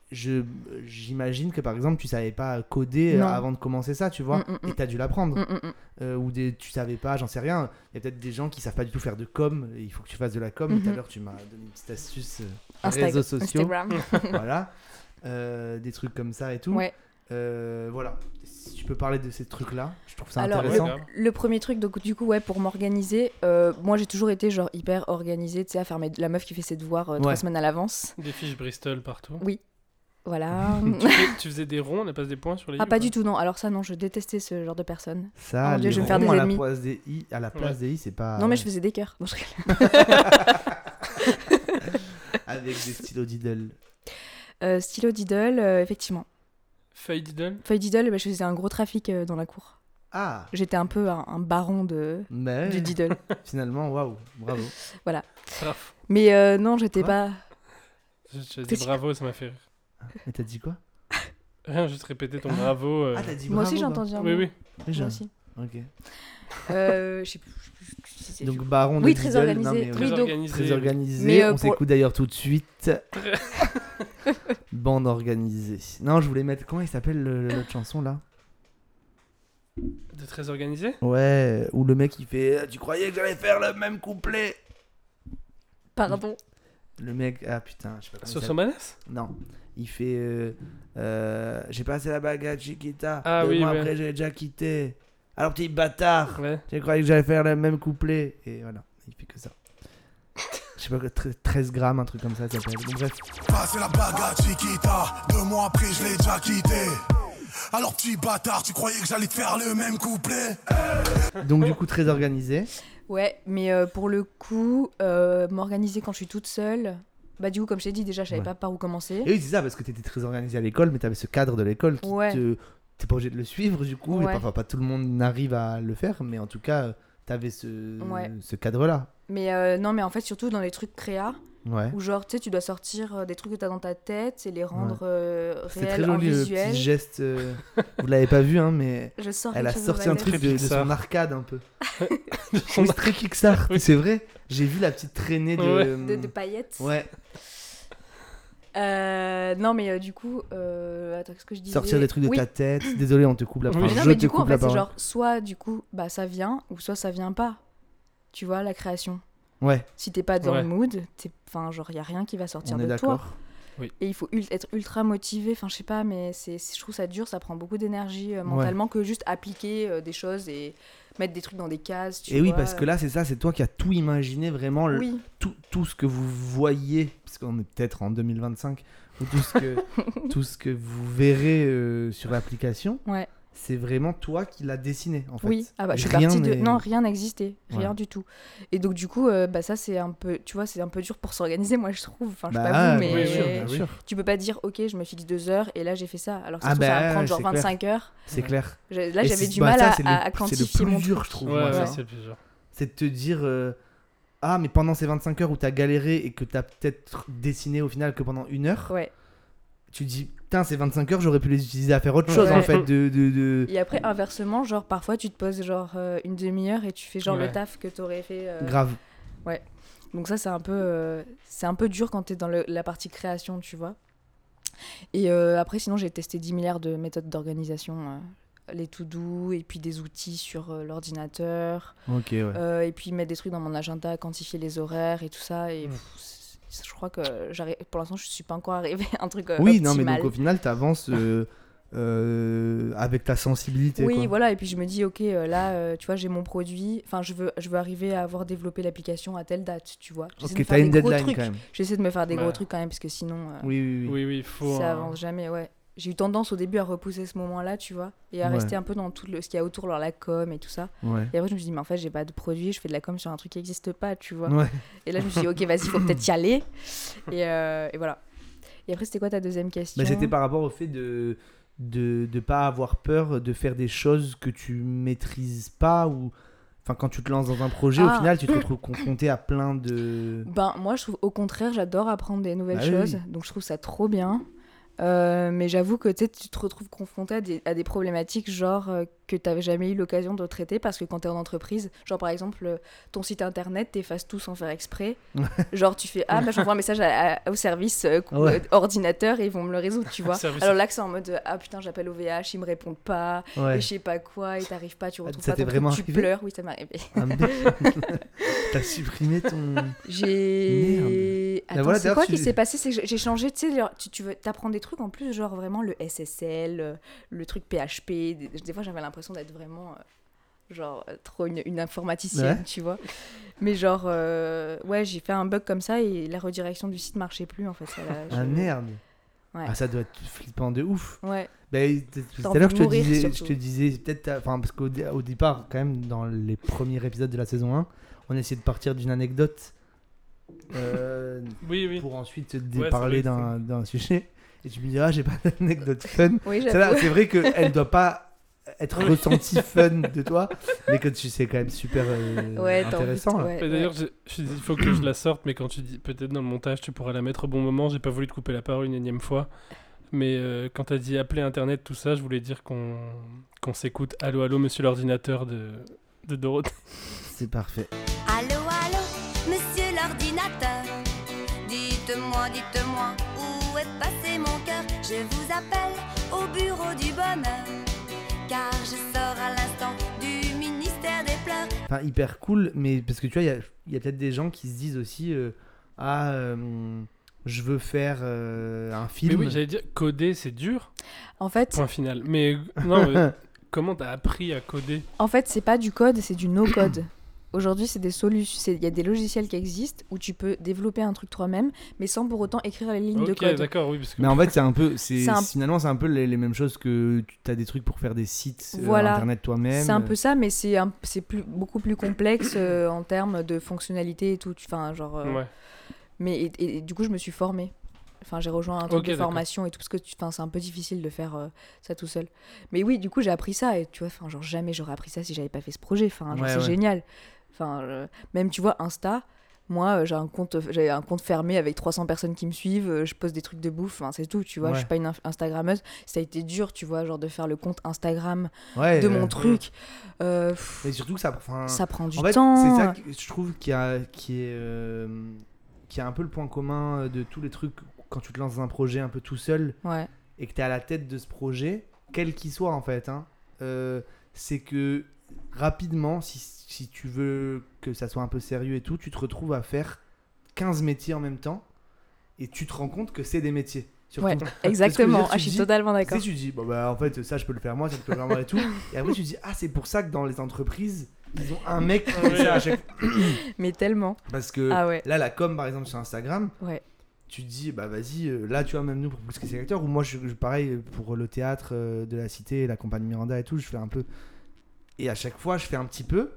Speaker 1: je j'imagine que par exemple tu savais pas coder euh,
Speaker 3: Non.
Speaker 1: avant de commencer ça, tu vois,
Speaker 3: Mm, mm,
Speaker 1: et t'as dû l'apprendre
Speaker 3: Mm, mm, mm.
Speaker 1: euh, ou des, tu savais pas, j'en sais rien. Il y a peut-être des gens qui savent pas du tout faire de com. et Il faut que tu fasses de la com. Tout à
Speaker 3: Mhm.
Speaker 1: l'heure, tu m'as donné une petite astuce euh,
Speaker 3: Insta-
Speaker 1: réseaux sociaux,
Speaker 3: Instagram.
Speaker 1: voilà, Euh, des trucs comme ça et tout.
Speaker 3: Ouais.
Speaker 1: Euh, voilà. Si tu peux parler de ces trucs-là, je trouve ça
Speaker 3: Alors,
Speaker 1: intéressant.
Speaker 2: Ah Ouais, grave.
Speaker 3: Le premier truc, donc du coup, ouais, pour m'organiser, euh, moi j'ai toujours été genre hyper organisée, tu sais, à faire mes- la meuf qui fait ses devoirs euh, trois
Speaker 1: Ouais.
Speaker 3: semaines à l'avance.
Speaker 2: Des fiches Bristol partout.
Speaker 3: Voilà.
Speaker 2: tu, fais- tu faisais des ronds, on n'a pas des points sur les.
Speaker 3: ah, pas du tout, non. Alors ça, non, je détestais ce genre de personne.
Speaker 1: Ça,
Speaker 3: Oh mon Dieu,
Speaker 1: les
Speaker 3: je vais me faire des
Speaker 1: ronds à la
Speaker 3: ennemis.
Speaker 1: place des i, à la place
Speaker 2: Ouais.
Speaker 1: des i, c'est pas.
Speaker 3: non, mais je faisais des cœurs. Non, je rigole.
Speaker 1: Avec des stylos Diddle.
Speaker 3: Euh, stylo Diddle, euh, effectivement.
Speaker 2: Feuille Diddle
Speaker 3: Feuille Diddle, bah, je faisais un gros trafic euh, dans la cour.
Speaker 1: Ah.
Speaker 3: J'étais un peu un, un baron de...
Speaker 1: Mais
Speaker 3: du Diddle.
Speaker 1: finalement, waouh, bravo.
Speaker 2: Bravo.
Speaker 3: Mais euh, non, j'étais
Speaker 1: Quoi
Speaker 3: pas.
Speaker 2: Je je
Speaker 3: T'es
Speaker 2: dis
Speaker 3: sûr
Speaker 2: bravo, ça m'a fait rire.
Speaker 1: Mais t'as dit quoi
Speaker 2: Rien, juste répéter ton bravo. euh.
Speaker 1: Ah, t'as dit
Speaker 3: Moi
Speaker 1: bravo,
Speaker 3: aussi, j'ai
Speaker 1: bah.
Speaker 3: entendu un
Speaker 2: Oui,
Speaker 3: mot.
Speaker 2: oui.
Speaker 1: Oui, j'ai-
Speaker 3: Moi aussi.
Speaker 1: Ok.
Speaker 3: Euh, je sais plus. je sais plus si c'est
Speaker 1: Donc
Speaker 3: du-
Speaker 1: baron de
Speaker 3: Oui, très
Speaker 1: Diddle, non,
Speaker 3: organisé,
Speaker 1: mais,
Speaker 3: très
Speaker 1: euh,
Speaker 2: Très
Speaker 3: donc-
Speaker 2: organisé.
Speaker 1: Très organisé.
Speaker 3: Mais, euh,
Speaker 1: on
Speaker 3: pour-
Speaker 1: s'écoute d'ailleurs tout de suite. Bande organisée. Non, je voulais mettre. Comment il s'appelle le- l'autre chanson là
Speaker 2: De très organisé
Speaker 1: Ouais, où le mec il fait Tu croyais que j'allais faire le même couplet
Speaker 3: Pardon.
Speaker 1: Le mec. Ah putain, je sais pas comment il s'appelle.
Speaker 2: Sosomanes
Speaker 1: Non. Il fait euh, euh, J'ai passé la bague Chiquita.
Speaker 2: Ah
Speaker 1: deux
Speaker 2: oui,
Speaker 1: mois
Speaker 2: ouais.
Speaker 1: après, j'ai déjà quitté. Alors, petit bâtard
Speaker 2: Ouais.
Speaker 1: J'ai croyais que j'allais faire le même couplet. Et voilà, il fait que ça. Je sais pas, quoi, tre- 13 grammes, un truc comme ça, ça s'appelle. Bon, bref.
Speaker 7: Passer la bague à Chiquita, deux mois après je l'ai déjà quitté. Alors petit bâtard, tu croyais que j'allais te faire le même couplet
Speaker 1: Donc, du coup, très organisé.
Speaker 3: Ouais, mais euh, pour le coup, euh, m'organiser quand je suis toute seule. Bah, du coup, comme je t'ai dit, déjà, je savais
Speaker 1: Ouais.
Speaker 3: pas par où commencer.
Speaker 1: Et oui, c'est ça, parce que t'étais très organisé à l'école, mais t'avais ce cadre de l'école qui
Speaker 3: Ouais.
Speaker 1: te. T'es pas obligé de le suivre, du coup. Et
Speaker 3: Ouais.
Speaker 1: parfois, pas tout le monde n'arrive à le faire, mais en tout cas, euh, t'avais ce,
Speaker 3: Ouais.
Speaker 1: ce cadre-là.
Speaker 3: Mais euh, non, mais en fait, surtout dans les trucs créa,
Speaker 1: Ouais.
Speaker 3: où genre, tu sais, tu dois sortir euh, des trucs que t'as dans ta tête et les rendre euh,
Speaker 1: C'était très
Speaker 3: réels en
Speaker 1: joli le
Speaker 3: visuel.
Speaker 1: petit geste. euh, Vous l'avez pas vu, hein, mais
Speaker 3: Je sors
Speaker 1: elle a
Speaker 3: quelque chose de
Speaker 1: sorti un
Speaker 3: valable.
Speaker 1: truc de,
Speaker 2: Très
Speaker 1: de
Speaker 2: Pixar.
Speaker 1: son arcade un peu.
Speaker 2: son
Speaker 1: Oui, c'est très Kickstarter, c'est vrai. J'ai vu la petite traînée de.
Speaker 3: de, de paillettes.
Speaker 1: Ouais,
Speaker 3: Euh, non, mais euh, du coup, euh, attends, qu'est-ce que je disais
Speaker 1: sortir des trucs de
Speaker 3: Oui.
Speaker 1: ta tête. Désolé, on te coupe la
Speaker 2: Oui.
Speaker 1: parole.
Speaker 3: Mais non,
Speaker 1: Je
Speaker 3: mais
Speaker 1: te
Speaker 3: du coup, en
Speaker 1: coupe la
Speaker 3: fait, c'est
Speaker 1: parole.
Speaker 3: genre, soit du coup, bah ça vient, ou soit ça vient pas. Tu vois, la création.
Speaker 1: Ouais,
Speaker 3: Si t'es pas dans
Speaker 2: Ouais.
Speaker 3: le mood, t'es- enfin, genre, y a rien qui va sortir
Speaker 1: on est
Speaker 3: de toi.
Speaker 1: d'accord.
Speaker 3: Et il faut ul- être ultra motivé, enfin, je sais pas, mais c'est, c'est- je trouve ça dur, ça prend beaucoup d'énergie euh, mentalement que juste appliquer euh, des choses et mettre des trucs dans des cases. Tu
Speaker 1: Et oui,
Speaker 3: vois,
Speaker 1: parce que là, c'est ça, c'est toi qui as tout imaginé vraiment, le-
Speaker 3: Oui,
Speaker 1: tout, tout ce que vous voyez, parce qu'on est peut-être en 2025, ou tout ce que, tout ce que vous verrez euh, sur l'application.
Speaker 3: Ouais.
Speaker 1: C'est vraiment toi qui l'as dessiné, en fait.
Speaker 3: oui. Ah bah, je suis
Speaker 1: Rien
Speaker 3: partie de.
Speaker 1: n'est-
Speaker 3: Non, rien n'existait, rien
Speaker 1: Ouais.
Speaker 3: du tout. Et donc, du coup, euh, bah, ça, c'est un peu. Tu vois, c'est un peu dur pour s'organiser, moi, je trouve. Enfin, je sais
Speaker 1: Bah,
Speaker 3: pas vous, mais.
Speaker 1: bien sûr, bien
Speaker 2: Oui.
Speaker 1: sûr.
Speaker 3: Tu peux pas dire, ok, je me fixe deux heures et là j'ai fait ça. Alors que ça,
Speaker 1: Ah
Speaker 3: se trouve, ça
Speaker 1: bah,
Speaker 3: va prendre genre
Speaker 1: c'est clair.
Speaker 3: 25 heures.
Speaker 1: C'est clair.
Speaker 3: Je- là
Speaker 1: Et
Speaker 3: j'avais
Speaker 1: c'est-
Speaker 3: du
Speaker 1: bah,
Speaker 3: mal
Speaker 1: ça,
Speaker 3: à-
Speaker 1: c'est le-
Speaker 3: à, à
Speaker 1: C'est
Speaker 3: quantifier
Speaker 1: le plus
Speaker 3: mon
Speaker 1: dur,
Speaker 3: truc.
Speaker 1: je trouve.
Speaker 2: Ouais,
Speaker 1: moi,
Speaker 2: ouais,
Speaker 1: ça.
Speaker 2: c'est le plus dur.
Speaker 1: c'est de te dire euh, ah mais pendant ces 25 heures où t'as galéré et que t'as peut-être dessiné au final que pendant une heure
Speaker 3: Ouais.
Speaker 1: tu te dis putain ces 25 heures j'aurais pu les utiliser à faire autre chose
Speaker 3: Ouais.
Speaker 1: en fait de, de, de-
Speaker 3: Et après, inversement, genre parfois tu te poses genre euh, une demi-heure et tu fais genre
Speaker 2: Ouais.
Speaker 3: le taf que t'aurais fait. euh,
Speaker 1: grave
Speaker 3: Donc ça, c'est un peu, euh, c'est un peu dur quand t'es dans le- la partie création, tu vois. Et euh, après, sinon, j'ai testé 10 milliards de méthodes d'organisation, euh, les to-do, et puis des outils sur euh, l'ordinateur,
Speaker 1: ok ouais
Speaker 3: euh, et puis mettre des trucs dans mon agenda, quantifier les horaires et tout ça.
Speaker 1: Mm.
Speaker 3: Et pff, c'est- c'est- je crois que j'arrive, pour l'instant, je suis pas encore arrivée à un truc euh,
Speaker 1: oui non mais
Speaker 3: optimal.
Speaker 1: donc au final t'avances euh, euh, avec ta sensibilité
Speaker 3: Oui,
Speaker 1: quoi.
Speaker 3: voilà, et puis je me dis, ok, euh, là, euh, tu vois, j'ai mon produit, enfin, je veux, je veux arriver à avoir développé l'application à telle date, tu vois. J'essaie de me
Speaker 1: ok
Speaker 3: faire
Speaker 1: t'as une
Speaker 3: des gros
Speaker 1: deadline
Speaker 3: trucs.
Speaker 1: quand même
Speaker 3: J'essaie de me faire des
Speaker 2: Ouais.
Speaker 3: gros trucs quand même, parce que sinon, euh,
Speaker 1: oui oui oui,
Speaker 2: Oui, oui, il faut.
Speaker 3: ça
Speaker 2: un-
Speaker 3: avance jamais, ouais. J'ai eu tendance au début à repousser ce moment-là, tu vois, et à
Speaker 1: Ouais.
Speaker 3: rester un peu dans tout le, ce qu'il y a autour, alors la com et tout ça.
Speaker 1: ouais
Speaker 3: Et après, je me suis dit, mais en fait, j'ai pas de produit, je fais de la com sur un truc qui n'existe pas, tu vois.
Speaker 1: Ouais.
Speaker 3: Et là, je me suis dit, ok, vas-y, faut peut-être y aller. Et, euh, et voilà. Et après, c'était quoi ta deuxième question
Speaker 1: Bah, c'était par rapport au fait de de ne pas avoir peur de faire des choses que tu maîtrises pas ou enfin quand tu te lances dans un projet au
Speaker 3: Ah.
Speaker 1: final tu te retrouves confronté à plein de
Speaker 3: Ben, moi, je trouve, au contraire, j'adore apprendre des nouvelles
Speaker 1: Bah oui,
Speaker 3: choses.
Speaker 1: oui.
Speaker 3: Donc, je trouve ça trop bien. Euh, mais j'avoue que tu sais, tu te retrouves confronté à des, à des problématiques genre euh, que tu n'avais jamais eu l'occasion de traiter parce que quand tu es en entreprise, genre par exemple euh, ton site internet, t'effaces tout sans faire exprès. genre tu fais ah bah j'envoie un message à- à- au service euh, cou-
Speaker 1: Ah Ouais.
Speaker 3: euh, ordinateur et ils vont me le résoudre, tu vois.
Speaker 2: Service-
Speaker 3: Alors là que c'est en mode euh, ah putain j'appelle au VH, ils me répondent pas,
Speaker 1: ouais Ah,
Speaker 3: et je sais pas quoi, et t'arrives pas, tu retrouves
Speaker 1: ça
Speaker 3: pas
Speaker 1: t'est
Speaker 3: ton truc,
Speaker 1: vraiment
Speaker 3: tu
Speaker 1: arrivé
Speaker 3: pleures, oui ça m'est arrivé.
Speaker 1: Ah, merde. t'as supprimé ton
Speaker 3: J'ai.
Speaker 1: Bah
Speaker 3: Attends,
Speaker 1: voilà,
Speaker 3: c'est
Speaker 1: d'ailleurs,
Speaker 3: quoi
Speaker 1: tu-
Speaker 3: qui s'est passé C'est que j'ai- j'ai changé, tu sais, genre, tu, tu veux, t'apprends des trucs en plus, genre vraiment le SSL, euh, le truc PHP. Des, des fois, j'avais l'impression d'être vraiment, euh, genre, euh, trop une, une informaticienne,
Speaker 1: Ouais.
Speaker 3: tu vois. Mais genre, euh, ouais, j'ai fait un bug comme ça et la redirection du site marchait plus, en fait. Ça, là, je-
Speaker 1: ah merde
Speaker 3: Ouais.
Speaker 1: ah ça doit être flippant de ouf
Speaker 3: Ouais,
Speaker 1: Ben, t- tout à
Speaker 3: envie
Speaker 1: l'heure
Speaker 3: de
Speaker 1: je te
Speaker 3: mourir,
Speaker 1: disais je
Speaker 3: surtout.
Speaker 1: te disais peut-être t'as- enfin parce qu'au dé- au départ quand même dans les premiers épisodes de la saison 1 on a essayé de partir d'une anecdote euh,
Speaker 2: Oui, oui.
Speaker 1: pour ensuite
Speaker 2: Ouais,
Speaker 1: dé-
Speaker 2: c'est
Speaker 1: parler
Speaker 2: vrai que
Speaker 1: d'un d'un sujet. Et tu me dis, ah, j'ai pas d'anecdote fun.
Speaker 3: oui,
Speaker 1: Celle-là,
Speaker 3: j'avoue.
Speaker 1: c'est vrai qu'elle doit pas être ressentie fun de toi, mais que tu sais quand même super euh,
Speaker 3: Ouais, t'as envie de-
Speaker 1: intéressant. là.
Speaker 3: ouais,
Speaker 2: Mais
Speaker 3: ouais.
Speaker 2: D'ailleurs, je je suis dit, il faut que je la sorte, mais quand tu dis peut-être dans le montage, tu pourras la mettre au bon moment. J'ai pas voulu te couper la parole une énième fois. Mais euh, quand t'as dit appeler internet, tout ça, je voulais dire qu'on qu'on s'écoute Allô, allô, monsieur l'ordinateur de, de Dorothée.
Speaker 1: C'est parfait.
Speaker 10: Allô, allô, monsieur l'ordinateur. Dites-moi, dites-moi, où est passé mon cœur Je vous appelle au bureau du bonheur. Car je sors à l'instant du ministère des pleurs.
Speaker 1: Enfin, hyper cool, mais parce que tu vois, il y a, il y a peut-être des gens qui se disent aussi, euh, ah, euh, je veux faire euh, un
Speaker 2: Mais
Speaker 1: film.
Speaker 2: oui, j'allais dire, coder, c'est dur.
Speaker 3: En fait,
Speaker 2: Point final. Mais euh, non, euh, comment t'as appris à coder
Speaker 3: En fait, c'est pas du code, c'est du no-code. Aujourd'hui, c'est des solutions. c'est- Il y a des logiciels qui existent où tu peux développer un truc toi-même, mais sans pour autant écrire les lignes
Speaker 2: Ok,
Speaker 3: de code.
Speaker 2: d'accord, oui, parce que
Speaker 1: Mais en fait, c'est un peu, c'est
Speaker 3: C'est un-
Speaker 1: finalement, c'est un peu les, les mêmes choses que tu as des trucs pour faire des sites euh,
Speaker 3: Voilà.
Speaker 1: internet toi-même.
Speaker 3: C'est un peu ça, mais c'est un- c'est plus beaucoup plus complexe euh, en termes de fonctionnalité et tout. tu- Enfin, genre. euh,
Speaker 2: ouais.
Speaker 3: Mais et- et- et du coup, je me suis formée. Enfin, j'ai rejoint un truc
Speaker 2: Ok,
Speaker 3: de
Speaker 2: d'accord.
Speaker 3: formation et tout parce que tu- enfin, c'est un peu difficile de faire euh, ça tout seul. Mais oui, du coup, j'ai appris ça et tu vois, enfin, genre jamais j'aurais appris ça si j'avais pas fait ce projet. Enfin, genre,
Speaker 1: Ouais,
Speaker 3: c'est
Speaker 1: ouais.
Speaker 3: génial. Enfin, euh, même tu vois Insta, moi euh, j'ai un compte, j'ai un compte fermé avec 300 personnes qui me suivent. euh, je poste des trucs de bouffe. Enfin, c'est tout. Tu vois,
Speaker 1: Ouais.
Speaker 3: je suis pas une inf- Instagrammeuse. Ça a été dur, tu vois, genre de faire le compte Instagram
Speaker 1: Ouais,
Speaker 3: de
Speaker 1: euh,
Speaker 3: mon truc. Euh, pff,
Speaker 1: Et surtout que ça, enfin,
Speaker 3: ça prend du
Speaker 1: en fait,
Speaker 3: temps.
Speaker 1: c'est ça que je trouve qui a, qui est, euh, qui a un peu le point commun euh, de tous les trucs quand tu te lances dans un projet un peu tout seul
Speaker 3: Ouais.
Speaker 1: et que tu es à la tête de ce projet, quel qu'il soit en fait. hein, euh, c'est que rapidement, si, si tu veux que ça soit un peu sérieux et tout, tu te retrouves à faire 15 métiers en même temps et tu te rends compte que c'est des métiers. Surtout.
Speaker 3: Ouais,
Speaker 1: dire,
Speaker 3: exactement.
Speaker 1: tu
Speaker 3: Ah, je suis
Speaker 1: dis-
Speaker 3: totalement
Speaker 1: Tu sais,
Speaker 3: d'accord.
Speaker 1: tu dis, bon, bah, en fait, ça, je peux le faire moi, ça, je peux le faire moi et tout. Et après, tu dis, ah, c'est pour ça que dans les entreprises, ils ont un mec qui fait ça à chaque fois.
Speaker 3: Mais tellement.
Speaker 1: Parce que
Speaker 3: Ah ouais.
Speaker 1: là, la com, par exemple, sur Instagram,
Speaker 3: Ouais.
Speaker 1: tu te dis, bah, vas-y, euh, là, tu vois, même nous, pour plus que c'est acteur, ou moi, je, je- pareil, pour le théâtre euh, de la cité, la compagnie Miranda et tout, je fais un peu. Et à chaque fois, je fais un petit peu.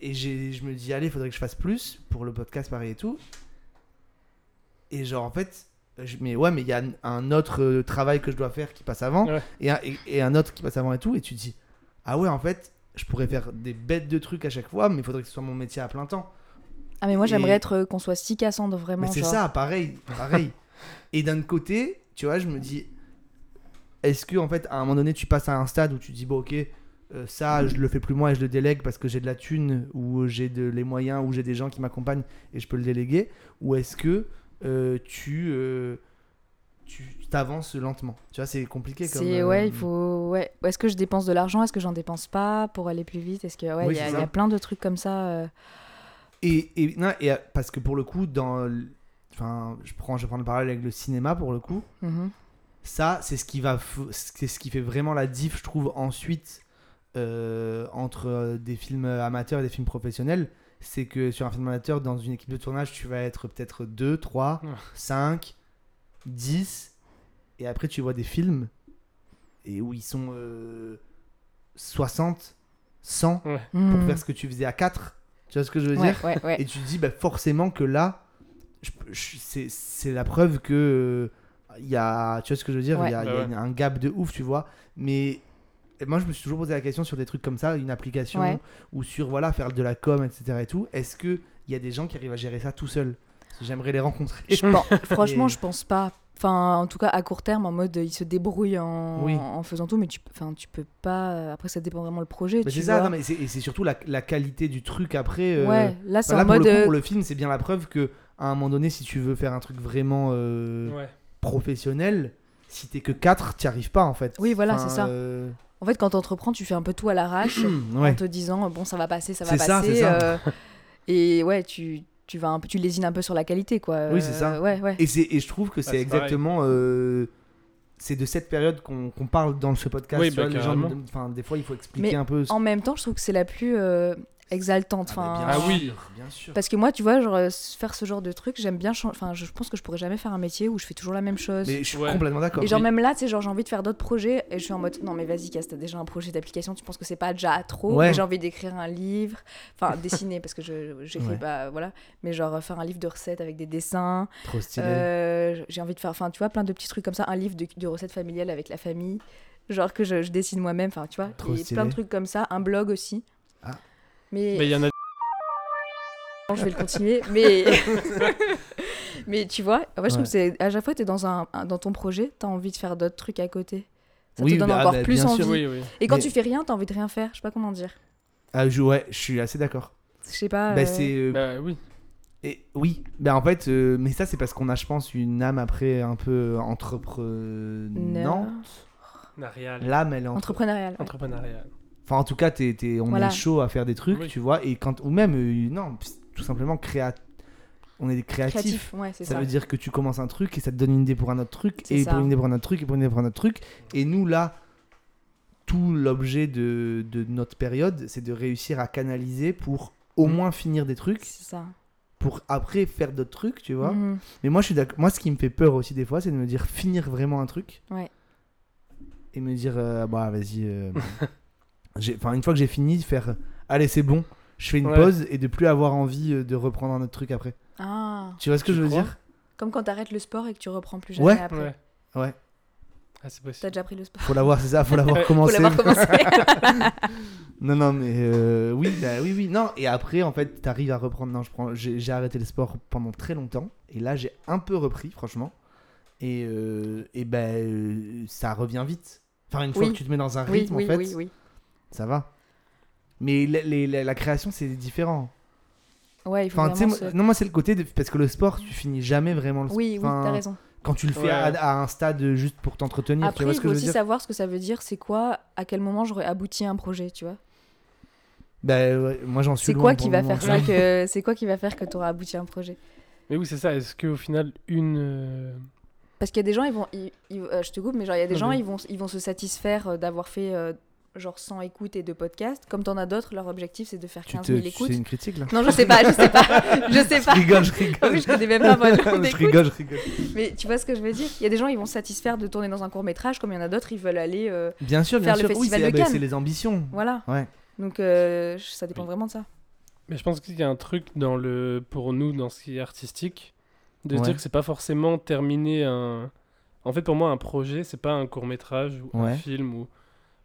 Speaker 1: Et j'ai- je me dis, allez, faudrait que je fasse plus pour le podcast, pareil et tout. Et genre, en fait, je, mais ouais, mais il y a un- un autre euh, travail que je dois faire qui passe avant,
Speaker 2: Ouais.
Speaker 1: et, un, et, et un autre qui passe avant et tout. Et tu te dis, ah ouais, en fait, je pourrais faire des bêtes de trucs à chaque fois, mais il faudrait que ce soit mon métier à plein temps.
Speaker 3: Ah mais moi
Speaker 1: Et-
Speaker 3: j'aimerais être euh, qu'on soit si cassandre vraiment.
Speaker 1: Mais c'est
Speaker 3: genre.
Speaker 1: ça, pareil, pareil. et d'un autre côté, tu vois, je me dis, est-ce que en fait, à un moment donné, tu passes à un stade où tu dis, bon, ok, euh, ça, je le fais plus moi et je le délègue parce que j'ai de la thune ou j'ai de les moyens ou j'ai des gens qui m'accompagnent et je peux le déléguer, ou est-ce que euh, tu euh, tu t'avances lentement Tu vois, c'est compliqué. Comme,
Speaker 3: C'est
Speaker 1: euh,
Speaker 3: ouais, il faut ouais. Est-ce que je dépense de l'argent Est-ce que j'en dépense pas pour aller plus vite Est-ce que ouais, il
Speaker 1: Oui,
Speaker 3: y, a-
Speaker 1: c'est
Speaker 3: il
Speaker 1: ça.
Speaker 3: y a plein de trucs comme ça. euh.
Speaker 1: Et, et, non, et euh, parce que pour le coup, dans, l- enfin, je prends, je prends le parallèle avec le cinéma pour le coup.
Speaker 3: Mhm.
Speaker 1: ça c'est ce qui va f- c'est ce qui fait vraiment la diff je trouve ensuite euh, entre euh, des films amateurs et des films professionnels c'est que sur un film amateur dans une équipe de tournage tu vas être peut-être 2 3
Speaker 2: Ouais.
Speaker 1: 5 10 et après tu vois des films et où ils sont euh, 60 100 pour
Speaker 3: Mhm.
Speaker 1: faire ce que tu faisais à 4 tu vois ce que je veux
Speaker 3: Ouais,
Speaker 1: dire
Speaker 3: ouais, ouais.
Speaker 1: et tu te dis bah, forcément que là, je- je- c'est c'est la preuve que euh, il y a, tu vois ce que je veux dire
Speaker 3: Ouais.
Speaker 1: Il y a, il y a
Speaker 2: Bah ouais.
Speaker 1: une- un gap de ouf, tu vois. Mais et moi, je me suis toujours posé la question sur des trucs comme ça, une application
Speaker 3: Ouais.
Speaker 1: ou sur voilà faire de la com, etc. Et tout. Est-ce que il y a des gens qui arrivent à gérer ça tout seuls Parce que J'aimerais les rencontrer.
Speaker 3: Je pense- franchement,
Speaker 1: Et-
Speaker 3: je pense pas. Enfin, en tout cas, à court terme, en mode, ils se débrouillent en,
Speaker 1: Oui.
Speaker 3: en faisant tout, mais tu, enfin, tu peux pas. euh, Après, ça dépend vraiment le projet.
Speaker 1: Mais
Speaker 3: tu
Speaker 1: c'est ça,
Speaker 3: vois.
Speaker 1: non, mais c'est- et c'est surtout la, la qualité du truc après. euh,
Speaker 3: Ouais, là, c'est
Speaker 1: enfin,
Speaker 3: en
Speaker 1: pour
Speaker 3: mode.
Speaker 1: le, coup,
Speaker 3: euh,
Speaker 1: pour le film, c'est bien la preuve que à un moment donné, si tu veux faire un truc vraiment euh,
Speaker 2: Ouais.
Speaker 1: professionnel, si t'es que 4, t'y arrives pas en fait.
Speaker 3: Oui, voilà,
Speaker 1: Enfin,
Speaker 3: c'est ça.
Speaker 1: euh,
Speaker 3: En fait, quand t'entreprends, tu fais un peu tout à l'arrache, en
Speaker 2: Hmm,
Speaker 1: ouais.
Speaker 3: te disant, bon, ça va passer, ça va
Speaker 1: C'est ça,
Speaker 3: passer.
Speaker 1: c'est ça.
Speaker 3: euh, et ouais, tu, tu vas un peu, tu lésines un peu sur la qualité, quoi.
Speaker 1: Oui, c'est ça.
Speaker 3: Euh, Ouais, ouais.
Speaker 1: Et, c'est- et je trouve que c'est
Speaker 2: c'est
Speaker 1: exactement. euh, c'est de cette période qu'on qu'on parle dans ce podcast.
Speaker 2: Oui,
Speaker 1: tu
Speaker 2: bah,
Speaker 1: vois, les gens
Speaker 2: carrément.
Speaker 1: me dem- enfin, des fois, il faut expliquer
Speaker 3: Mais
Speaker 1: un peu. ce-
Speaker 3: En même temps, je trouve que c'est la plus euh, exaltante.
Speaker 1: mais
Speaker 3: Enfin,
Speaker 1: bien
Speaker 2: Ah
Speaker 1: sûr,
Speaker 2: oui.
Speaker 1: bien sûr.
Speaker 3: Parce que moi, tu vois, genre, euh, faire ce genre de truc, j'aime bien. chan- Enfin, je pense que je pourrais jamais faire un métier où je fais toujours la même chose.
Speaker 1: Mais je suis
Speaker 2: Ouais.
Speaker 1: complètement d'accord.
Speaker 3: Et genre même là, tu sais, genre j'ai envie de faire d'autres projets et je suis en mode non mais vas-y Cass, t'as déjà un projet d'application, tu penses que c'est pas déjà trop
Speaker 1: Ouais.
Speaker 3: Mais J'ai envie d'écrire un livre, enfin dessiner parce que je j'écris
Speaker 1: Ouais.
Speaker 3: pas, voilà, mais genre euh, faire un livre de recettes avec des dessins.
Speaker 1: Trop stylé.
Speaker 3: Euh, j'ai envie de faire, enfin tu vois, plein de petits trucs comme ça, un livre de, de recettes familiales avec la famille, genre que je, je dessine moi-même, enfin tu vois,
Speaker 1: Trop
Speaker 3: et
Speaker 1: stylé.
Speaker 3: plein de trucs comme ça, un blog aussi.
Speaker 1: Ah.
Speaker 3: Mais
Speaker 2: Mais il y en a.
Speaker 3: non, je vais le continuer, mais mais tu vois, en vrai, je trouve
Speaker 1: Ouais.
Speaker 3: que c'est à chaque fois t'es dans un un- dans ton projet, t'as envie de faire d'autres trucs à côté. Ça
Speaker 1: Oui,
Speaker 3: te donne
Speaker 1: bah,
Speaker 3: encore
Speaker 1: bah,
Speaker 3: plus
Speaker 1: bien
Speaker 3: envie.
Speaker 1: sûr,
Speaker 2: Oui, oui.
Speaker 3: Et quand
Speaker 1: Mais-
Speaker 3: tu fais rien, t'as envie de rien faire. Je sais pas comment dire.
Speaker 1: Ah, je, ouais, je suis assez d'accord.
Speaker 3: Je sais pas.
Speaker 1: Bah,
Speaker 3: euh,
Speaker 1: c'est euh,
Speaker 2: Bah oui.
Speaker 1: Et oui, ben en fait, euh, mais ça c'est parce qu'on a, je pense, une âme après un peu entreprenante.
Speaker 2: Narial.
Speaker 1: L'âme, elle est entre-
Speaker 3: Entrepreneurial. ouais.
Speaker 2: Entrepreneurial.
Speaker 1: Enfin, en tout cas, t'es- t'es- on
Speaker 3: Voilà.
Speaker 1: est chaud à faire des trucs,
Speaker 2: Oui.
Speaker 1: tu vois. Et quand ou même euh, non, pss, tout simplement créa. On est des créatifs.
Speaker 3: Créatif. Ouais, c'est
Speaker 1: Ça
Speaker 3: ça.
Speaker 1: veut dire que tu commences un truc et ça te donne une idée pour un autre truc
Speaker 3: C'est
Speaker 1: et
Speaker 3: ça.
Speaker 1: pour une idée pour un autre truc et pour une idée pour un autre truc. Et nous là, tout l'objet de, de notre période, c'est de réussir à canaliser pour au
Speaker 3: Mm.
Speaker 1: moins finir des trucs,
Speaker 3: C'est ça.
Speaker 1: pour après faire d'autres trucs, tu vois.
Speaker 3: Mhm.
Speaker 1: Mais moi, je suis d'accord. Moi, ce qui me fait peur aussi des fois, c'est de me dire finir vraiment un truc.
Speaker 3: Ouais.
Speaker 1: Et me dire, euh, bah, vas-y. euh, j'ai- Enfin, une fois que j'ai fini, faire, euh, allez, c'est bon. Je fais une
Speaker 2: Ouais.
Speaker 1: pause et de plus avoir envie euh, de reprendre un autre truc après.
Speaker 3: Ah.
Speaker 1: Tu vois ce que
Speaker 2: Tu
Speaker 1: je veux
Speaker 2: crois
Speaker 1: dire
Speaker 3: Comme quand t'arrêtes le sport et que tu reprends plus jamais
Speaker 1: Ouais.
Speaker 3: après.
Speaker 2: Ouais.
Speaker 1: Ouais.
Speaker 2: Ah, c'est
Speaker 3: T'as
Speaker 2: possible.
Speaker 3: déjà pris le sport.
Speaker 1: Faut l'avoir, c'est ça. Faut l'avoir
Speaker 2: Ouais.
Speaker 3: Faut
Speaker 1: commencé.
Speaker 3: l'avoir commencé.
Speaker 1: Non, non, mais euh, oui, bah, oui, oui. Non. Et après, en fait, t'arrives à reprendre. Non, je prends. J'ai j'ai arrêté le sport pendant très longtemps et là, j'ai un peu repris, franchement. Et, euh, et ben, euh, ça revient vite. Enfin, une fois
Speaker 3: Oui.
Speaker 1: que tu te mets dans un
Speaker 3: oui,
Speaker 1: rythme,
Speaker 3: oui,
Speaker 1: en fait,
Speaker 3: oui, oui.
Speaker 1: ça va. Mais la, les- la- la création, c'est différent.
Speaker 3: Ouais, il faut
Speaker 1: Enfin, tu sais,
Speaker 3: vraiment
Speaker 1: moi-
Speaker 3: se-
Speaker 1: non, moi, c'est le côté de, parce que le sport, tu finis jamais vraiment le sport.
Speaker 3: Oui, oui, t'as raison.
Speaker 1: Quand tu le fais
Speaker 2: Ouais.
Speaker 1: à, à un stade juste pour t'entretenir, tu
Speaker 3: Après,
Speaker 1: vois
Speaker 3: il
Speaker 1: ce que
Speaker 3: faut
Speaker 1: je veux
Speaker 3: aussi
Speaker 1: dire
Speaker 3: savoir ce que ça veut dire, c'est quoi, à quel moment j'aurais abouti à un projet, tu vois.
Speaker 1: Ben, ouais, moi, j'en suis
Speaker 3: C'est
Speaker 1: loin
Speaker 3: quoi
Speaker 1: pour
Speaker 3: qui
Speaker 1: le
Speaker 3: va
Speaker 1: moment.
Speaker 3: faire ça que c'est quoi qui va faire que t'auras abouti à un projet
Speaker 2: Mais oui, c'est ça. Est-ce qu'au final, une. euh,
Speaker 3: Parce qu'il y a des gens, ils vont, ils- ils- euh, je te coupe, mais genre il y a des
Speaker 2: Non,
Speaker 3: gens,
Speaker 2: mais-
Speaker 3: ils vont, ils vont se satisfaire euh, d'avoir fait euh, genre 100 écoutes et de podcasts. Comme t'en as d'autres, leur objectif c'est de faire
Speaker 1: Tu
Speaker 3: 15
Speaker 1: te-
Speaker 3: 000
Speaker 1: tu-
Speaker 3: écoutes.
Speaker 1: C'est une critique, là
Speaker 3: Non, je sais pas, je sais pas, je sais
Speaker 1: Je
Speaker 3: pas.
Speaker 1: rigole, je
Speaker 3: En plus,
Speaker 1: rigole.
Speaker 3: je connais même pas moi le nombre
Speaker 1: je
Speaker 3: d'écoutes.
Speaker 1: rigole, je rigole.
Speaker 3: Mais tu vois ce que je veux dire Il y a des gens, ils vont se satisfaire de tourner dans un court métrage, comme il y en a d'autres, ils veulent aller, euh,
Speaker 1: Bien sûr, bien
Speaker 3: Faire le
Speaker 1: sûr. Oui,
Speaker 3: festival
Speaker 1: c'est
Speaker 3: de
Speaker 1: ah, ben,
Speaker 3: Cannes.
Speaker 1: c'est les ambitions.
Speaker 3: voilà.
Speaker 1: Ouais.
Speaker 3: Donc euh, ça dépend
Speaker 2: Oui.
Speaker 3: vraiment de ça.
Speaker 2: Mais je pense qu'il y a un truc dans le pour nous dans ce qui est artistique de se
Speaker 1: Ouais.
Speaker 2: dire que c'est pas forcément terminer un en fait pour moi un projet c'est pas un court métrage ou
Speaker 1: Ouais.
Speaker 2: un film ou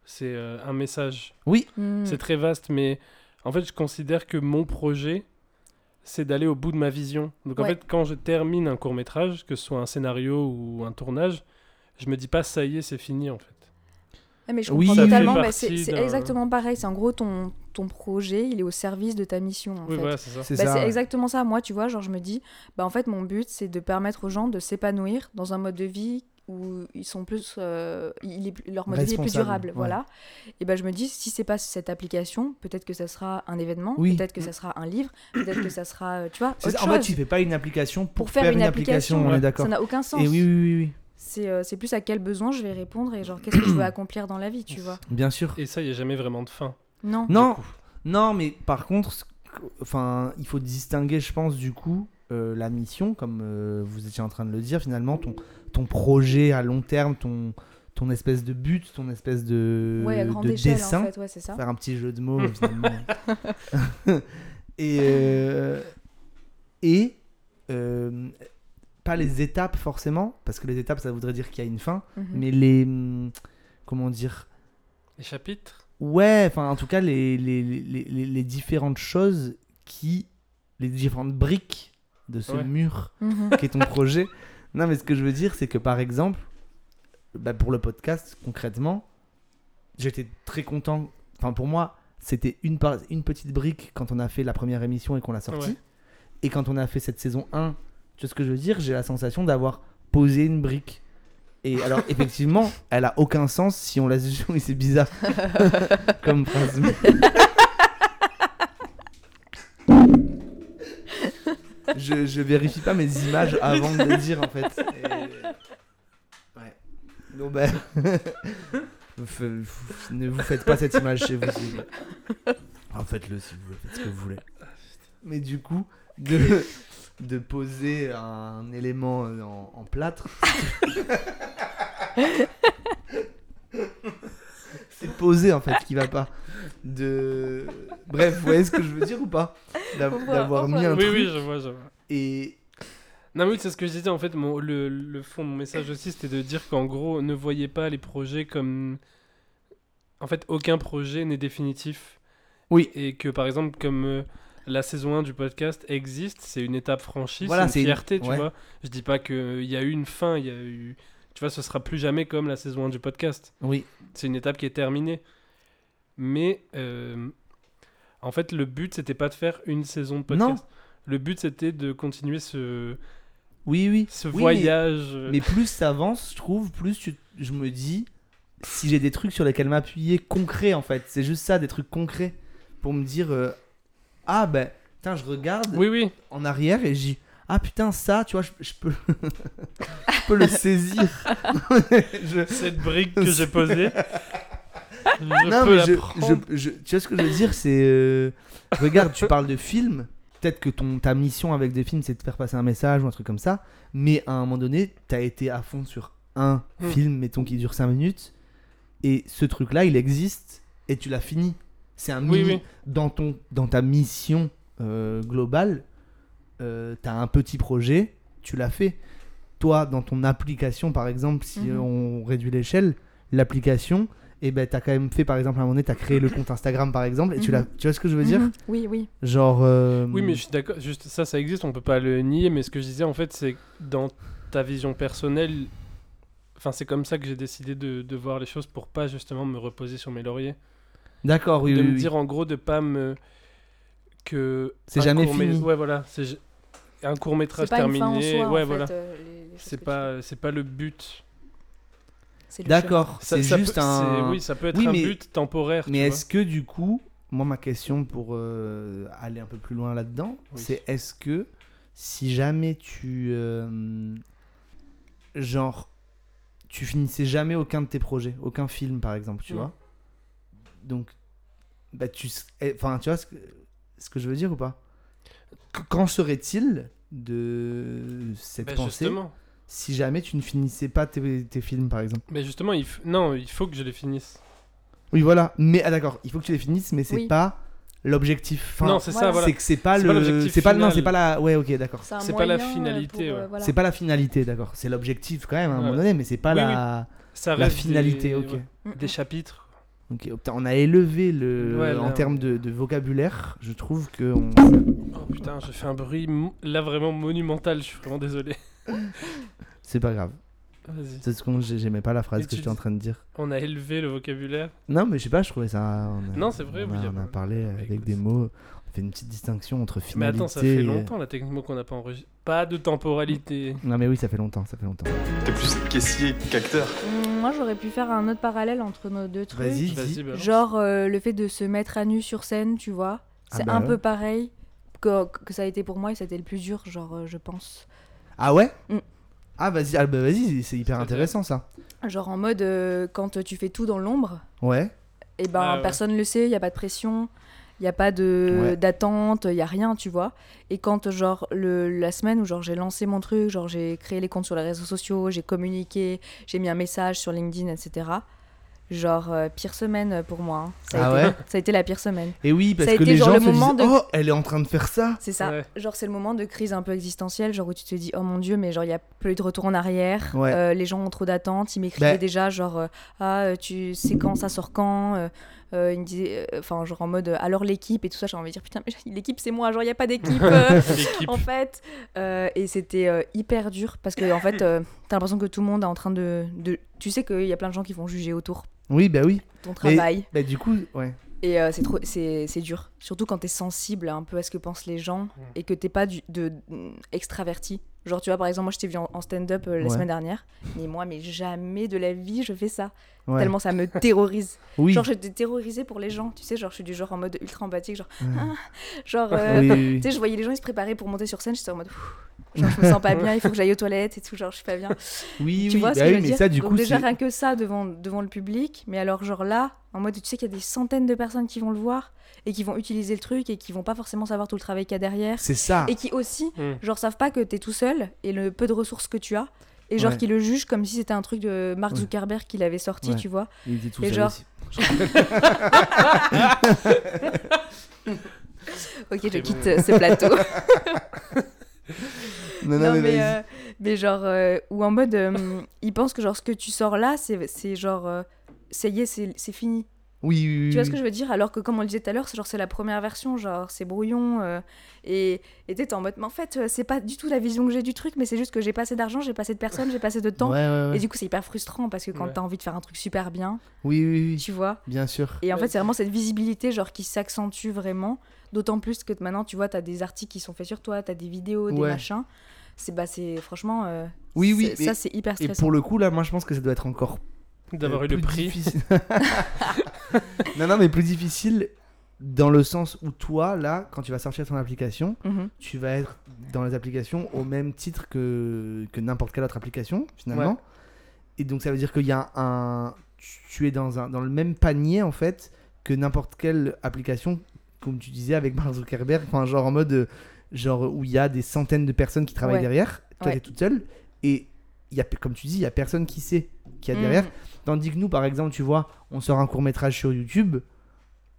Speaker 2: c'est euh, un message
Speaker 3: Hmm.
Speaker 2: c'est très vaste mais en fait je considère que mon projet c'est d'aller au bout de ma vision donc en
Speaker 3: Ouais.
Speaker 2: fait quand je termine un court métrage que ce soit un scénario ou un tournage je me dis pas ça y est c'est fini en fait
Speaker 3: Ah, mais je
Speaker 1: Oui,
Speaker 3: comprends
Speaker 1: ça fait
Speaker 3: totalement, mais c'est
Speaker 2: partie
Speaker 3: c'est
Speaker 2: d'un-
Speaker 3: exactement pareil. C'est en gros ton, ton projet, il est au service de ta mission. En
Speaker 2: oui
Speaker 3: fait.
Speaker 2: voilà c'est ça
Speaker 1: C'est
Speaker 3: Bah,
Speaker 1: ça.
Speaker 3: c'est
Speaker 1: ouais.
Speaker 3: exactement ça. Moi, tu vois, genre, je me dis, bah, en fait, mon but, c'est de permettre aux gens de s'épanouir dans un mode de vie où ils sont plus, euh, il est plus- leur mode de vie est plus
Speaker 1: Responsable,
Speaker 3: durable,
Speaker 1: ouais.
Speaker 3: voilà. Et ben, je me dis, si c'est pas cette application, peut-être que ça sera un événement,
Speaker 1: Oui.
Speaker 3: peut-être que ça sera un livre, peut-être que ça sera, euh, tu vois,
Speaker 1: C'est
Speaker 3: autre
Speaker 1: ça. En fait,
Speaker 3: chose.
Speaker 1: tu fais pas une application pour,
Speaker 3: Pour faire une application,
Speaker 1: on
Speaker 2: ouais.
Speaker 1: est d'accord.
Speaker 3: ça n'a aucun sens.
Speaker 1: Et oui, oui, oui, oui.
Speaker 3: C'est euh, c'est plus à quel besoin je vais répondre et genre qu'est-ce que je veux accomplir dans la vie, tu vois.
Speaker 1: Bien sûr.
Speaker 2: et ça il y a jamais vraiment de fin
Speaker 3: Non.
Speaker 1: Non, non, mais par contre, ce que- enfin, il faut distinguer, je pense, du coup, euh, la mission, comme euh, vous étiez en train de le dire, finalement, ton, ton projet à long terme, ton, ton espèce de but, ton espèce de,
Speaker 3: Ouais, à grande
Speaker 1: de
Speaker 3: échelle,
Speaker 1: dessin.
Speaker 3: en fait, hein. ouais, c'est ça.
Speaker 1: Faire un petit jeu de mots, finalement. et euh, et euh, pas les étapes forcément, parce que les étapes, ça voudrait dire qu'il y a une fin,
Speaker 2: Mhm.
Speaker 3: Mm.
Speaker 1: mais les. hum, Comment dire
Speaker 2: Les chapitres
Speaker 1: Ouais, enfin, en tout cas, les, les, les, les- les différentes choses qui. Les différentes briques de ce
Speaker 2: Ouais.
Speaker 1: mur
Speaker 2: Mhm.
Speaker 1: qui est ton projet. Non, mais ce que je veux dire, c'est que par exemple, bah, pour le podcast, concrètement, j'étais très content. Enfin, pour moi, c'était une, par- une petite brique quand on a fait la première émission et qu'on l'a sortie.
Speaker 2: Ouais.
Speaker 1: Et quand on a fait cette saison 1, tu vois ce que je veux dire J'ai la sensation d'avoir posé une brique. Et alors, effectivement, elle a aucun sens si on la jouer, c'est bizarre. Comme phrase. je, je vérifie pas mes images avant de les dire, en fait. Et- Ouais. Donc, ben. f- f- ne vous faites pas cette image chez vous, s'il vous plaît. En faites-le si vous voulez, faites ce que vous voulez. Mais du coup, de, de poser un élément euh, en, en plâtre. C'est poser en fait qui va pas. De. Bref, vous voyez ce que je veux dire ou pas D'a-
Speaker 2: On voit,
Speaker 1: D'avoir
Speaker 2: on
Speaker 1: mis
Speaker 2: voit.
Speaker 1: un
Speaker 2: Oui,
Speaker 1: truc.
Speaker 2: oui, je vois, je vois.
Speaker 1: Et.
Speaker 2: Non, mais oui, c'est ce que je disais en fait. Mon, le, le fond de mon message aussi, c'était de dire qu'en gros, ne voyez pas les projets comme. En fait, aucun projet n'est définitif.
Speaker 1: Oui.
Speaker 2: Et que par exemple, comme euh, la saison 1 du podcast existe, c'est une étape franchie,
Speaker 1: Voilà,
Speaker 2: c'est
Speaker 1: c'est
Speaker 2: une
Speaker 1: une-
Speaker 2: fierté, tu
Speaker 1: ouais.
Speaker 2: vois. Je dis pas qu'il y a eu une fin, il y a eu. Tu vois, ce sera plus jamais comme la saison 1 du podcast.
Speaker 1: Oui.
Speaker 2: C'est une étape qui est terminée. Mais euh, en fait, le but, c'était pas de faire une saison de podcast.
Speaker 1: Non.
Speaker 2: Le but, c'était de continuer ce.
Speaker 1: Oui, oui.
Speaker 2: Ce
Speaker 1: Oui, mais-
Speaker 2: voyage.
Speaker 1: Mais, plus ça avance, je trouve, plus tu- je me dis si j'ai des trucs sur lesquels m'appuyer concrets en fait. C'est juste ça, des trucs concrets pour me dire euh, ah ben, putain, je regarde en arrière et j'y ah putain ça, tu vois, je, je peux je peux le saisir. Je-
Speaker 2: Cette brique que j'ai posée. je
Speaker 1: non,
Speaker 2: peux
Speaker 1: mais
Speaker 2: la
Speaker 1: je-
Speaker 2: prendre.
Speaker 1: je- je- tu vois ce que je veux dire C'est. euh, regarde, tu parles de films. Peut-être que ton, ta mission avec des films, c'est de faire passer un message ou un truc comme ça. Mais à un moment donné, t'as été à fond sur un
Speaker 2: Hmm.
Speaker 1: film, mettons, qui dure 5 minutes. Et ce truc-là, il existe et tu l'as fini. C'est un
Speaker 2: Oui,
Speaker 1: mini.
Speaker 2: oui.
Speaker 1: Dans, ton, dans ta mission euh, globale, euh, t'as un petit projet, tu l'as fait. Toi, dans ton application, par exemple, si
Speaker 2: Mhm.
Speaker 1: on réduit l'échelle, l'application, et ben, t'as quand même fait, par exemple, à un moment donné, t'as créé le compte Instagram, par exemple, et tu
Speaker 3: Mhm.
Speaker 1: l'as. Tu vois ce que je veux dire
Speaker 3: Mhm. Oui, oui.
Speaker 1: Genre. euh,
Speaker 2: Oui, mais je suis d'accord. Juste ça, ça existe. On peut pas le nier. Mais ce que je disais, en fait, c'est que dans ta vision personnelle. Enfin, c'est comme ça que j'ai décidé de, de voir les choses pour pas justement me reposer sur mes lauriers.
Speaker 1: D'accord, Ah oui,
Speaker 2: De
Speaker 1: oui,
Speaker 2: me
Speaker 1: oui.
Speaker 2: dire en gros de pas me que
Speaker 1: C'est
Speaker 2: un
Speaker 1: jamais
Speaker 2: court mé-
Speaker 1: fini.
Speaker 2: Ouais, voilà. C'est j- un court métrage
Speaker 3: C'est pas une
Speaker 2: terminé.
Speaker 3: fin en soi, en
Speaker 2: ouais,
Speaker 3: fait,
Speaker 2: voilà.
Speaker 3: euh, les- les choses
Speaker 2: c'est
Speaker 3: que tu
Speaker 2: pas, c'est pas le but.
Speaker 3: C'est le
Speaker 1: D'accord,
Speaker 2: Ça-
Speaker 1: c'est
Speaker 2: ça
Speaker 1: juste
Speaker 2: peut-
Speaker 1: un.
Speaker 2: c'est- Oui, ça peut être
Speaker 1: Oui,
Speaker 2: un
Speaker 1: mais-
Speaker 2: but temporaire. tu
Speaker 1: Mais
Speaker 2: vois.
Speaker 1: est-ce que du coup, moi ma question pour euh, aller un peu plus loin là-dedans,
Speaker 2: Oui.
Speaker 1: c'est est-ce que si jamais tu euh, genre tu finissais jamais aucun de tes projets, aucun film par exemple, tu
Speaker 2: Mm.
Speaker 1: vois. Donc bah tu s- eh, enfin tu vois ce que, ce que je veux dire ou pas Qu- Qu'en serait-il de cette
Speaker 2: Bah,
Speaker 1: pensée
Speaker 2: justement.
Speaker 1: si jamais tu ne finissais pas tes, tes films par exemple
Speaker 2: Mais justement, il f- non, il faut que je les finisse.
Speaker 1: Oui, voilà. Mais ah, d'accord, il faut que tu les finisses, mais c'est
Speaker 2: Oui.
Speaker 1: pas l'objectif. Enfin,
Speaker 2: Non, c'est ça, Voilà. voilà.
Speaker 1: C'est que c'est pas
Speaker 2: C'est pas
Speaker 1: le.
Speaker 2: l'objectif
Speaker 1: C'est pas, non,
Speaker 2: final.
Speaker 1: c'est pas la. Ouais, ok, d'accord.
Speaker 2: C'est un C'est pas la moyen, euh, finalité, pour, euh, ouais. voilà.
Speaker 1: C'est pas la finalité, d'accord. C'est l'objectif quand même à un moment donné, mais c'est pas
Speaker 2: Oui,
Speaker 1: la.
Speaker 2: oui. Ça
Speaker 1: la
Speaker 2: reste des-
Speaker 1: finalité, ok.
Speaker 2: ouais,
Speaker 3: Mm,
Speaker 2: Des chapitres.
Speaker 1: Ok, oh, putain, on a élevé le.
Speaker 2: Ouais, là,
Speaker 1: en
Speaker 2: on-
Speaker 1: termes de, de vocabulaire, je trouve que. On...
Speaker 2: Oh putain, j'ai fait un bruit mo- là vraiment monumental, je suis vraiment désolé.
Speaker 1: C'est pas grave.
Speaker 2: Vas-y.
Speaker 1: C'est ce qu'on. j'ai- J'aimais pas la phrase
Speaker 2: Mais
Speaker 1: que
Speaker 2: tu
Speaker 1: j'étais en
Speaker 2: dis-
Speaker 1: train de dire.
Speaker 2: On a élevé le vocabulaire.
Speaker 1: Non, mais je sais pas, je trouvais ça. on a-
Speaker 2: Non, c'est vrai,
Speaker 1: On
Speaker 2: oui, y
Speaker 1: a,
Speaker 2: a
Speaker 1: on
Speaker 2: pas-
Speaker 1: a parlé avec des mots. On fait une petite distinction entre
Speaker 2: Mais
Speaker 1: finalité.
Speaker 2: attends, ça
Speaker 1: et-
Speaker 2: fait longtemps là, techniquement, qu'on n'a pas enregistré. Pas de temporalité.
Speaker 1: Non, mais oui, ça fait longtemps, ça fait longtemps.
Speaker 8: T'es plus caissier qu'acteur.
Speaker 3: Hum, Moi, j'aurais pu faire un autre parallèle entre nos deux trucs.
Speaker 1: Vas-y, Vas-y, dis. balance.
Speaker 3: Genre euh, le fait de se mettre à nu sur scène, tu vois.
Speaker 1: Ah
Speaker 3: C'est
Speaker 1: bah
Speaker 3: un
Speaker 1: ouais.
Speaker 3: peu pareil que, que ça a été pour moi et ça a été le plus dur, genre, euh, je pense.
Speaker 1: Ah ouais
Speaker 3: Mm.
Speaker 1: Ah vas-y, ah bah vas-y, c'est hyper intéressant ça.
Speaker 3: Genre en mode euh, quand tu fais tout dans l'ombre,
Speaker 1: Ouais.
Speaker 3: et ben
Speaker 1: Ah ouais.
Speaker 3: personne le sait, il n'y a pas de pression, il n'y a pas de
Speaker 1: Ouais.
Speaker 3: d'attente, il n'y a rien, tu vois. Et quand genre le, la semaine où genre j'ai lancé mon truc, genre j'ai créé les comptes sur les réseaux sociaux, j'ai communiqué, j'ai mis un message sur LinkedIn, etc. genre euh, pire semaine pour moi. hein. Ça
Speaker 1: Ah
Speaker 3: a été-
Speaker 1: ouais
Speaker 3: Ça a été la pire semaine.
Speaker 1: Et oui,
Speaker 3: Ça
Speaker 1: parce
Speaker 3: a
Speaker 1: que
Speaker 3: été
Speaker 1: les
Speaker 3: genre
Speaker 1: gens
Speaker 3: le
Speaker 1: se
Speaker 3: moment
Speaker 1: disent
Speaker 3: de-
Speaker 1: Oh, elle est en train de faire ça
Speaker 3: C'est ça.
Speaker 1: Ouais.
Speaker 3: Genre, c'est le moment de crise un peu existentielle, genre où tu te dis, oh mon dieu, mais genre, il n'y a plus de retour en arrière.
Speaker 1: Ouais.
Speaker 3: Euh, les gens ont trop d'attentes. Ils m'écrivaient
Speaker 1: Ben-
Speaker 3: déjà, genre, euh, ah, euh, tu sais quand, ça sort quand Euh, euh, Ils me disaient, euh, enfin, genre en mode, euh, alors l'équipe et tout ça. J'ai envie de dire, putain, mais l'équipe, c'est moi, genre, il n'y a pas d'équipe. euh,
Speaker 2: L'équipe.
Speaker 3: en fait. Euh, et c'était euh, hyper dur parce que, en fait, euh, t'as l'impression que tout le monde est en train de. de... Tu sais qu'il y a plein de gens qui vont juger autour
Speaker 1: Oui, bah oui.
Speaker 3: ton
Speaker 1: Mais-
Speaker 3: travail.
Speaker 1: bah du coup, ouais.
Speaker 3: Et euh, c'est trop, c'est c'est dur. Surtout quand t'es sensible un peu à ce que pensent les gens et que t'es pas du, de, mm, extraverti. Genre, tu vois, par exemple, moi, je t'ai vu en, en stand-up euh, la
Speaker 1: Ouais.
Speaker 3: semaine dernière. Mais moi, mais jamais de la vie, je fais ça.
Speaker 1: Ouais.
Speaker 3: Tellement ça me terrorise.
Speaker 1: Oui.
Speaker 3: Genre, j'étais terrorisée pour les gens. Tu sais, genre, je suis du genre en mode ultra empathique. Genre,
Speaker 1: Ouais.
Speaker 3: Ah genre euh,
Speaker 1: Oui, oui, oui.
Speaker 3: tu sais, je voyais les gens, ils se préparaient pour monter sur scène. J'étais en mode, Ouh, genre, je me sens pas bien, il faut que j'aille aux toilettes et tout. Genre, je suis pas bien.
Speaker 1: Oui,
Speaker 3: tu
Speaker 1: oui,
Speaker 3: vois ce
Speaker 1: bah
Speaker 3: que
Speaker 1: oui,
Speaker 3: je veux
Speaker 1: mais
Speaker 3: dire
Speaker 1: ça, du
Speaker 3: Donc
Speaker 1: coup,
Speaker 3: déjà
Speaker 1: c'est-
Speaker 3: rien que ça devant devant le public, mais alors genre là, en mode tu sais qu'il y a des centaines de personnes qui vont le voir et qui vont utiliser le truc et qui vont pas forcément savoir tout le travail qu'il y a derrière.
Speaker 1: C'est ça.
Speaker 3: Et qui aussi
Speaker 1: Mm.
Speaker 3: genre savent pas que t'es tout seul et le peu de ressources que tu as. Et genre
Speaker 1: Ouais.
Speaker 3: qui le jugent comme si c'était un truc de Mark
Speaker 1: Ouais.
Speaker 3: Zuckerberg qu'il avait sorti,
Speaker 1: Ouais.
Speaker 3: tu vois.
Speaker 1: Il était tout
Speaker 3: et
Speaker 1: seul
Speaker 3: genre...
Speaker 1: aussi.
Speaker 3: ok, je
Speaker 1: Très bon.
Speaker 3: quitte euh, ce plateau.
Speaker 1: Non, non, mais vas-y.
Speaker 3: euh, mais genre, euh, ou en mode, euh, ils pensent que genre ce que tu sors là, c'est c'est genre, euh, ça y est, c'est c'est fini.
Speaker 1: Oui, oui, oui,
Speaker 3: Tu vois ce
Speaker 1: oui.
Speaker 3: que je veux dire Alors que comme on le disait tout à l'heure, c'est genre c'est la première version, genre c'est brouillon euh, et et t'es en mode, mais en fait euh, c'est pas du tout la vision que j'ai du truc, mais c'est juste que j'ai pas assez d'argent, j'ai pas assez de personnes, j'ai pas assez de temps.
Speaker 1: Ouais, ouais, ouais.
Speaker 3: Et du coup c'est hyper frustrant parce que quand
Speaker 1: Ouais.
Speaker 3: t'as envie de faire un truc super bien,
Speaker 1: Oui, oui, oui.
Speaker 3: tu vois.
Speaker 1: Bien sûr.
Speaker 3: Et en fait, c'est vraiment cette visibilité genre qui s'accentue vraiment. D'autant plus que maintenant, tu vois, t'as des articles qui sont faits sur toi, t'as des vidéos, des
Speaker 1: Ouais.
Speaker 3: machins. C'est bah, c'est franchement. euh,
Speaker 1: Oui, oui.
Speaker 3: c'est-
Speaker 1: mais-
Speaker 3: Ça, c'est hyper stressant.
Speaker 1: Et pour le coup, là, moi, je pense que ça doit être encore.
Speaker 2: D'avoir
Speaker 1: euh,
Speaker 2: eu le
Speaker 1: plus
Speaker 2: prix.
Speaker 1: difficile. non, non, mais plus difficile dans le sens où toi, là, quand tu vas sortir ton application,
Speaker 7: Mhm.
Speaker 1: tu vas être dans les applications au même titre que, que n'importe quelle autre application, finalement.
Speaker 2: Ouais.
Speaker 1: Et donc, ça veut dire qu'il y a un. tu- Tu es dans, un, dans le même panier, en fait, que n'importe quelle application, comme tu disais avec Mark Zuckerberg, enfin, genre en mode. euh, Genre où il y a des centaines de personnes qui travaillent
Speaker 9: Ouais.
Speaker 1: derrière. Toi,
Speaker 9: Ouais.
Speaker 1: t'es toute seule. Et il y a, comme tu dis, il y a personne qui sait qu'il y a
Speaker 9: Mm.
Speaker 1: derrière. Tandis que nous, par exemple, tu vois, on sort un court métrage sur YouTube.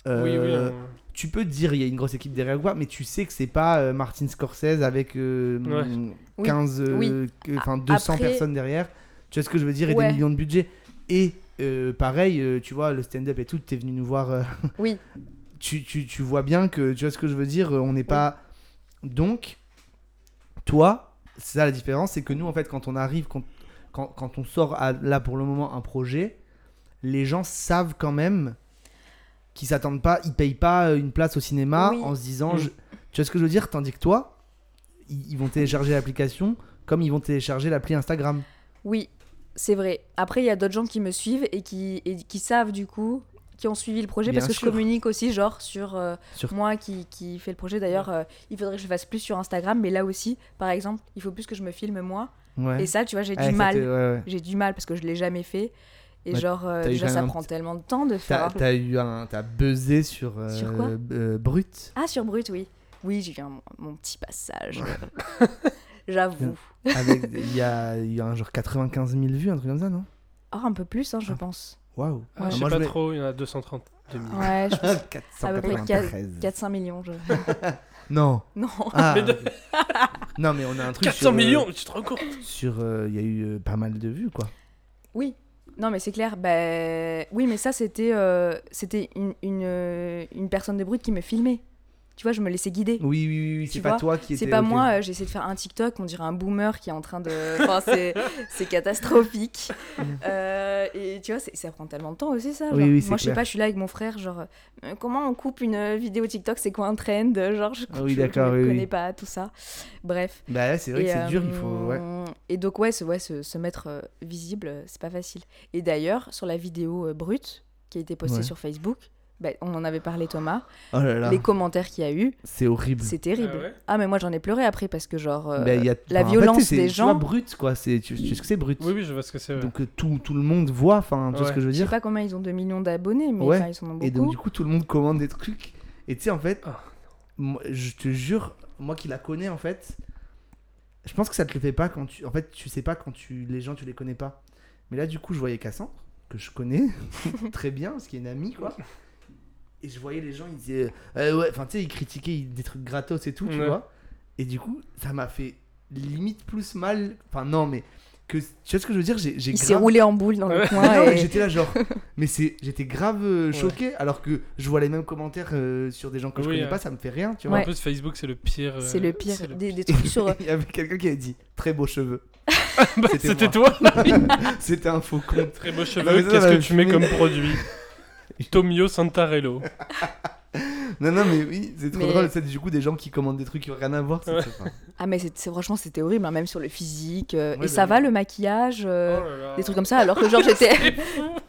Speaker 2: Oui, oui, hein.
Speaker 1: euh,
Speaker 2: on-
Speaker 1: Tu peux te dire, il y a une grosse équipe derrière ou quoi, mais tu sais que c'est pas euh, Martin Scorsese avec euh,
Speaker 2: Ouais.
Speaker 1: mm,
Speaker 2: Oui.
Speaker 1: 15, euh,
Speaker 2: Oui.
Speaker 1: que- enfin
Speaker 2: A-
Speaker 1: 200
Speaker 2: après-
Speaker 1: personnes derrière. Tu vois ce que je veux dire Et
Speaker 2: Ouais.
Speaker 1: des millions de budget. Et euh, pareil, euh, tu vois, le stand-up et tout, t'es venu nous voir. euh,
Speaker 3: Oui.
Speaker 1: tu, tu, tu vois bien que, tu vois ce que je veux dire, Euh, on n'est pas. Donc, toi, c'est ça la différence, c'est que nous, en fait, quand on arrive, quand, quand, quand on sort à- là pour le moment un projet, les gens savent quand même qu'ils s'attendent pas, ils payent pas euh, une place au cinéma
Speaker 9: Oui.
Speaker 1: en se disant,
Speaker 9: Mm.
Speaker 1: je- tu vois ce que je veux dire, tandis que toi, ils, ils vont télécharger l'application comme ils vont télécharger l'appli Instagram.
Speaker 3: Oui, c'est vrai. Après, il y a d'autres gens qui me suivent et qui, et qui savent du coup, qui ont suivi le projet,
Speaker 1: Bien
Speaker 3: parce que
Speaker 1: sûr.
Speaker 3: je communique aussi, genre, sur, euh,
Speaker 1: Sur-
Speaker 3: moi qui, qui fais le projet. D'ailleurs, euh, il faudrait que je fasse plus sur Instagram, mais là aussi, par exemple, il faut plus que je me filme moi.
Speaker 1: Ouais.
Speaker 3: Et ça, tu vois, j'ai
Speaker 1: Ah, ça
Speaker 3: du mal.
Speaker 1: te- ouais, ouais.
Speaker 3: J'ai du mal parce que je l'ai jamais fait. Et
Speaker 1: Bah,
Speaker 3: genre, euh,
Speaker 1: t'as eu
Speaker 3: déjà,
Speaker 1: quand
Speaker 3: ça
Speaker 1: même un
Speaker 3: prend
Speaker 1: petit-
Speaker 3: tellement de temps de
Speaker 1: T'as
Speaker 3: faire.
Speaker 1: t'as eu un, t'as buzzé sur, euh,
Speaker 3: Sur quoi
Speaker 1: euh, Brut.
Speaker 3: Ah, sur Brut, oui. Oui, j'ai eu un- mon petit passage. J'avoue.
Speaker 1: Avec- Il y a, il y a un genre 95 000 vues, un truc comme ça, non
Speaker 3: Oh, un peu plus, hein, je pense.
Speaker 1: Waouh.
Speaker 2: Ah, je sais
Speaker 1: Moi,
Speaker 2: pas
Speaker 1: je vais-
Speaker 2: trop, il y en a 230 000.
Speaker 3: Ouais, je pense à peu près
Speaker 1: 493.
Speaker 3: 4-5 millions. je-
Speaker 1: Non.
Speaker 3: Non.
Speaker 1: Ah,
Speaker 2: Mais de-
Speaker 1: ok. non, mais on a un truc.
Speaker 2: 400
Speaker 1: sur, euh,
Speaker 2: millions, tu te rends compte
Speaker 1: Sur, euh, il y a eu euh, pas mal de vues, quoi.
Speaker 3: Oui. Non, mais c'est clair. Ben... Oui, mais ça, c'était euh, c'était une, une, euh, une personne de brut qui me filmait. Tu vois, je me laissais guider.
Speaker 1: Oui, oui, oui, oui,
Speaker 3: Tu
Speaker 1: c'est pas
Speaker 3: vois,
Speaker 1: toi qui
Speaker 3: C'est
Speaker 1: étais-
Speaker 3: pas
Speaker 1: ok.
Speaker 3: moi, euh, j'ai essayé de faire un TikTok, on dirait un boomer qui est en train de. Enfin, c'est c'est catastrophique. Euh, et tu vois, c'est- ça prend tellement de temps aussi, ça.
Speaker 1: Oui,
Speaker 3: genre.
Speaker 1: oui, c'est
Speaker 3: moi, je sais
Speaker 1: clair.
Speaker 3: pas, je suis là avec mon frère, genre, euh, comment on coupe une vidéo TikTok C'est quoi un trend Genre, je,
Speaker 1: Ah oui,
Speaker 3: je- je
Speaker 1: d'accord,
Speaker 3: me
Speaker 1: oui, oui.
Speaker 3: connais pas, tout ça. Bref.
Speaker 1: Bah ouais, c'est vrai que
Speaker 3: Et, euh,
Speaker 1: c'est dur, il faut- ouais.
Speaker 3: Et donc, ouais, se, ouais, se, se mettre euh, visible, euh, c'est pas facile. Et d'ailleurs, sur la vidéo euh, brute qui a été postée
Speaker 1: Ouais.
Speaker 3: sur Facebook, bah, on en avait parlé, Thomas.
Speaker 1: Oh là là.
Speaker 3: Les commentaires qu'il y a eu.
Speaker 1: C'est horrible.
Speaker 3: C'est terrible.
Speaker 1: Ah
Speaker 3: Ah,
Speaker 1: ouais
Speaker 3: mais moi j'en ai pleuré après parce que genre euh,
Speaker 1: Bah, il y a- enfin,
Speaker 3: la
Speaker 1: en fait,
Speaker 3: violence
Speaker 1: c'est-
Speaker 3: des
Speaker 1: Tu vois,
Speaker 3: gens.
Speaker 1: brut, quoi. C'est, tu, tu sais ce que c'est brut.
Speaker 2: Oui, oui, je vois ce que c'est. ouais.
Speaker 1: Donc euh, tout, tout le monde voit, enfin, tu vois ce que je veux
Speaker 3: sais
Speaker 1: dire.
Speaker 3: pas combien ils ont de millions d'abonnés, mais enfin, ils sont beaucoup.
Speaker 1: Et donc, du coup, tout le monde commande des trucs. Et tu sais, en fait, moi, je te jure, moi qui la connais, en fait, je pense que ça te le fait pas quand tu. En fait, tu sais pas quand tu les gens, tu les connais pas. Mais là, du coup, je voyais Cassandre. que je connais très bien, parce qu'il y a une amie, quoi. Et je voyais les gens, ils disaient. euh, ouais, enfin, tu sais, ils critiquaient ils- des trucs gratos et tout, tu
Speaker 2: Ouais.
Speaker 1: vois. Et du coup, ça m'a fait limite plus mal. Enfin, non, mais. Que, tu vois ce que je veux dire J'ai j'ai
Speaker 3: Il s'est
Speaker 1: grave-
Speaker 3: roulé en boule dans le coin.
Speaker 1: mais Ah non, mais
Speaker 3: et-
Speaker 1: j'étais là genre mais c'est j'étais grave euh,
Speaker 2: Ouais.
Speaker 1: choqué alors que je vois les mêmes commentaires euh, sur des gens que je
Speaker 2: Oui,
Speaker 1: connais
Speaker 2: euh.
Speaker 1: pas ça me fait rien tu
Speaker 2: Tu
Speaker 1: vois
Speaker 2: vois, en plus, Facebook, c'est le pire. euh,
Speaker 3: C'est le pire
Speaker 2: c'est le-
Speaker 3: des, des trucs sur.
Speaker 1: il y avait quelqu'un qui avait dit très beaux cheveux
Speaker 2: Bah,
Speaker 1: C'était
Speaker 2: C'était
Speaker 1: moi.
Speaker 2: toi Ah, Marie.
Speaker 1: c'était un faux compte
Speaker 2: Très beau
Speaker 1: Non, mais
Speaker 2: cheveu,
Speaker 1: ça, ça
Speaker 2: qu'est-ce
Speaker 1: m'a
Speaker 2: que tu mets
Speaker 1: fumé.
Speaker 2: comme produit Tomio Santarello.
Speaker 1: non non mais oui c'est trop
Speaker 3: Mais-
Speaker 1: drôle c'est du coup des gens qui commandent des trucs qui ont rien à voir c'est
Speaker 2: Ouais.
Speaker 1: c'est pas-
Speaker 3: Ah, mais c'est, c'est- franchement, c'était horrible, hein, même sur le physique. euh,
Speaker 1: Ouais,
Speaker 3: et ça
Speaker 1: bah
Speaker 3: va
Speaker 1: oui.
Speaker 3: le maquillage euh,
Speaker 2: Oh là là.
Speaker 3: Des trucs comme ça, alors que genre j'étais.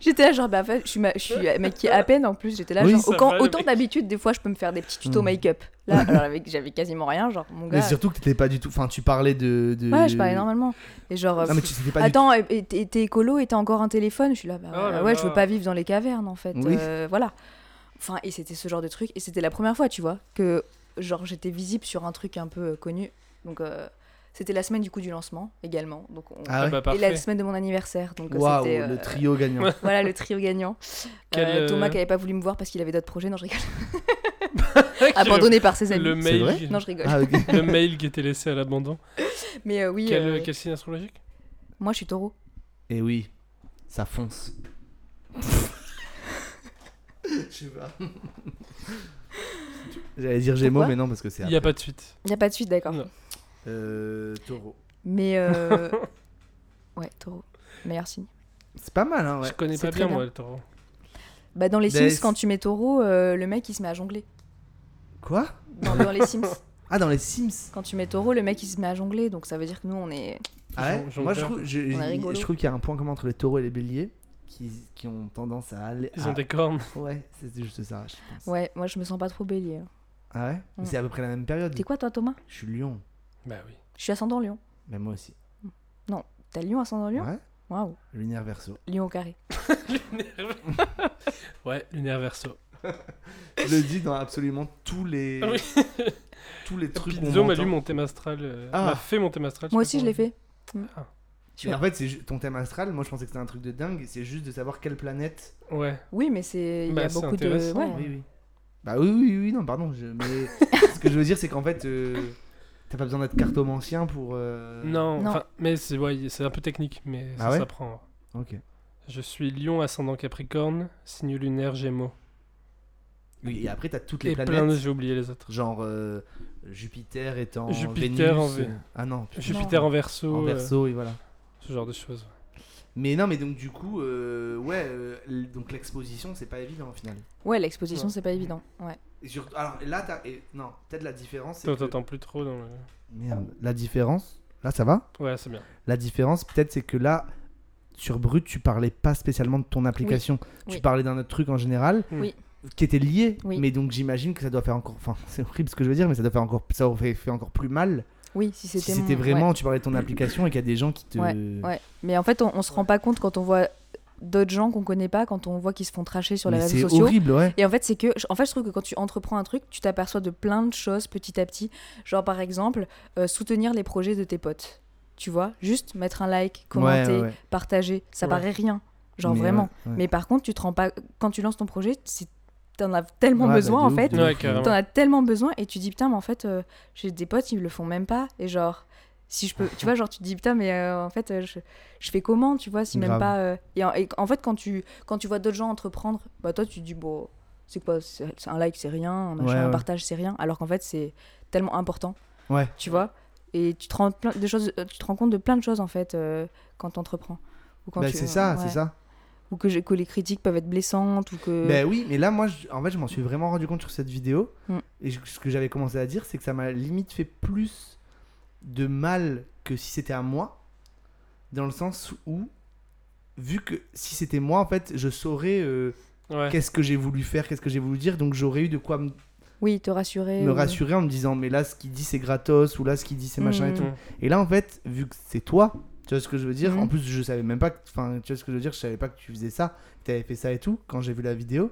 Speaker 3: j'étais là, genre, bah, en fait, je suis, ma- je suis maquillée à peine en plus, j'étais là,
Speaker 1: Oui,
Speaker 3: genre,
Speaker 2: ça
Speaker 3: autant,
Speaker 2: va, le
Speaker 3: autant
Speaker 2: mec.
Speaker 3: d'habitude, des fois, je peux me faire des petits tutos
Speaker 1: Mm.
Speaker 3: make-up. Là, alors, avec- j'avais quasiment rien, genre, mon gars.
Speaker 1: mais surtout que t'étais pas du tout enfin tu parlais de, de...
Speaker 3: Ouais, je parlais normalement. Et genre, euh,
Speaker 1: non mais tu c'était pas du
Speaker 3: attends, et- et t'es et t'es écolo et t'as encore un téléphone Je suis là, bah,
Speaker 2: Oh là
Speaker 3: ouais,
Speaker 2: là.
Speaker 3: je veux pas vivre dans les cavernes en fait.
Speaker 1: Oui.
Speaker 3: euh, voilà. Enfin, et c'était ce genre de truc. Et c'était la première fois, tu vois, que genre j'étais visible sur un truc un peu euh, connu. Donc, euh, c'était la semaine du coup du lancement également. Donc, on-
Speaker 1: ah
Speaker 2: Ah
Speaker 1: ouais
Speaker 2: bah,
Speaker 3: Et la
Speaker 2: parfait.
Speaker 3: semaine de mon anniversaire. Donc, euh,
Speaker 1: waouh
Speaker 3: c'était. euh,
Speaker 1: le trio gagnant
Speaker 3: Voilà le trio gagnant.
Speaker 2: Quel,
Speaker 3: Euh,
Speaker 2: euh,
Speaker 3: Thomas qui avait pas voulu me voir parce qu'il avait d'autres projets. Non, je rigole.
Speaker 2: Qui-
Speaker 3: Abandonné par ses
Speaker 2: Le
Speaker 3: amis.
Speaker 1: C'est vrai
Speaker 2: mail,
Speaker 3: Non, je rigole.
Speaker 1: ah ok
Speaker 2: le mail qui était laissé à l'abandon.
Speaker 3: Mais euh, oui,
Speaker 2: Quel,
Speaker 3: euh,
Speaker 2: quel signe astrologique
Speaker 3: moi je suis taureau.
Speaker 1: et Eh oui ça fonce je sais pas J'allais dire Gémeaux,
Speaker 3: Pourquoi
Speaker 1: mais non, parce que c'est
Speaker 2: Il n'y a pas de suite.
Speaker 3: Il n'y a pas de suite, d'accord.
Speaker 2: Non.
Speaker 1: Euh, taureau.
Speaker 3: Mais. euh, ouais, taureau. Meilleur signe.
Speaker 1: C'est pas mal, hein, ouais.
Speaker 2: Je connais
Speaker 3: C'est
Speaker 2: pas
Speaker 3: très
Speaker 2: bien,
Speaker 3: bien.
Speaker 2: moi, le taureau.
Speaker 3: Bah dans les
Speaker 1: Des-
Speaker 3: Sims, quand tu mets taureau, euh, le mec il se met à jongler.
Speaker 1: Quoi
Speaker 3: Dans, dans les Sims,
Speaker 1: Ah, dans les Sims
Speaker 3: quand tu mets taureau, le mec il se met à jongler. Donc ça veut dire que nous on est.
Speaker 1: Ah ouais
Speaker 2: J'en- j'en
Speaker 1: Moi, je
Speaker 2: perds.
Speaker 1: trouve, je,
Speaker 3: On est rigolo.
Speaker 1: je trouve qu'il y a un point commun entre les taureaux et les béliers qui, qui ont tendance à aller.
Speaker 2: Ils
Speaker 1: à-
Speaker 2: ont
Speaker 3: Ah.
Speaker 2: des cornes.
Speaker 1: Ouais, c'est juste ça, je pense.
Speaker 3: Ouais, moi je me sens pas trop bélier. hein.
Speaker 1: Ah ouais Mais
Speaker 3: Mm.
Speaker 1: C'est à peu près la même période.
Speaker 3: T'es quoi toi Thomas
Speaker 1: Je suis lion.
Speaker 2: Bah oui.
Speaker 3: Je suis ascendant lion.
Speaker 1: Mais moi aussi.
Speaker 3: T'as lion ascendant lion
Speaker 1: Ouais
Speaker 3: Waouh,
Speaker 1: Lunaire verso.
Speaker 3: lion au carré.
Speaker 2: Ouais, lunaire verso.
Speaker 1: Je le dis dans absolument tous les.
Speaker 2: Ah oui.
Speaker 1: tous les trucs. qu'on
Speaker 2: Pizzo m'a lu
Speaker 1: m'entend.
Speaker 2: mon thème astral. euh,
Speaker 1: Ah.
Speaker 2: m'a fait mon thème astral. sais
Speaker 3: Moi
Speaker 2: pas
Speaker 3: aussi je l'ai
Speaker 2: comment-
Speaker 3: fait.
Speaker 1: Mais en fait, c'est ju- ton thème astral. Moi, je pensais que c'était un truc de dingue. C'est juste de savoir quelle planète.
Speaker 2: Ouais.
Speaker 3: Oui, mais c'est. Il y
Speaker 2: Bah,
Speaker 3: a
Speaker 2: c'est
Speaker 3: beaucoup de.
Speaker 2: intéressant.
Speaker 3: Ouais.
Speaker 1: Oui, oui. Bah oui, oui, oui, non, pardon. je- Mais ce que je veux dire, c'est qu'en fait, euh, t'as pas besoin d'être cartomancien pour. euh,
Speaker 2: Non,
Speaker 3: Non.
Speaker 2: enfin, mais c'est ouais, c'est un peu technique, mais
Speaker 1: Ah
Speaker 2: ça
Speaker 1: ouais
Speaker 2: s'apprend.
Speaker 1: Ok.
Speaker 2: Je suis lion ascendant capricorne, signe lunaire gémeaux.
Speaker 1: Oui, et après, t'as toutes les
Speaker 2: Et
Speaker 1: planètes.
Speaker 2: plein de... J'ai oublié les autres.
Speaker 1: Genre euh, Jupiter étant.
Speaker 2: Jupiter en
Speaker 1: Vénus,
Speaker 2: Vé-
Speaker 1: euh, Ah non, putain,
Speaker 2: Jupiter en verso,
Speaker 1: en
Speaker 2: euh,
Speaker 1: verso, et voilà.
Speaker 2: ce genre de choses.
Speaker 1: Mais non, mais donc du coup, euh, ouais, euh, l- donc l'exposition, c'est pas évident au final.
Speaker 3: Ouais, l'exposition
Speaker 2: Ouais.
Speaker 3: c'est pas évident. Ouais.
Speaker 1: Et surtout- alors là, t'as. et- Non, peut-être la différence. c'est
Speaker 2: Toi,
Speaker 1: que-
Speaker 2: t'entends plus trop dans le...
Speaker 1: Merde, la différence. Là, ça va
Speaker 2: Ouais, c'est bien.
Speaker 1: La différence, peut-être, c'est que là, sur Brut, tu parlais pas spécialement de ton application. Tu
Speaker 3: Oui.
Speaker 1: parlais d'un autre truc en général.
Speaker 2: Mm.
Speaker 3: Oui.
Speaker 1: Qui était lié.
Speaker 3: Oui.
Speaker 1: Mais donc, j'imagine que ça doit faire encore. Enfin, c'est horrible ce que je veux dire, mais ça doit faire encore. Ça aurait fait encore plus mal.
Speaker 3: Oui, si c'était.
Speaker 1: si c'était
Speaker 3: mon-
Speaker 1: vraiment. Tu parlais de ton application et qu'il y a des gens qui te.
Speaker 3: Ouais. ouais. Mais en fait, on, on se rend pas compte quand on voit d'autres gens qu'on connaît pas, quand on voit qu'ils se font tracher sur les
Speaker 1: Mais
Speaker 3: réseaux
Speaker 1: c'est
Speaker 3: sociaux.
Speaker 1: horrible, ouais.
Speaker 3: Et en fait, c'est que, en fait, je trouve que quand tu entreprends un truc, tu t'aperçois de plein de choses petit à petit. Genre, par exemple, euh, soutenir les projets de tes potes. Tu vois, juste mettre un like, commenter,
Speaker 1: Ouais, ouais, ouais.
Speaker 3: partager. Ça
Speaker 2: Ouais.
Speaker 3: paraît rien, genre
Speaker 1: Mais
Speaker 3: vraiment.
Speaker 1: ouais, ouais.
Speaker 3: Mais par contre, tu te rends pas. Quand tu lances ton projet, c'est- t'en as tellement
Speaker 1: Ouais,
Speaker 3: besoin
Speaker 1: bah,
Speaker 3: en
Speaker 1: de ouf,
Speaker 3: fait.
Speaker 1: de ouf.
Speaker 2: Ouais, carrément.
Speaker 3: T'en as tellement besoin et tu dis putain, mais en fait, euh, j'ai des potes, ils le font même pas. Et genre, si je peux. Tu vois, genre, tu te dis putain, mais euh, en fait, euh, je, je fais comment, tu vois, si même
Speaker 1: Grave.
Speaker 3: pas. euh, Et, en, et en fait, quand tu, quand tu vois d'autres gens entreprendre, bah toi, tu te dis, bon, c'est quoi c'est- c'est Un like, c'est rien, un, machin,
Speaker 1: Ouais,
Speaker 3: un
Speaker 1: ouais.
Speaker 3: partage, c'est rien. Alors qu'en fait, c'est tellement important,
Speaker 1: Ouais.
Speaker 3: tu vois. Et tu te, rends plein de choses, euh, tu te rends compte de plein de choses, en fait, euh, quand t'entreprends. Ou quand
Speaker 1: Bah,
Speaker 3: tu-
Speaker 1: c'est ça,
Speaker 3: ouais.
Speaker 1: c'est ça.
Speaker 3: Ou que, j'ai- que les critiques peuvent être blessantes, ou que.
Speaker 1: Ben oui, mais là, moi, je- en fait, je m'en suis vraiment rendu compte sur cette vidéo.
Speaker 3: Mm.
Speaker 1: Et je- ce que j'avais commencé à dire, c'est que ça m'a limite fait plus de mal que si c'était à moi. Dans le sens où, vu que si c'était moi, en fait, je saurais euh,
Speaker 2: Ouais.
Speaker 1: qu'est-ce que j'ai voulu faire, qu'est-ce que j'ai voulu dire. Donc j'aurais eu de quoi me,
Speaker 3: Eh Oui, te rassurer.
Speaker 1: me
Speaker 3: ou-
Speaker 1: rassurer en me disant, mais là, ce qu'il dit, c'est gratos, ou là, ce qu'il dit, c'est machin et
Speaker 3: Mm.
Speaker 1: tout.
Speaker 2: Mm.
Speaker 1: Et là, en fait, vu que c'est toi, tu vois ce que je veux dire
Speaker 3: Mhm.
Speaker 1: En plus, je savais même pas, que- enfin, tu vois ce que je veux dire Je savais pas que tu faisais ça, que t'avais fait ça et tout, quand j'ai vu la vidéo.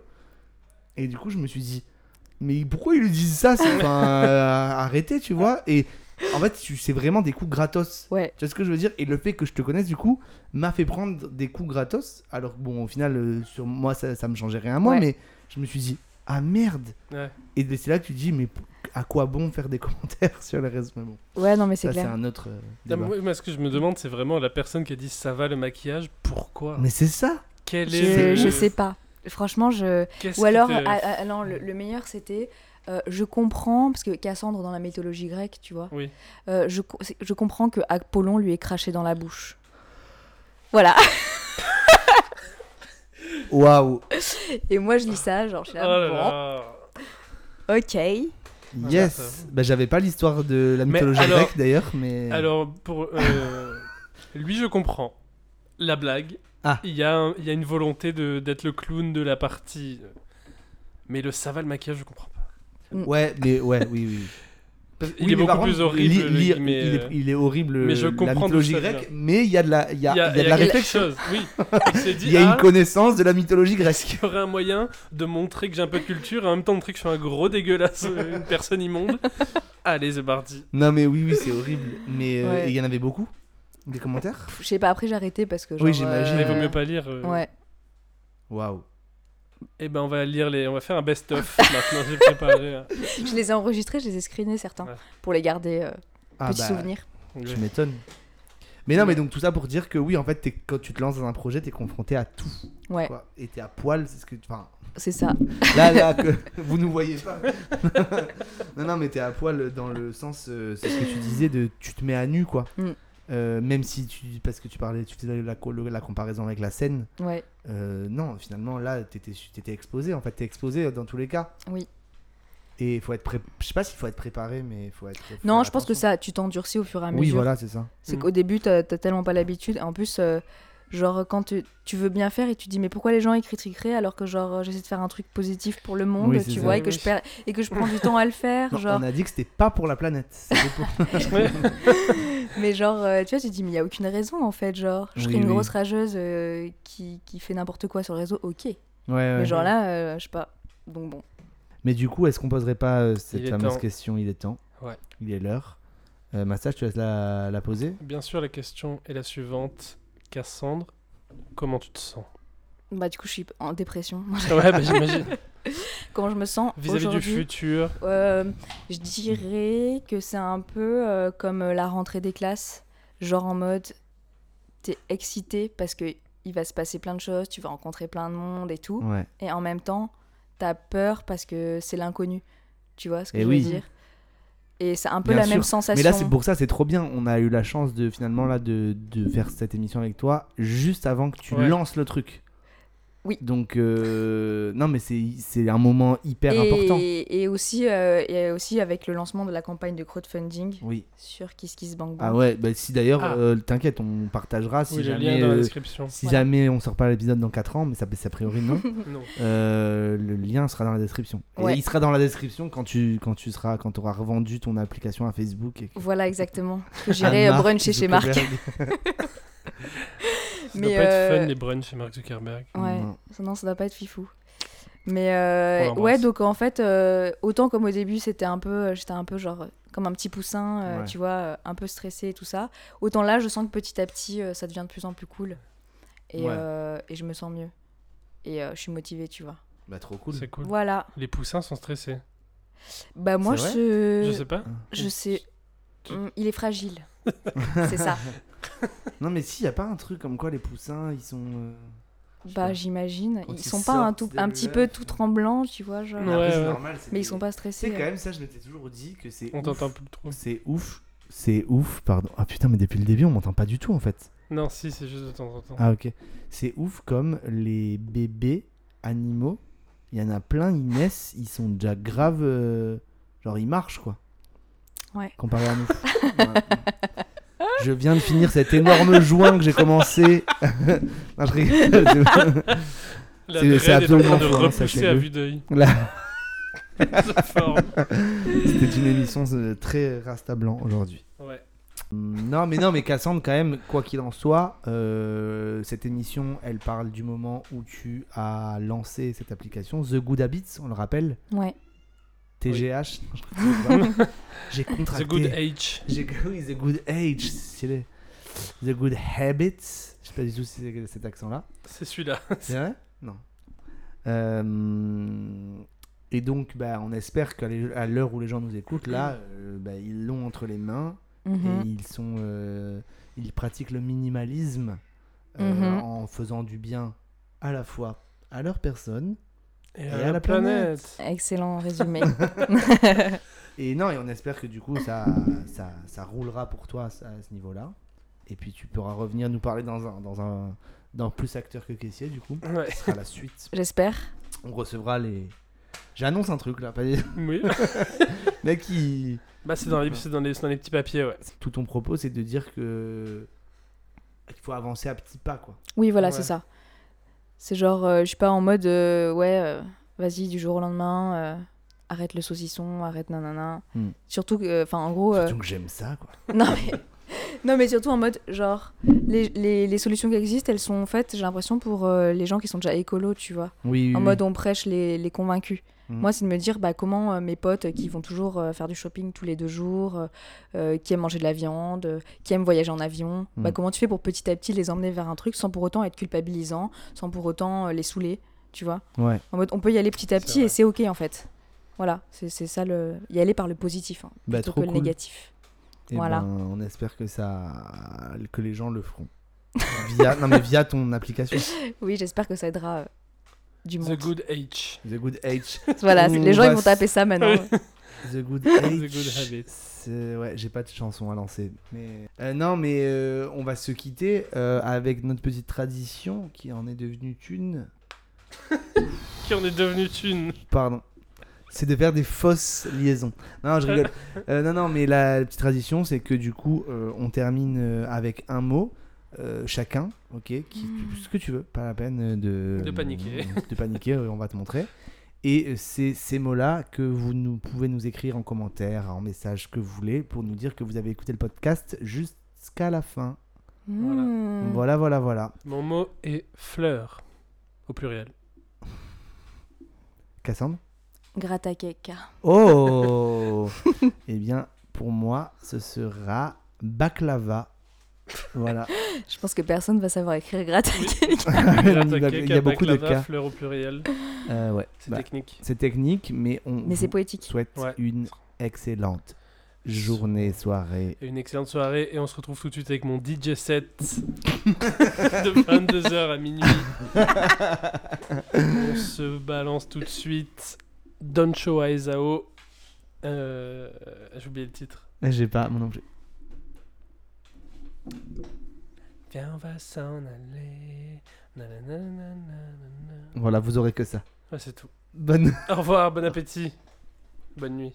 Speaker 1: Et du coup, je me suis dit, mais pourquoi ils lui disent ça C'est- Enfin, euh, arrêtez, tu vois Et En fait, tu- c'est vraiment des coups gratos.
Speaker 3: Ouais.
Speaker 1: Tu vois ce que je veux dire Et le fait que je te connaisse, du coup, m'a fait prendre des coups gratos. Alors que, bon, au final, euh, sur moi, ça, ça me changeait rien à moi,
Speaker 3: Ouais.
Speaker 1: mais je me suis dit, ah merde
Speaker 2: Ouais.
Speaker 1: Et c'est là que tu te dis, mais p- à quoi bon faire des commentaires sur les réseaux Mais bon,
Speaker 3: Ouais, non, mais c'est
Speaker 1: ça,
Speaker 3: clair.
Speaker 1: c'est un autre euh,
Speaker 2: Non,
Speaker 1: débat.
Speaker 2: mais moi, ce que je me demande, c'est vraiment la personne qui a dit ça va le maquillage, pourquoi
Speaker 1: Mais c'est ça
Speaker 2: Quel
Speaker 3: Je,
Speaker 2: est
Speaker 3: je
Speaker 2: le-
Speaker 3: sais pas. Franchement, je.
Speaker 2: Qu'est-ce
Speaker 3: Ou
Speaker 2: qui
Speaker 3: alors,
Speaker 2: te-
Speaker 3: ah, ah, non, le, le meilleur c'était. euh, je comprends, parce que Cassandre dans la mythologie grecque, tu vois,
Speaker 2: Oui.
Speaker 3: euh, je, co- c'est- je comprends que Apollon lui ait craché dans la bouche. Voilà.
Speaker 1: Waouh
Speaker 3: Et moi je lis ça, genre je suis
Speaker 2: Oh
Speaker 3: là,
Speaker 2: là
Speaker 3: bon,
Speaker 2: là.
Speaker 3: ok.
Speaker 2: Voilà, ça
Speaker 1: Yes Bah, j'avais pas l'histoire de la
Speaker 2: Mais
Speaker 1: mythologie
Speaker 2: alors-
Speaker 1: grecque d'ailleurs, mais.
Speaker 2: Alors, pour. euh, lui, je comprends. La blague.
Speaker 1: Ah.
Speaker 2: Il y a, un- il y a une volonté de- d'être le clown de la partie. Mais le ça va le maquillage, je comprends pas.
Speaker 1: Ouais, mais ouais, oui, oui.
Speaker 2: Parce-
Speaker 1: Oui,
Speaker 2: il est
Speaker 1: mais par
Speaker 2: beaucoup
Speaker 1: contre,
Speaker 2: plus horrible.
Speaker 1: li- li-
Speaker 2: lui, mais,
Speaker 1: il,
Speaker 2: euh,
Speaker 1: est, il est horrible
Speaker 2: mais je
Speaker 1: la
Speaker 2: comprends d'où
Speaker 1: mythologie
Speaker 2: ça vient.
Speaker 1: grecque, mais il y a de la, il y a, il y a de la
Speaker 2: quelque
Speaker 1: réflexion.
Speaker 2: chose, Oui. Il s'est dit,
Speaker 1: Il y a
Speaker 2: ah,
Speaker 1: une connaissance de la mythologie grecque.
Speaker 2: il y aurait un moyen de montrer que j'ai un peu de culture et en même temps montrer que je suis un gros dégueulasse, euh, une personne immonde. Allez, c'est parti.
Speaker 1: Non, mais oui, oui, c'est horrible. Mais euh,
Speaker 3: Ouais.
Speaker 1: il y en avait beaucoup Des commentaires
Speaker 3: Pff, Je sais pas, après j'ai arrêté parce que. Genre,
Speaker 1: Oui, j'imagine.
Speaker 2: Mais vaut mieux pas lire. euh,
Speaker 3: Ouais.
Speaker 1: Waouh.
Speaker 2: Eh ben, on va lire les. On va faire un best-of maintenant. J'ai préparé. hein.
Speaker 3: Je les ai enregistrés, je les ai screenés certains
Speaker 2: Ouais.
Speaker 3: pour les garder. euh,
Speaker 1: Ah,
Speaker 3: petits
Speaker 1: bah,
Speaker 3: souvenirs.
Speaker 1: tu m'étonnes. Mais non, mais donc tout ça pour dire que oui, en fait, t'es- quand tu te lances dans un projet, t'es confronté à tout.
Speaker 3: Ouais.
Speaker 1: quoi. Et t'es à poil, c'est ce que. Enfin,
Speaker 3: C'est ça.
Speaker 1: là, là, que vous nous voyez pas. non, non, mais t'es à poil dans le sens, euh, c'est ce que tu disais, de tu te mets à nu, quoi.
Speaker 3: Mm.
Speaker 1: Euh, même si tu, parce que tu parlais, tu faisais la, co- le- la comparaison avec la scène,
Speaker 3: Ouais.
Speaker 1: euh, non, finalement là, t'étais, t'étais exposé, en fait, t'es exposé dans tous les cas.
Speaker 3: Oui.
Speaker 1: Et faut être, pré- je sais pas s'il faut être préparé, mais faut être. faut
Speaker 3: Non,
Speaker 1: faire
Speaker 3: je pense que
Speaker 1: attention.
Speaker 3: ça, tu t'endurcis au fur et à mesure.
Speaker 1: Oui, voilà, c'est ça.
Speaker 3: C'est
Speaker 2: Mm.
Speaker 3: qu'au début, t'as t'as tellement pas l'habitude. En plus, euh, genre, quand tu, tu veux bien faire et tu dis, mais pourquoi les gens ils critiqueraient alors que, genre, euh, j'essaie de faire un truc positif pour le monde,
Speaker 1: Oui, c'est
Speaker 3: tu
Speaker 1: ça.
Speaker 3: vois, et que,
Speaker 2: Oui.
Speaker 3: je perds, et que je prends du temps à le faire.
Speaker 1: Non,
Speaker 3: genre.
Speaker 1: On a dit que c'était pas pour la planète. c'était pour-
Speaker 3: Mais, genre, euh, tu vois, tu dis, mais il y a aucune raison en fait. Genre, je serais
Speaker 1: Oui,
Speaker 3: une
Speaker 1: oui.
Speaker 3: grosse rageuse euh, qui, qui fait n'importe quoi sur le réseau, ok.
Speaker 1: Ouais, ouais.
Speaker 3: Mais, genre là, euh, je sais pas. Donc, bon.
Speaker 1: Mais du coup, est-ce qu'on poserait pas euh,
Speaker 2: Il
Speaker 1: cette
Speaker 2: est
Speaker 1: fameuse
Speaker 2: temps.
Speaker 1: question Il est temps.
Speaker 2: Ouais.
Speaker 1: Il est l'heure. Euh, Massage, tu laisses la, la poser
Speaker 2: Bien sûr, la question est la suivante. Cassandre, comment tu te sens
Speaker 3: Bah, du coup, je suis en dépression.
Speaker 2: Ouais, bah j'imagine.
Speaker 3: Comment je me sens
Speaker 2: Vis-à-vis du
Speaker 3: aujourd'hui
Speaker 2: futur,
Speaker 3: Euh, je dirais que c'est un peu euh, comme euh, la rentrée des classes, genre en mode t'es excité parce que il va se passer plein de choses, tu vas rencontrer plein de monde et tout,
Speaker 1: Ouais.
Speaker 3: et en même temps t'as peur parce que c'est l'inconnu, tu vois ce que
Speaker 1: Eh
Speaker 3: je
Speaker 1: oui.
Speaker 3: veux dire Et c'est un peu
Speaker 1: Bien
Speaker 3: la
Speaker 1: sûr.
Speaker 3: même sensation.
Speaker 1: Mais là, c'est pour ça, c'est trop bien. On a eu la chance de finalement là de, de faire cette émission avec toi juste avant que tu
Speaker 2: Ouais.
Speaker 1: lances le truc.
Speaker 3: Oui.
Speaker 1: Donc euh, non, mais c'est c'est un moment hyper important.
Speaker 3: et, et aussi euh, et aussi avec le lancement de la campagne de crowdfunding
Speaker 1: Oui.
Speaker 3: sur Kiss Kiss Bang Bang.
Speaker 1: Ah ouais. Bah, si d'ailleurs,
Speaker 2: Ah.
Speaker 1: euh, t'inquiète, on partagera si
Speaker 2: oui, le lien
Speaker 1: jamais.
Speaker 2: dans la
Speaker 1: euh,
Speaker 2: description.
Speaker 1: si
Speaker 3: Voilà.
Speaker 1: jamais on sort pas l'épisode dans 4 ans, mais ça a priori non,
Speaker 2: Non.
Speaker 1: euh, le lien sera dans la description.
Speaker 3: Ouais.
Speaker 1: Et il sera dans la description quand tu quand tu seras quand auras revendu ton application à Facebook. Et que-
Speaker 3: Voilà exactement. Que
Speaker 1: à
Speaker 3: J'irai euh,
Speaker 1: Mark
Speaker 3: bruncher chez Marc.
Speaker 1: Zuckerberg.
Speaker 2: Ça
Speaker 3: Mais,
Speaker 2: doit pas
Speaker 3: euh,
Speaker 2: être fun les brunchs chez Mark Zuckerberg.
Speaker 3: Ouais,
Speaker 1: Non.
Speaker 3: ça, non, ça doit pas être fifou. Mais euh,
Speaker 2: On l'embrasse.
Speaker 3: ouais, donc en fait, euh, autant comme au début, c'était un peu, euh, j'étais un peu genre comme un petit poussin, euh,
Speaker 1: Ouais.
Speaker 3: tu vois, euh, un peu stressé et tout ça. Autant là, je sens que petit à petit, euh, ça devient de plus en plus cool. Et,
Speaker 1: Ouais.
Speaker 3: euh, et je me sens mieux. Et euh, je suis motivée, tu vois.
Speaker 1: Bah trop cool.
Speaker 2: C'est cool.
Speaker 3: Voilà.
Speaker 2: Les poussins sont stressés.
Speaker 3: Bah moi,
Speaker 1: C'est
Speaker 3: je...
Speaker 2: Je sais pas.
Speaker 3: je sais-
Speaker 2: Tu-
Speaker 3: Hum, il est fragile. C'est ça.
Speaker 1: Non, mais si, y a pas un truc comme quoi les poussins, ils sont. euh, je sais
Speaker 3: Bah
Speaker 1: pas.
Speaker 3: j'imagine.
Speaker 1: Quand
Speaker 3: Ils
Speaker 1: ils
Speaker 3: sont pas un,
Speaker 1: sortent
Speaker 3: tout,
Speaker 1: de
Speaker 3: un petit peu
Speaker 1: l'œuf.
Speaker 3: tout tremblants, tu vois, genre.
Speaker 1: Mais après, c'est
Speaker 2: ouais.
Speaker 1: normal, c'est
Speaker 3: Mais ils
Speaker 1: des-
Speaker 3: sont pas hein.
Speaker 1: Tu sais,
Speaker 3: stressés.
Speaker 1: quand même, ça, je m'étais toujours dit que c'est.
Speaker 2: On
Speaker 1: ouf.
Speaker 2: t'entend plus trop.
Speaker 1: C'est ouf. C'est ouf, pardon. Ah putain, mais depuis le début, on m'entend pas du tout en fait.
Speaker 2: Non, si, c'est juste de temps en temps.
Speaker 1: Ah ok. C'est ouf comme les bébés animaux. Il y en a plein, ils naissent, ils sont déjà grave. euh, Genre, ils marchent quoi.
Speaker 3: Ouais.
Speaker 1: Comparé à nous. Ouais. Je viens de finir cet énorme joint que j'ai commencé. non, je rigole. je-
Speaker 2: La
Speaker 1: c'est-
Speaker 2: dread
Speaker 1: c'est
Speaker 2: est en train
Speaker 1: absolument
Speaker 2: de
Speaker 1: faux, hein,
Speaker 2: repousser à
Speaker 1: sachez-le.
Speaker 2: vue d'œil.
Speaker 1: Là,
Speaker 2: Sa forme.
Speaker 1: C'était une émission euh, très rasta blanc aujourd'hui.
Speaker 2: Ouais.
Speaker 1: Mm, Non, mais non, mais Cassandre, quand même, quoi qu'il en soit, euh, cette émission, elle parle du moment où tu as lancé cette application, The Good Habits, on le rappelle.
Speaker 3: Ouais.
Speaker 1: TGH. je sais pas. J'ai contracté.
Speaker 2: The Good Age.
Speaker 1: J'ai- Oui, The Good Age. c'est le- The Good Habits. Je sais pas du tout si c'est cet accent-là.
Speaker 2: C'est celui-là.
Speaker 1: C'est vrai Non. Euh, et donc, bah, on espère qu'à l'é- à l'heure où les gens nous écoutent,
Speaker 2: Mm.
Speaker 1: là, euh, bah, ils l'ont entre les mains
Speaker 3: Mhm.
Speaker 2: Mm-hmm.
Speaker 1: et ils, sont, euh, ils pratiquent le minimalisme
Speaker 2: Mm-hmm.
Speaker 1: euh,
Speaker 3: Mhm.
Speaker 1: en faisant du bien à la fois à leur personne
Speaker 2: Et à la planète.
Speaker 3: Excellent résumé.
Speaker 1: et non, et on espère que du coup, ça, ça, ça roulera pour toi ça, à ce niveau-là. Et puis tu pourras revenir nous parler dans un, dans un dans plus acteur que caissier, du coup.
Speaker 2: Ouais.
Speaker 1: Ce sera la suite.
Speaker 3: J'espère.
Speaker 1: On recevra les. J'annonce un truc là. Pas...
Speaker 2: Oui.
Speaker 1: Mec, il-
Speaker 2: Bah, c'est dans, les- c'est dans, les- c'est dans les petits papiers, ouais.
Speaker 1: tout ton propos, c'est de dire que. qu'il faut avancer à petits pas, quoi.
Speaker 3: Oui, voilà,
Speaker 2: Ouais.
Speaker 3: c'est ça. C'est genre, euh, je suis pas en mode, euh, ouais, euh, vas-y, du jour au lendemain, euh, arrête le saucisson, arrête nanana.
Speaker 1: Hmm.
Speaker 3: Surtout que, enfin, en gros. euh,
Speaker 1: Donc j'aime ça, quoi.
Speaker 3: non, mais... non, mais surtout en mode, genre, les, les, les solutions qui existent, elles sont faites, j'ai l'impression, pour euh, les gens qui sont déjà écolos, tu vois.
Speaker 1: Oui, oui,
Speaker 3: En
Speaker 1: oui.
Speaker 3: mode, on prêche les, les convaincus.
Speaker 1: Mm.
Speaker 3: Moi, c'est de me dire bah, comment euh, mes potes euh, qui vont toujours euh, faire du shopping tous les deux jours, euh, euh, qui aiment manger de la viande, euh, qui aiment voyager en avion, bah,
Speaker 1: Mm.
Speaker 3: comment tu fais pour petit à petit les emmener vers un truc sans pour autant être culpabilisant, sans pour autant euh, les saouler, tu vois
Speaker 1: Ouais.
Speaker 3: En mode, on peut y aller petit à
Speaker 2: C'est
Speaker 3: petit
Speaker 2: vrai.
Speaker 3: et c'est OK en fait. Voilà, c'est c'est ça le. Y aller par le positif hein,
Speaker 1: Bah,
Speaker 3: plutôt
Speaker 1: trop
Speaker 3: que le
Speaker 1: cool.
Speaker 3: négatif.
Speaker 1: Eh
Speaker 3: Voilà.
Speaker 1: ben, on espère que ça. que les gens le feront. via... Non, mais via ton application.
Speaker 3: Oui, j'espère que ça aidera euh, du monde.
Speaker 2: The Good Age.
Speaker 1: The Good Age.
Speaker 3: Voilà, c'est- les
Speaker 1: On
Speaker 3: gens
Speaker 1: va
Speaker 3: ils vont
Speaker 1: s-
Speaker 3: taper ça maintenant.
Speaker 1: The Good
Speaker 2: The
Speaker 1: Age.
Speaker 2: Good Habits.
Speaker 1: C'est- Ouais, j'ai pas de chanson à lancer. Mais... Euh, non, mais euh, on va se quitter euh, avec notre petite tradition qui en est devenue une.
Speaker 2: Qui en est devenu une
Speaker 1: Pardon. C'est de faire des fausses liaisons. Non, je rigole. Euh, non, non, mais la, petite tradition, c'est que du coup, euh, on termine euh, avec un mot. euh, chacun, ok, qui, tu- ce que tu veux, pas la peine euh, de,
Speaker 2: De paniquer.
Speaker 1: de paniquer, euh, on va te montrer. Et euh, c'est ces mots-là que vous nous, pouvez nous écrire en commentaire, en message que vous voulez, pour nous dire que vous avez écouté le podcast jusqu'à la fin.
Speaker 2: Voilà.
Speaker 3: Mm.
Speaker 1: Voilà, voilà, voilà.
Speaker 2: Mon mot est fleur. Au pluriel.
Speaker 1: Cassandre
Speaker 3: Gratta cake.
Speaker 1: Oh Eh bien, pour moi, ce sera baklava. Voilà.
Speaker 3: Je pense que personne va savoir écrire gratta cake.
Speaker 1: Il y a beaucoup de
Speaker 2: Baklava,
Speaker 1: cas.
Speaker 2: fleur au pluriel.
Speaker 1: Euh, ouais.
Speaker 2: C'est
Speaker 1: Bah,
Speaker 2: technique.
Speaker 1: c'est technique, mais on
Speaker 3: Mais c'est
Speaker 1: vous
Speaker 3: poétique.
Speaker 1: souhaite
Speaker 2: Ouais.
Speaker 1: une excellente journée, soirée.
Speaker 2: Une excellente soirée et on se retrouve tout de suite avec mon DJ set de 22h à minuit. on se balance tout de suite. Doncho Aezao. Euh, J'ai oublié le titre.
Speaker 1: J'ai pas mon objet.
Speaker 2: Viens, on va s'en aller. Nanana, nanana.
Speaker 1: Voilà, vous aurez que ça.
Speaker 2: Ouais, c'est tout.
Speaker 1: Bonne.
Speaker 2: Au revoir, bon appétit. Bonne nuit.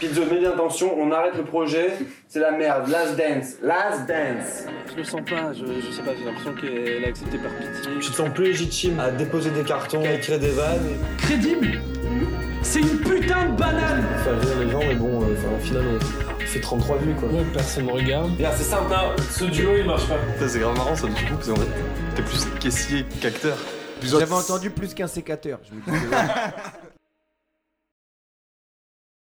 Speaker 4: Pizzo, mets l'intention, on arrête le projet. C'est la merde. Last dance. Last dance.
Speaker 5: Je le sens pas, je, je sais pas, j'ai l'impression qu'elle a accepté par pitié.
Speaker 6: Tu te sens plus légitime à déposer des cartons, à écrire des vannes.
Speaker 7: Crédible C'est une putain de banane
Speaker 6: Enfin, rire les gens, mais bon, euh, enfin, au final, on fait 33 vues, quoi.
Speaker 5: personne ne regarde.
Speaker 4: C'est simple, hein. ce duo il marche pas.
Speaker 8: Ça, c'est grave marrant ça du coup, parce qu'en fait, t'es plus caissier qu'acteur.
Speaker 9: J'avais entendu plus qu'un sécateur. Je me disais, ouais.